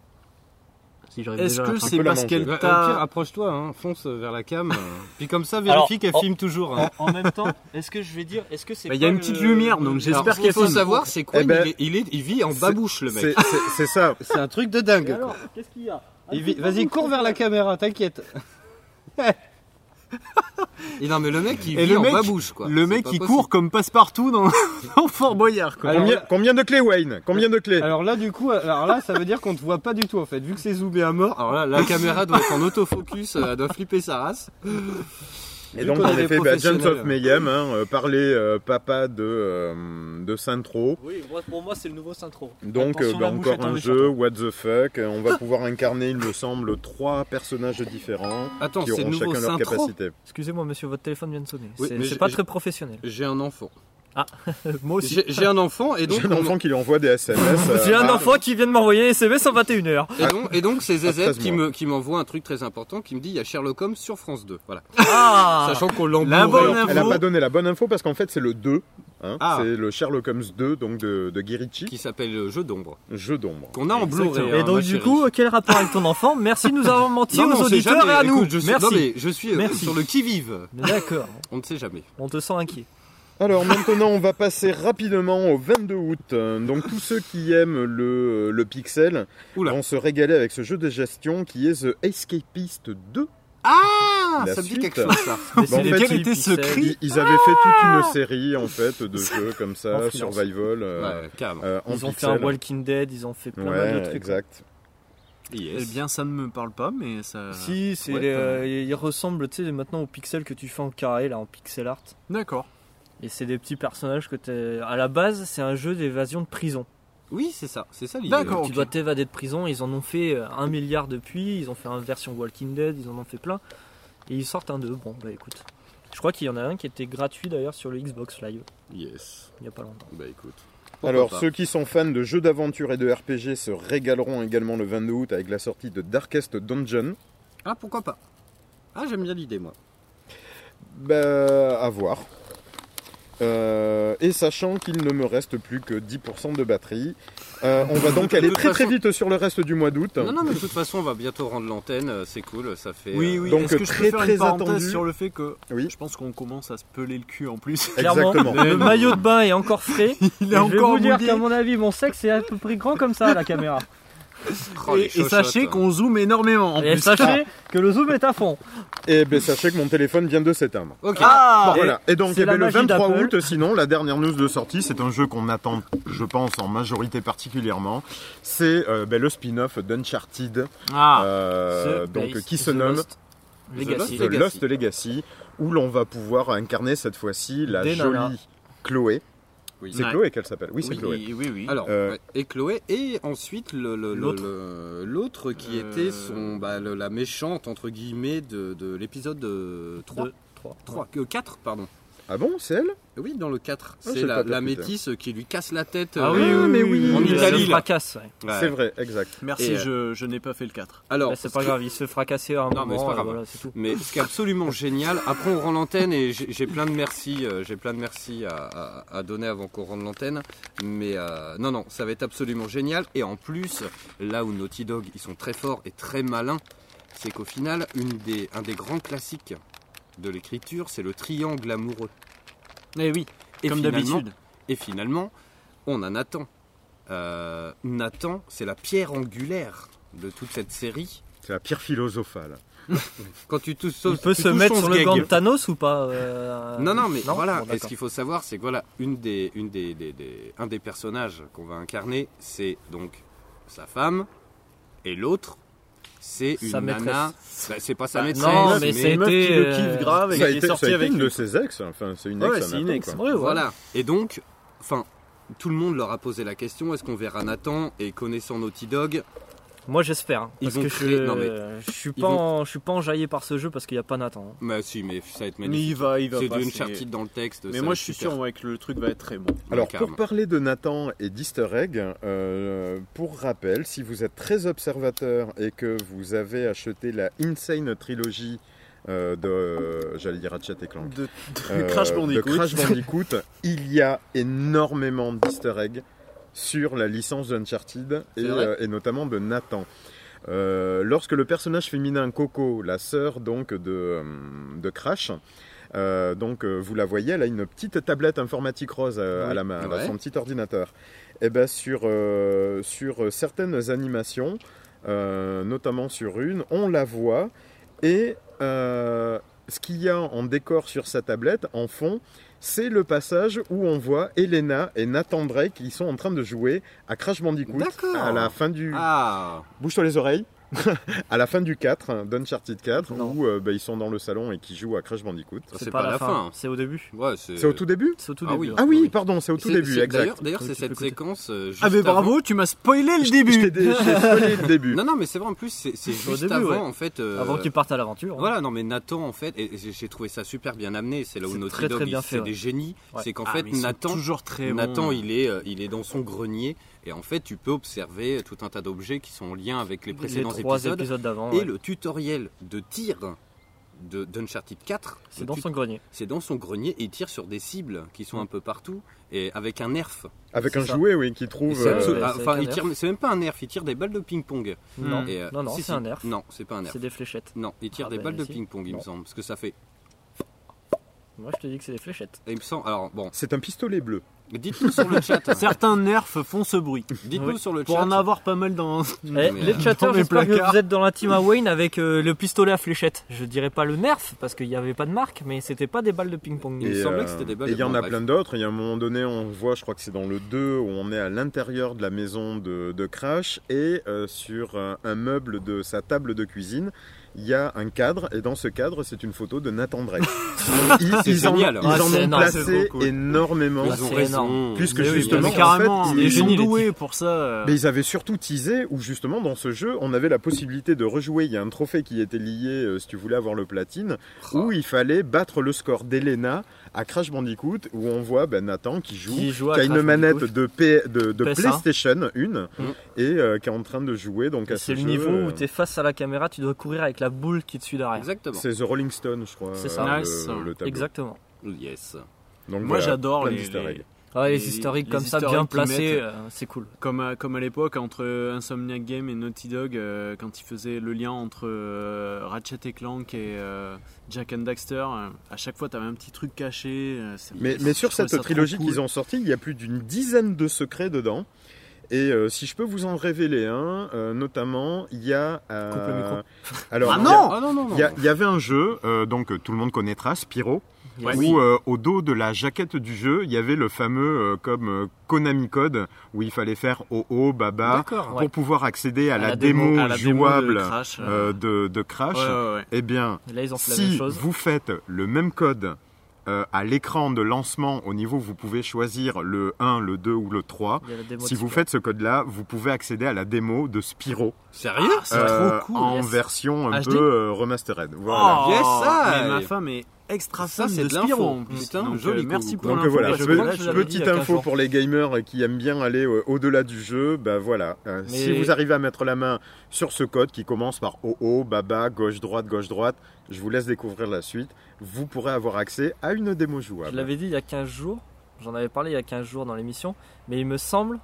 si j'arrive Est-ce déjà à que attraper- c'est parce qu'elle t'a. approche-toi, hein, fonce vers la cam. euh, Puis comme ça, Alors, vérifie qu'elle en- filme toujours. hein. En, en même temps, est-ce que je vais dire, est-ce que c'est Bah, pas il y a une le- petite lumière, donc j'espère Alors, qu'il y a ce qu'il faut film. savoir, c'est Eh quoi ben, Il, est- il vit en c'est- babouche, le mec. c'est- c'est- C'est ça. C'est un truc de dingue. quoi. Qu'est-ce qu'il y a Il vit- Vas-y, cours vers la caméra, t'inquiète. Et non, mais le mec, il Et vit le en mec- babouche, quoi. Le C'est mec pas qui possible. court comme passe-partout dans, dans Fort Boyard. Quoi. Combien, combien de clés, Wayne Combien de clés Alors là, du coup, alors là, ça veut dire qu'on te voit pas du tout en fait, vu que c'est zoomé à mort. Alors là, la caméra doit être en autofocus, euh, elle doit flipper sa race. Et Vu donc, qu'on en est des effet, bah, John of professionnels. Mayhem, hein, euh, parler euh, papa de, euh, de Saint-Tro. Oui, moi- pour moi, c'est le nouveau Sintro. Donc, euh, Attention, bah, la mouche est encore un tombée sur jeu, what the fuck. Euh, On va pouvoir incarner, il me semble, trois personnages différents qui auront chacun leur capacité. Excusez-moi, monsieur, votre téléphone vient de sonner. Oui, c'est mais c'est j'ai- pas j'ai- très professionnel. J'ai un enfant. Ah, moi aussi. J'ai- j'ai un enfant et donc J'ai un on- enfant qui lui envoie des SMS. euh, J'ai un à- enfant qui vient de m'envoyer un SMS en 21h. Et donc, et donc c'est ZZ qui Ah, mois. me- qui m'envoie un truc très important qui me dit il y a Sherlock Holmes sur France 2. Voilà. Ah Sachant qu'on l'embourre. Alors, Elle a pas donné la bonne info parce qu'en fait, c'est le 2. hein. Ah. C'est le Sherlock Holmes 2 donc de, de Guirichi. Qui s'appelle euh, Jeu d'ombre. Jeu d'ombre. Qu'on a en Blu-ray. hein, Et donc, du coup, euh, quel rapport avec ton enfant Merci de nous avoir menti Non, non, aux on sait auditeurs jamais. et à nous. Écoute, je suis, Merci. non, mais je suis euh, Merci. sur le qui vive. D'accord. on ne sait jamais. On te sent inquiet. Alors maintenant, on va passer rapidement au 22 août. Euh, Donc tous ceux qui aiment le, le pixel vont se régaler avec ce jeu de gestion qui est The Escapist 2. Ah La ça me dit suite. quelque chose ça. Bah, Mais en c'est les fait, vérités ils- secrets. Ils, ils avaient fait toute une série en fait de jeux comme Ah En ça, finance. survival. euh, euh, en Ils ont fait pixel. un Walking Dead, ils ont fait plein Ouais, de trucs. exact. Eh bien, ça ne me parle pas, mais Euh, ça. Si, c'est Ouais, les, pas mal. euh, ils ressemblent tu sais, maintenant aux pixels que tu fais en carré, là, en pixel art. D'accord. Et c'est des petits personnages que t'es. À la base, c'est un jeu d'évasion de prison. Oui, c'est ça, c'est ça l'idée. Tu D'accord, Oh, ok. dois t'évader de prison. Ils en ont fait euh, un milliard depuis. Ils ont fait une version Walking Dead. Ils en ont fait plein. Et ils sortent un 2. Bon, bah écoute. Je crois qu'il y en a un qui était gratuit d'ailleurs sur le Xbox Live. Yes. Il n'y a pas longtemps. Bah écoute. Alors, ceux qui sont fans de jeux d'aventure et de RPG se régaleront également le 22 août avec la sortie de Darkest Dungeon. Ah, pourquoi pas Ah, j'aime bien l'idée, moi. Bah, à voir. Euh, et sachant qu'il ne me reste plus que 10% de batterie, euh, on va donc De aller toute très très façon- vite sur le reste du mois d'août. Non, non, mais de toute façon, on va bientôt rendre l'antenne, euh, c'est cool, ça fait. Oui, euh, oui, donc, est-ce que je très, peux faire très une parenthèse attendu. sur le fait que oui. je pense qu'on commence à se peler le cul en plus. Clairement, le maillot de bain est encore frais. Il est Et je vais encore vous dire mouillé. qu'à mon avis, mon sexe est à peu près grand comme ça à la caméra. oh, Et- et, sachez qu'on zoome énormément. En Et plus. sachez que le zoom est à fond. Et ben, sachez que mon téléphone vient de s'éteindre. Ok. Ah, Ah voilà. Et Et donc, c'est eh ben, la le magie 23 d'Apple. août, sinon, la dernière news de sortie, c'est un jeu qu'on attend, je pense, en majorité particulièrement. C'est euh, ben, le spin-off d'Uncharted, Ah. euh, The donc, Place, qui se The nomme Lost Legacy. The Lost Legacy, où l'on va pouvoir incarner cette fois-ci la Des nanas. jolie Chloé. C'est Ouais. Chloé qu'elle s'appelle. Oui, c'est Chloé. Alors, Euh, ouais, et Chloé, et ensuite le- le- le- L'autre. le- l'autre qui Euh, était son, bah, le- la méchante, entre guillemets, de, de l'épisode 3. Deux, trois, 3 4, pardon. Ah bon, c'est elle Oui, dans le 4. je c'est l'ai la, pas capté. la métisse euh, qui lui casse la tête Ah euh, oui, oui, mais oui, oui, en oui, elle Italie. se là. fracasse, ouais. Bah Ouais. C'est vrai, exact. Merci, Et, euh, je, je n'ai pas fait le 4. Alors, Bah, c'est pas ce- grave, il se fracasser à un Non, mais c'est moment. pas euh, grave. voilà, c'est tout. Mais ce qui est absolument génial, après on rend l'antenne et j'ai j'ai plein de merci, euh, j'ai plein de merci à, à- à donner avant qu'on rende l'antenne. Mais euh, non, non, ça va être absolument génial. Et en plus, là où Naughty Dog, ils sont très forts et très malins, c'est qu'au final, une des, un des grands classiques de l'écriture, c'est le triangle amoureux. Eh oui, comme finalement- d'habitude. Et finalement, on a Nathan. Euh, Nathan, c'est la pierre angulaire de toute cette série. C'est la pierre philosophale. Quand tu touches, Il peut tu se touches mettre son sur le sgeg. gant de Thanos ou pas euh, Non, non, mais voilà. Bon, et ce d'accord. qu'il faut savoir, c'est que voilà, une des, une des, des- des- un des personnages qu'on va incarner, c'est donc sa femme, et l'autre, c'est une Sa maîtresse. nana. Bah, c'est pas sa Bah, maîtresse. non, mais c'était, euh, Ça a été- ça a été une de ses ex, enfin, c'est une ex, Ouais, à c'est une Nathan, ex. quoi. Voilà. Et donc, enfin, tout le monde leur a posé la question est-ce qu'on verra Nathan Et connaissant Naughty Dog, Moi j'espère. hein, Ils Parce vont que créer- je, non, mais je suis ils pas, vont- en- je suis pas enjaillé par ce jeu parce qu'il n'y a pas Nathan. hein. bah si, mais ça va être Mais magnifique. il va, il va C'est pas, de c'est- Uncharted dans le texte. Mais ça moi, va je suis super. sûr ouais, que le truc va être très bon. Alors, Carrément. pour parler de Nathan et d'Easter Egg, euh, pour rappel, si vous êtes très observateur et que vous avez acheté la Insane Trilogy euh, de, euh, j'allais dire Ratchet et Clank, De- de Euh, Crash Bandicoot. Euh, de Crash Bandicoot, il y a énormément d'Easter Egg sur la licence d'Uncharted et, C'est vrai euh, et notamment de Nathan. Euh, lorsque le personnage féminin Coco, la sœur donc de, euh, de Crash, euh, donc euh, vous la voyez, elle a une petite tablette informatique rose euh, à la main, elle a Ouais. son petit ordinateur. Et ben sur, euh, sur certaines animations, euh, notamment sur une, on la voit et euh, ce qu'il y a en décor sur sa tablette, en fond, c'est le passage où on voit Elena et Nathan Drake qui sont en train de jouer à Crash Bandicoot D'accord. à la fin du. Ah Bouge-toi les oreilles. à la fin du 4, hein, d'Uncharted 4, où euh, bah, ils sont dans le salon et qui jouent à Crash Bandicoot. C'est pas, la fin, hein. Bah, c'est au début. Ouais, c'est C'est au tout début C'est au tout Ah début, oui. ouais. Ah oui, pardon, c'est au tout C'est- début, c'est- exact. d'ailleurs- D'ailleurs, c'est cette séquence. euh, juste Ah, mais avant- bravo, tu m'as spoilé le début. Non, non, mais c'est vrai, en plus, c'est c'est juste Au début, avant, ouais. en fait. euh, Avant qu'il parte à l'aventure. hein. Voilà, non, mais Nathan, en fait, et, et j'ai- j'ai trouvé ça super bien amené. C'est là où C'est Naughty très, Dog, très ils- bien c'est fait, ouais. des génies. Ouais. C'est qu'en Ah, fait, mais ils sont Nathan, toujours très bons. hein. Nathan il, est, euh, il est dans son grenier. Et en fait, tu peux observer tout un tas d'objets qui sont en lien avec les Les précédents trois épisodes. épisodes d'avant, et ouais. le tutoriel de tir de- d'Uncharted 4. C'est le dans tut- son grenier. C'est dans son grenier. Et il tire sur des cibles qui sont un peu partout. Et avec un nerf. Avec un C'est ça. jouet, oui, qui Et trouve. c'est euh, absolu- euh, ah, enfin, il tire- c'est même pas un nerf, il tire des balles de ping-pong. Non. Et, euh, Non, non, si, si. c'est un nerf. Non, c'est pas un nerf. C'est des fléchettes. Non, il tire Ah des ben, balles de si. ping-pong, il me Non. semble, parce que ça fait. Moi je te dis que c'est des fléchettes. Il me semble. Alors bon. C'est un pistolet bleu. Dites-nous sur le chat. Certains nerfs font ce bruit. Dites-nous sur le Pour chat. en avoir pas mal dans, Hmm. Eh, euh, les chatters, dans mes j'espère que placards. vous êtes dans la team à Wayne avec euh, le pistolet à fléchette. Je dirais pas le nerf parce qu'il n'y avait pas de marque, mais c'était pas des balles de ping-pong. Et, euh, et il y en a plein d'autres. Il y a un moment donné, on voit, je crois que c'est dans le 2, où on est à l'intérieur de la maison de, de Crash et euh, sur euh, un meuble de sa table de cuisine, il y a un cadre et dans ce cadre, c'est une photo de Nathan Drake. ils, C'est ils en, génial. ils Ah, en c'est ont énorme. C'est placé trop cool. énormément. Ils ont raison énorme. Puisque Mais oui, justement, mais carrément, en fait, des ils génies, sont les doués types. pour ça. euh. Mais ils avaient surtout teasé où justement dans ce jeu, on avait la possibilité de rejouer. Il y a un trophée qui était lié, euh, si tu voulais avoir le platine, où Ah. il fallait battre le score d'Elena à Crash Bandicoot, où on voit ben, Nathan qui joue, Qui joue à qui a une Crash manette Bandicoot. de, P- de, de PS1. PlayStation 1 et euh, qui est en train de jouer donc à Mm. C'est ce le jeu, niveau euh, où T'es face à la caméra, tu dois courir avec la boule qui te suit Ah. derrière. Exactement. C'est The Rolling Stone, je crois. C'est ça. euh, le- le tableau. Exactement. Yes. Donc Moi voilà, j'adore plein les, d'easter eggs. Ah Ouais, les easter eggs comme ça, easter bien eggs qu'ils placés, mettent. euh, c'est cool. Comme à, comme à l'époque entre Insomniac Game et Naughty Dog, euh, quand ils faisaient le lien entre euh, Ratchet et Clank et euh, Jack and Daxter, euh, à chaque fois t'avais un petit truc caché. euh, c'est- Mais, je mais sur trouvais cette ça trop trilogie cool. qu'ils ont sortie, il y a plus d'une dizaine de secrets dedans. Et euh, si je peux vous en révéler un, euh, notamment, il y a. euh, Coupe le micro. Alors, Ah il y a- non Ah non, non, non. Il y a- il y, avait un jeu, euh, donc euh, tout le monde connaîtra, Spyro, Yes. où euh, au dos de la jaquette du jeu, il y avait le fameux euh, comme euh, Konami Code, où il fallait faire OO, Baba, D'accord, pour ouais. pouvoir accéder à, À la, la démo, démo- à la démo de jouable Crash, euh. euh, de, de Crash. Ouais, ouais, ouais. Eh bien, Et là, ils ont fait la si même chose. vous faites le même code euh, à l'écran de lancement, au niveau où vous pouvez choisir le 1, le 2 ou le 3, Il y a la démo si de vous Spyro. faites ce code-là, vous pouvez accéder à la démo de Spyro. Sérieux C'est Euh, trop cool, En yes. version un HD? peu euh, remastered. Voilà. Oh, mais ma femme est extra Ça, fan c'est de de l'info. Spyro en plus. Putain, Donc, joli euh, merci coup, pour Donc l'info. voilà, Et je pe- crois que je l'avais dit il y petite a info 15 pour les gamers qui aiment bien aller euh, au-delà du jeu, bah voilà. Euh, Si Mais- vous arrivez à mettre la main sur ce code qui commence par OO, Baba, gauche, droite, gauche, droite, je vous laisse découvrir la suite. Vous pourrez avoir accès à une démo Je jouable. l'avais dit il y a 15 jours, j'en avais parlé il y a 15 jours dans l'émission, mais il me semble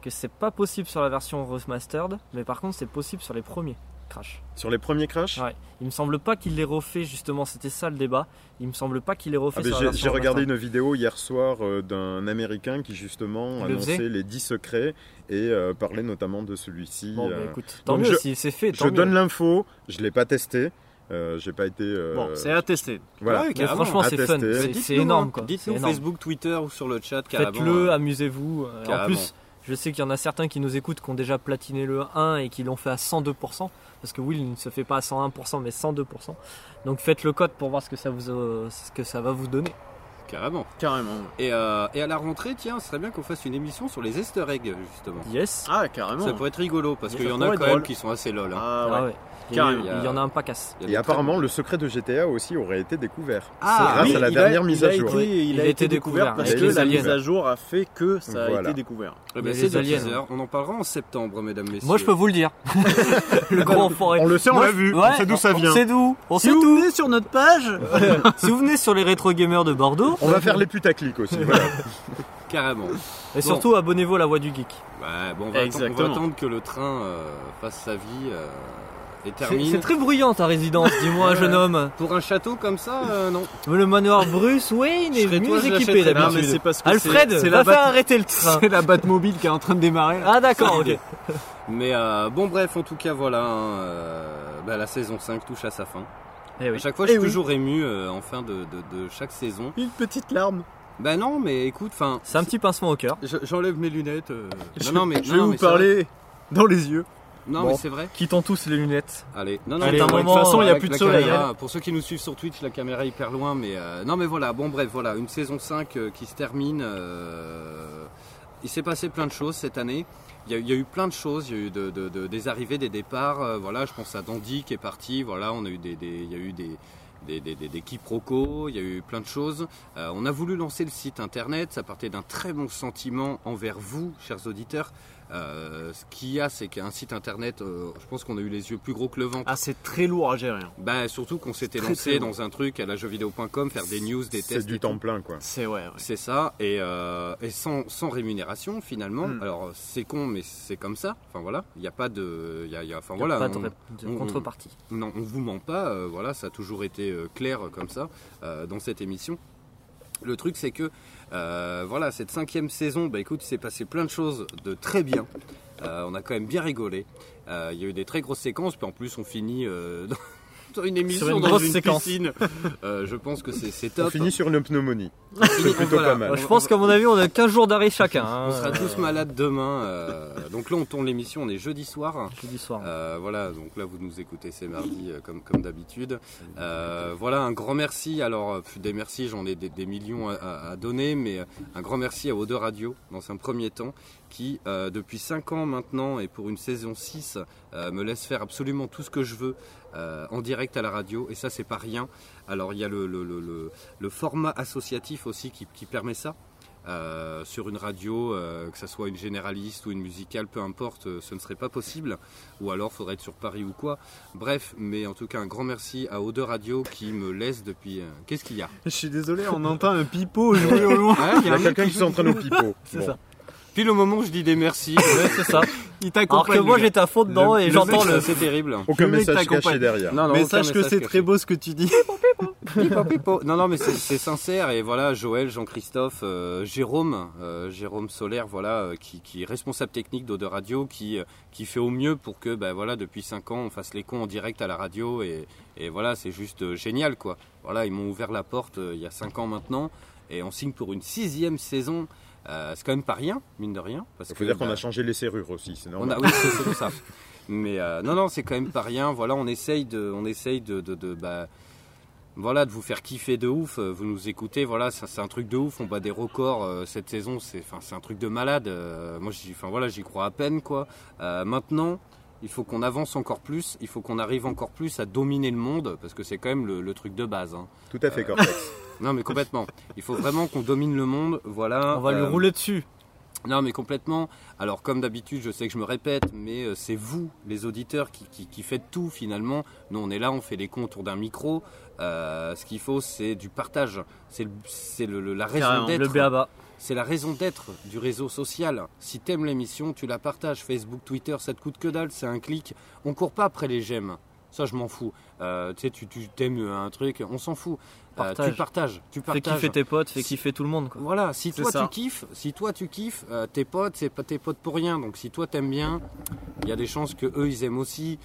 que c'est pas possible sur la version remastered, mais par contre c'est possible sur les premiers Crash. Sur les premiers Crash Ouais, il me semble pas qu'il les refait justement, c'était ça le débat. Il me semble pas qu'il les refait Ah, mais sur la j'ai- version J'ai regardé remastered. une vidéo hier soir euh, d'un Américain qui justement Il le annonçait faisait les 10 secrets et euh, parlait notamment de celui-ci. Bon, bah, euh. écoute, tant Donc mieux je- si c'est fait, Je tant mieux. donne l'info, je l'ai pas testé, euh, j'ai pas été. euh, Bon, c'est à tester. Bah Voilà. Ouais, Mais carrément. franchement, hein, À c'est fun, tester. C'est- Dites-nous, C'est hein. énorme quoi. Dites-nous c'est énorme. Facebook, Twitter ou sur le chat, carrément. Faites-le, Euh, amusez-vous. Euh, En carrément. plus, je sais qu'il y en a certains qui nous écoutent qui ont déjà platiné le 1 et qui l'ont fait à 102%. Parce que Will ne se fait pas à 101%, mais 102%. Donc faites le code pour voir ce que ça, vous, euh, ce que ça va vous donner. Carrément. Carrément. Et, euh, et à la rentrée, tiens, ce serait bien qu'on fasse une émission sur les easter eggs, justement. Yes. Ah, carrément. Ça pourrait être rigolo, parce Ça qu'il y en pourrait a être quand même drôle. qui sont assez lol. hein. Ah, Ah ouais. Il y, en a- Carrément. il y en a un pacasse. Et apparemment, le secret de GTA aussi aurait été découvert. Ah, grâce oui, à la il a- dernière il mise a à jour. été- il Il a a été été découvert découvert parce avec que les la aliens. mise à jour a fait que ça a été découvert. Eh ben, Il y a c'est les des aliens. teasers. On en parlera en septembre, mesdames, messieurs. Moi, je peux vous le dire. le bah, grand forêt. on le sait, on Moi, l'a je- vu, on ouais, sait d'où ça vient. On sait d'où. On Si sait vous tout. venez sur notre page, si vous venez sur les rétro gamers de Bordeaux, On va faire les putaclics aussi. voilà. Carrément. Et surtout, abonnez-vous à la voix du geek. Ouais, bon, on va, atten- on va Exactement. attendre que le train euh, fasse sa vie euh, et C'est termine. c'est très bruyant ta résidence, dis-moi, jeune homme. Pour un château comme ça, euh, non. Le manoir Bruce Wayne est serais toi, mieux je équipé l'achèterais. d'habitude. Non, mais c'est parce que Alfred, c'est- c'est va la faire Bat- arrêter le train. c'est la Batmobile qui est en train de démarrer. Ah d'accord, ok. Mais euh, bon, bref, en tout cas, voilà. hein, euh, bah, la saison 5 touche à sa fin. Eh oui. À chaque fois, je suis Eh oui. toujours ému euh, en fin de, de- de chaque saison. Une petite larme. Bah non, mais écoute, enfin. C'est un petit pincement au cœur. J'enlève mes lunettes. euh, Je- Non, non, mais je non, vais non, vous mais c'est vrai. parler dans les yeux. Non, mais c'est vrai. Quittons tous les lunettes. Allez, non, non, mais Allez, de t'as un toute moment, façon, il n'y a avec plus de la soleil. caméra, hein. pour ceux qui nous suivent sur Twitch, la caméra est hyper loin, mais euh, non, mais voilà. Bon, bref, voilà, une saison 5 euh, qui se termine. euh, il s'est passé plein de choses cette année. Il y, a, il y a eu plein de choses. Il y a eu de- de- de- des arrivées, des départs. euh, voilà, je pense à Dandy qui est parti. Voilà, on a eu des, des- il y a eu des. Des, des- des- des quiproquos, il y a eu plein de choses. Euh, on a voulu lancer le site internet, ça partait d'un très bon sentiment envers vous, chers auditeurs. Euh, ce qu'il y a, c'est qu'un site internet, euh, je pense qu'on a eu les yeux plus gros que le ventre. Ah, c'est très lourd à gérer. hein. Bah surtout qu'on s'était Très, lancé très dans un truc à la jeuxvideo.com, faire des news, des C'est tests. du et temps tout. plein, quoi. C'est ouais. ouais. C'est ça, et, euh, et sans, sans rémunération finalement. Mm. Alors c'est con, mais c'est comme ça. Enfin voilà, il n'y a pas de, il y a, il y a- enfin Il y a voilà, pas de on- ré- de contrepartie. on- non, on vous ment pas. euh, voilà, ça a toujours été euh, clair euh, comme ça euh, dans cette émission. Le truc, c'est que euh, voilà, cette cinquième saison, bah écoute, il s'est passé plein de choses de très bien. Euh, on a quand même bien rigolé. Euh, Il y a eu des très grosses séquences, puis en plus, on finit euh, une émission Sur une dans grosse une séquence. piscine. Euh, je pense que c'est c'est On top. finit sur une pneumonie. On C'est finit- plutôt voilà. pas mal. On- Je on- pense qu'à mon avis, on a 15 jours d'arrêt chacun. hein, On sera tous malades demain. euh, donc là, on tourne l'émission, on est jeudi soir. Jeudi soir. Euh, voilà, donc là, vous nous écoutez, c'est mardi, euh, comme, comme d'habitude. Euh, voilà, un grand merci. Alors, euh, des merci, j'en ai des, des millions à, à- à donner, mais euh, un grand merci à Ode Radio, dans un premier temps, qui, euh, depuis 5 ans maintenant, et pour une saison 6, euh, me laisse faire absolument tout ce que je veux euh, en direct à la radio, et ça, c'est pas rien. Alors, il y a le, le- le- le- le format associatif aussi qui- qui permet ça. Euh, sur une radio, euh, que ça soit une généraliste ou une musicale, peu importe, euh, ce ne serait pas possible. Ou alors, faudrait être sur Paris ou quoi. Bref, mais en tout cas, un grand merci à Ode Radio qui me laisse depuis. euh, Qu'est-ce qu'il y a Je suis désolé, on entend un pipeau jouer au loin. Ouais, un mec joue du pipeau. C'est Bon. ça. Puis le moment où je dis des merci, c'est ça. Il Alors que moi, j'étais à fond dedans et j'entends le- C'est terrible. Aucun Le mec message t'accompagne. caché derrière. Non, non, Mais aucun sache que message c'est caché. très beau ce que tu dis. Pipo, pipo. Non, non, mais c'est c'est sincère. Et voilà, Joël, Jean-Christophe, euh, Jérôme, euh, Jérôme Solaire, voilà, euh, qui, qui est responsable technique d'Ode Radio, qui, euh, qui fait au mieux pour que, ben voilà, depuis 5 ans, on fasse les cons en direct à la radio. Et, et voilà, c'est juste euh, génial, quoi. Voilà, ils m'ont ouvert la porte euh, il y a 5 ans maintenant. Et on signe pour une sixième saison. Euh, c'est quand même pas rien, mine de rien. Parce Il que, faut dire qu'on bah, a changé les serrures aussi, c'est on normal. a, Bah oui, c'est c'est pour ça. Mais euh, non, non, c'est quand même pas rien. Voilà, on essaye de, on essaye de, de, de, bah, voilà, de vous faire kiffer de ouf. Euh, Vous nous écoutez, voilà, ça, c'est un truc de ouf. On bat des records euh, cette saison. C'est, enfin, c'est un truc de malade. Euh, moi, j'y, enfin voilà, j'y crois à peine quoi. Euh, maintenant. Il faut qu'on avance encore plus, il faut qu'on arrive encore plus à dominer le monde, parce que c'est quand même le, le truc de base. hein. Tout à fait, Cortex. Non, mais complètement. Il faut vraiment qu'on domine le monde, voilà. euh, On va lui rouler dessus. Non, mais complètement. Alors, comme d'habitude, je sais que je me répète, mais euh, c'est vous, les auditeurs, qui, qui, qui faites tout finalement. Nous, on est là, on fait les cons autour d'un micro. Euh, ce qu'il faut, c'est du partage. C'est le- c'est le- le- la raison Carrément, d'être. le B.A.B.A.. C'est la raison d'être du réseau social. Si t'aimes l'émission, tu la partages. Facebook, Twitter, ça te coûte que dalle, c'est un clic. On court pas après les j'aime. Ça, je m'en fous. Euh, tu sais, tu- tu t'aimes un truc, on s'en fout. Euh, Partage. tu partages. Tu Fais partages. kiffer tes potes, fais kiffer tout le monde. Quoi. Voilà, si C'est toi ça. tu kiffes, si toi tu kiffes, euh, tes potes, c'est pas tes potes pour rien. Donc si toi t'aimes bien, il y a des chances que eux ils aiment aussi.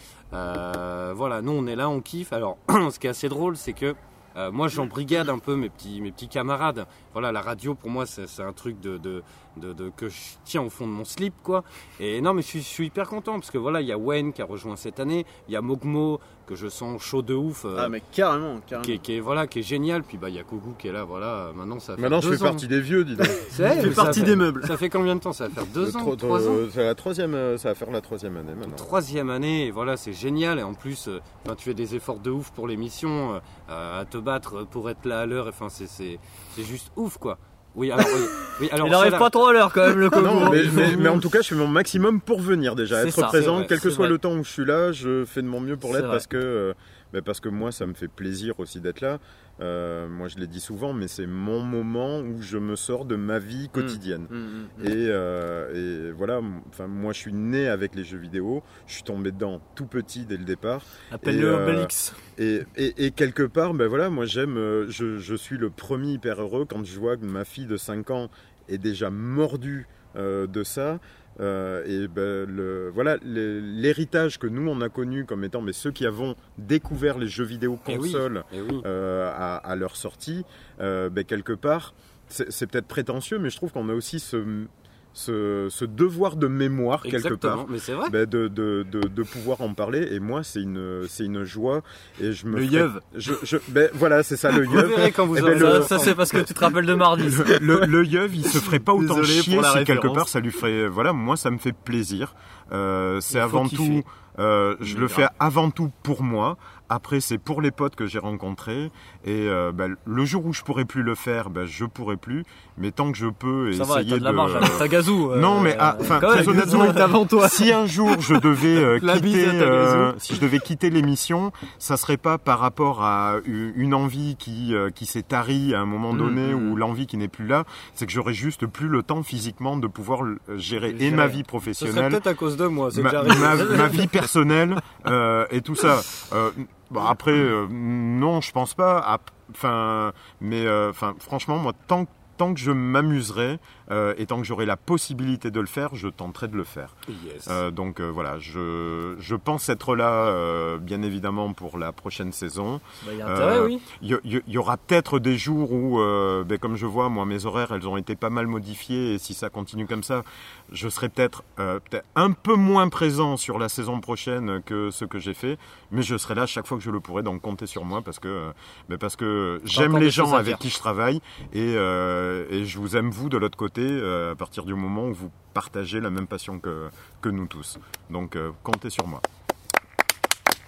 Euh, voilà, nous on est là, on kiffe. Alors ce qui est assez drôle, c'est que euh, moi j'embrigade un peu mes petits, mes petits camarades. Voilà, la radio pour moi c'est c'est un truc de, de- de- de- que je tiens au fond de mon slip quoi. Et non mais je suis, je suis hyper content parce que voilà, il y a Wayne qui a rejoint cette année, il y a Mogmo que je sens chaud de ouf. euh, Ah, mais carrément, carrément. qui est, qui est- voilà qui est génial puis bah il y a Kogu qui est là voilà euh, maintenant ça fait Maintenant, je deux fais ans. partie des vieux, dis donc. C'est vrai, Je fais mais ça partie fait- des meubles. ça fait combien de temps ça va faire deux Le ans tro- trois ans euh, c'est la troisième, euh, ça va faire la troisième année maintenant. troisième année, et voilà, c'est génial. Et en plus, euh, enfin, tu fais des efforts de ouf pour l'émission, euh, euh, à te battre pour être là à l'heure. Enfin, c'est, c'est, c'est juste ouf, quoi. Oui, alors, oui, oui, alors Il arrive ça, là- pas trop à l'heure quand même, le Kogu. Non, mais, mais- mais en tout cas, je fais mon maximum pour venir déjà, C'est être ça. présent, C'est vrai, quel c'est que soit vrai. le temps où je suis là, je fais de mon mieux pour C'est l'être vrai. parce que, euh, bah, parce que moi, ça me fait plaisir aussi d'être là. Euh, moi, je l'ai dit souvent, mais c'est mon moment où je me sors de ma vie quotidienne. mm, mm, mm. Et, euh, et voilà, m- enfin, moi, je suis né avec les jeux vidéo, je suis tombé dedans tout petit dès le départ. Appelle-le Et, euh, Obélix. et, et- et quelque part, ben voilà, moi j'aime, euh, je, je suis le premier hyper heureux quand je vois que ma fille de 5 ans est déjà mordue euh, de ça. Euh, et ben, le, voilà le- l'héritage que nous on a connu comme étant mais ceux qui avons découvert les jeux vidéo Eh oui, consoles eh oui. euh, à, à leur sortie, euh, ben, quelque part, c'est c'est peut-être prétentieux, mais je trouve qu'on a aussi ce, ce, ce devoir de mémoire quelque Exactement, part mais c'est Ah. vrai. ben, de, de, de, de pouvoir en parler. Et moi, c'est une, c'est une joie. Et je me Le ferai- yeuve. Je, je- ben, voilà, c'est ça le Vous yeuve. verrez quand vous Eh ben, aurez le- ça, ça, c'est parce que tu te rappelles de mardi. Le, le, le yeuve, il se ferait pas autant Désolé chier pour la si quelque référence. part ça lui ferait. Voilà, moi, ça me fait plaisir. Euh, c'est Il faut avant kiffer. tout. euh, je Mais le grave. fais avant tout pour moi. Après, c'est pour les potes que j'ai rencontrés. Et euh, ben, le jour où je pourrai plus le faire, ben, je pourrai plus. Mais tant que je peux, et Ça va, essayer t'as de la marge, hein, t'as gazou, euh, non, mais ah, euh, enfin, quand très même, honnêtement, Gazou est avant toi. si un jour je devais euh, La bise quitter, à ta euh, Gazou. si je devais quitter l'émission, ça serait pas par rapport à u- une envie qui euh, qui s'est tarie à un moment Mm, donné mm, ou l'envie qui n'est plus là. C'est que j'aurais juste plus le temps physiquement de pouvoir euh, gérer et Gérer. ma vie Ce serait professionnelle peut-être à cause de moi, c'est que ma, j'arrive. ma- ma vie personnelle euh, et tout ça. Euh, bon, après, euh, non, je pense pas. Ap- Enfin, mais euh, enfin, franchement, moi, tant, tant tant que je m'amuserai euh, et tant que j'aurai la possibilité de le faire, je tenterai de le faire. Yes. Euh, donc euh, voilà, je, je pense être là, euh, bien évidemment, pour la prochaine saison. Bah, y a intérêt, oui. Il y, il y aura peut-être des jours où, euh, ben, comme je vois, moi, mes horaires, elles ont été pas mal modifiées. Et si ça continue comme ça, je serai peut-être euh, peut-être un peu moins présent sur la saison prochaine que ce que j'ai fait. Mais je serai là chaque fois que je le pourrai. Donc comptez sur moi parce que, euh, ben, parce que j'aime encore les des choses gens à avec faire. qui je travaille. Et, euh, et je vous aime, vous, de l'autre côté, euh, à partir du moment où vous partagez la même passion que, que nous tous. Donc euh, comptez sur moi.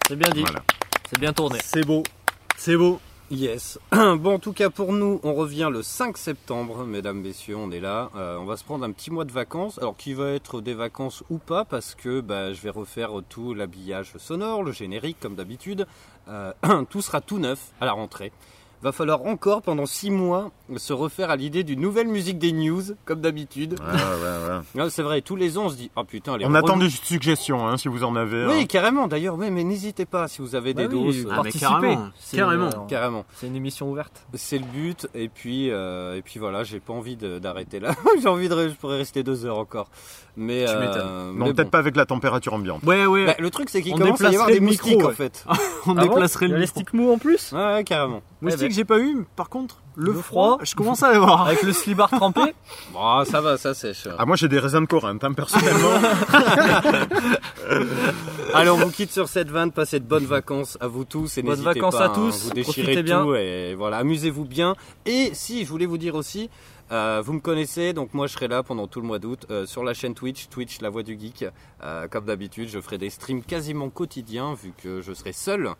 C'est bien dit. Voilà. C'est bien tourné. C'est beau. C'est beau. Yes. bon, en tout cas, pour nous, on revient le 5 septembre, mesdames, messieurs, on est là. Euh, on va se prendre un petit mois de vacances. Alors, qui va être des vacances ou pas, parce que bah, je vais refaire tout l'habillage sonore, le générique, comme d'habitude. Euh, tout sera tout neuf à la rentrée. Va falloir encore, pendant 6 mois, se refaire à l'idée d'une nouvelle musique des news, comme d'habitude. Non, C'est vrai, tous les ans, on se dit Oh putain, elle est On attend relou. des suggestions, hein, si vous en avez. hein. Oui, carrément d'ailleurs, oui, mais n'hésitez pas si vous avez Bah des oui, euh, doses. Ah, mais participez. carrément, C'est- carrément. euh, carrément. C'est une émission ouverte. C'est le but, et puis, euh, et puis voilà, j'ai pas envie de- d'arrêter là. j'ai envie de. Je pourrais rester deux heures encore. Mais. Tu euh, m'étonnes. mais Non, bon. peut-être pas avec la température ambiante. Ouais, ouais. Bah, le truc, c'est qu'il On commence à y avoir déplacerait des le moustiques micro, en ouais. fait. On Ah déplacerait le micro. mou en plus Eh Ouais, ouais, carrément. Moustique, Ouais, j'ai pas eu, mais par contre, le, froid, je commence à l'avoir. l'avoir. Avec le slibard trempé bah, ça va, ça sèche. Ah, moi j'ai des raisins de Corinthe, hein, personnellement. Euh, Allez, on vous quitte sur cette vanne. Passez de bonnes vacances à vous tous et Bonnes n'hésitez vacances pas, à hein, tous, vous déchirez profitez tout bien. et voilà, amusez-vous bien. Et si je voulais vous dire aussi, euh, vous me connaissez, donc moi je serai là pendant tout le mois d'août euh, sur la chaîne Twitch, Twitch La Voix du Geek. Euh, comme d'habitude, je ferai des streams quasiment quotidiens vu que je serai seul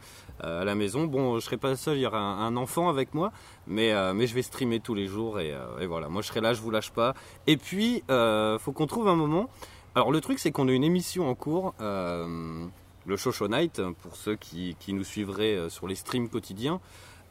euh, à la maison. Bon, je serai pas seul, il y aura un, un enfant avec moi, mais euh, mais je vais streamer tous les jours et, euh, et voilà, moi je serai là, je vous lâche pas. Et puis, euh, faut qu'on trouve un moment. Alors le truc c'est qu'on a une émission en cours, euh, le Show Night, pour ceux qui, qui nous suivraient euh, sur les streams quotidiens.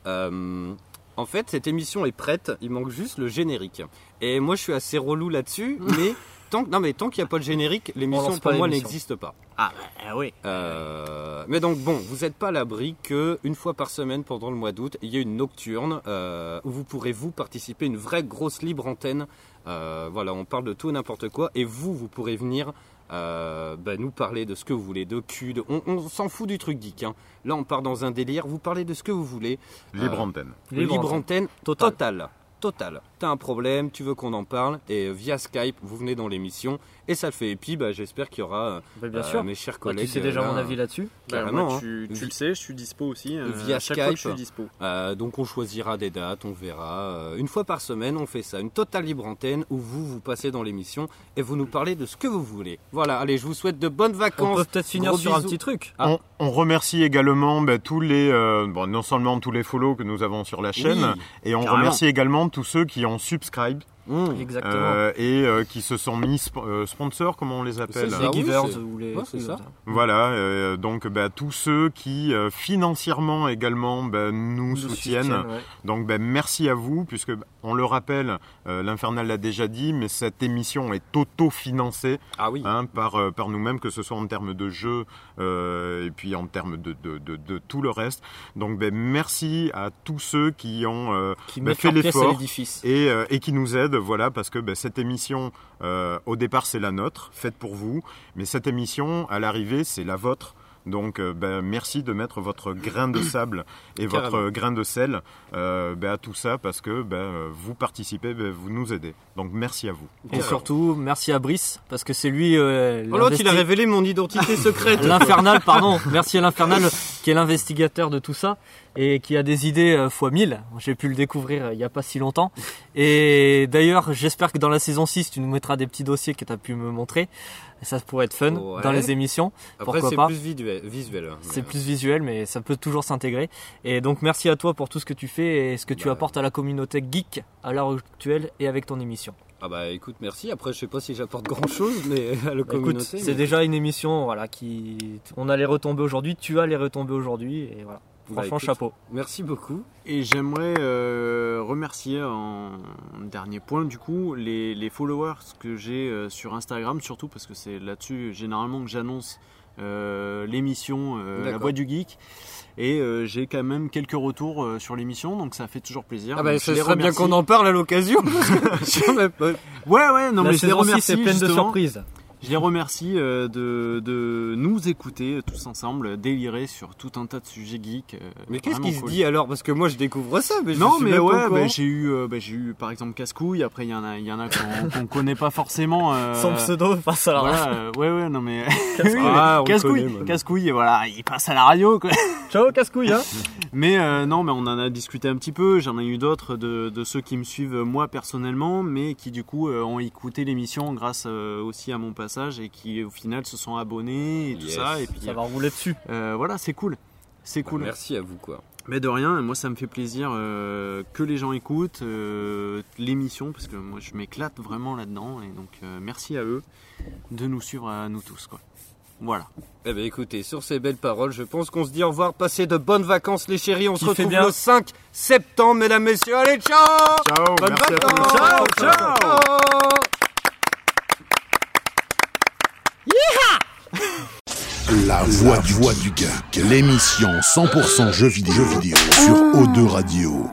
Euh, en fait cette émission est prête, il manque juste le générique. Et moi je suis assez relou là-dessus, mais tant que- non, mais tant qu'il n'y a pas de générique, On l'émission lance pas pour moi l'émission. n'existe pas. Ah, oui. Euh, mais donc bon, vous n'êtes pas à l'abri que une fois par semaine pendant le mois d'août, il y ait une nocturne euh, où vous pourrez vous participer une vraie grosse libre antenne. Euh, voilà, on parle de tout et n'importe quoi et vous, vous pourrez venir. euh, bah, nous parler de ce que vous voulez, de cul, de- on, on s'en fout du truc geek. hein. Là, on part dans un délire. Vous parlez de ce que vous voulez. Libre antenne. Libre, hein. Libre antenne totale. Totale. Total. T'as un problème, tu veux qu'on en parle, et euh, via Skype, vous venez dans l'émission, et ça le fait. Et puis, bah, j'espère qu'il y aura euh, Bah, bien euh, sûr. mes chers Bah, tu collègues. sais déjà euh, mon avis là-dessus. Bah, Carrément, moi, hein. tu, tu Vi- le sais, je suis dispo aussi. euh, via à chaque Skype. fois que je suis dispo. Euh, donc on choisira des dates, on verra. Euh, une fois par semaine, on fait ça, une totale libre antenne où vous vous passez dans l'émission et vous nous parlez de ce que vous voulez. Voilà, allez, je vous souhaite de bonnes vacances. peut peut-être finir Gros sur un bisous. petit truc. Ah, On, on remercie également bah, tous les, euh, bon, non seulement tous les follow que nous avons sur la chaîne, Oui, et on carrément. remercie également tous ceux qui ont subscribe. Mmh. Exactement. euh, et euh, qui se sont mis sp- euh, sponsors, comment on les C'est appelle ça, Les bah oui, givers c'est- ou les- ouais, c'est ça. Voilà, euh, donc bah, tous ceux qui euh, financièrement également bah, nous, soutiennent. soutiennent, ouais. Donc bah, merci à vous, puisque bah, on le rappelle, euh, l'Infernal l'a déjà dit, mais cette émission est auto-financée Ah hein, par, euh, par nous-mêmes, que ce soit en termes de jeux euh, et puis en termes de, de, de- de tout le reste. Donc bah, merci à tous ceux qui ont euh, Qui bah, mettent fait leur pièce à l'effort l'édifice. et, euh, et qui nous aident, voilà, parce que bah, cette émission, euh, au départ, c'est la nôtre, faite pour vous, mais cette émission, à l'arrivée, c'est la vôtre. Donc, euh, bah, merci de mettre votre grain de sable et votre Carrément. euh, grain de sel euh, bah, à tout ça, parce que bah, euh, vous participez, bah, vous nous aidez. Donc, merci à vous. Et surtout, merci à Brice, parce que c'est lui. euh, Oh l'autre, l'investi- Ah, il a révélé mon identité secrète. L'Infernal, pardon. Merci à l'Infernal, qui est l'investigateur de tout ça, et qui a des idées euh, fois 1000. J'ai pu le découvrir euh, il n'y a pas si longtemps. Et d'ailleurs, j'espère que dans la saison 6, tu nous mettras des petits dossiers que tu as pu me montrer. Ça pourrait être fun Ouais. dans les émissions. Après, Pourquoi c'est pas plus vidue- visuel. hein, c'est Mais, plus visuel, mais ça peut toujours s'intégrer. Et donc, merci à toi pour tout ce que tu fais et ce que tu Bah. apportes à la communauté geek à l'heure actuelle et avec ton émission. Ah bah écoute, merci. Après, je sais pas si j'apporte grand chose, mais à la Bah, écoute, communauté. c'est mais- déjà une émission voilà, qui. On a les retombées aujourd'hui, tu as les retombées aujourd'hui, et voilà. Bah, Franchement, écoute, chapeau. Merci beaucoup. Et j'aimerais euh, remercier en dernier point, du coup, les, les followers que j'ai euh, sur Instagram, surtout parce que c'est là-dessus généralement que j'annonce euh, l'émission euh, La D'accord. Voix du Geek. Et euh, j'ai quand même quelques retours euh, sur l'émission, donc ça fait toujours plaisir. Ah bah, Donc, ce je les serait bien remercie. qu'on en parle à l'occasion. parce que je savais pas. Ouais, ouais, non, La mais je les saison six remercie. est pleine de justement. surprises. Je les remercie euh, de, de nous écouter euh, tous ensemble, délirer sur tout un tas de sujets geeks. euh, Mais qu'est-ce vraiment qui se cool. dit alors Parce que moi je découvre ça. Mais je Non, suis mais même pas au ouais, courant. bah, j'ai eu, euh, bah, j'ai eu par exemple Casse-Couille, après il y en a, il y en a qu'on qu'on connaît pas forcément. euh, Son pseudo passe à la voilà, radio. euh, ouais, ouais, non mais. Casse-couille. Ah, on le connaît, Casse-Couille, même. Casse-Couille, voilà, il passe à la radio quoi. Ciao, casse-couille, hein Mais euh, non, mais on en a discuté un petit peu. J'en ai eu d'autres de, de ceux qui me suivent euh, moi personnellement, mais qui du coup euh, ont écouté l'émission grâce euh, aussi à mon passage et qui au final se sont abonnés et tout Yes. ça. Et puis, Ça euh, va rouler dessus. voilà, c'est cool. C'est Bah, cool. merci à vous quoi. Mais de rien, moi ça me fait plaisir euh, que les gens écoutent euh, l'émission parce que moi je m'éclate vraiment là-dedans et donc euh, merci à eux de nous suivre à nous tous quoi. Voilà. Eh ben écoutez, sur ces belles paroles, je pense qu'on se dit au revoir. Passez de bonnes vacances les chéris. On se Kiffez retrouve bien. le 5 septembre, mesdames, messieurs. Allez, ciao Ciao, Bonnes merci à tous. vacances Ciao, ciao. Ciao La voix, du, voix du geek. L'émission 100% jeux vidéo, jeux vidéo sur O2 Radio.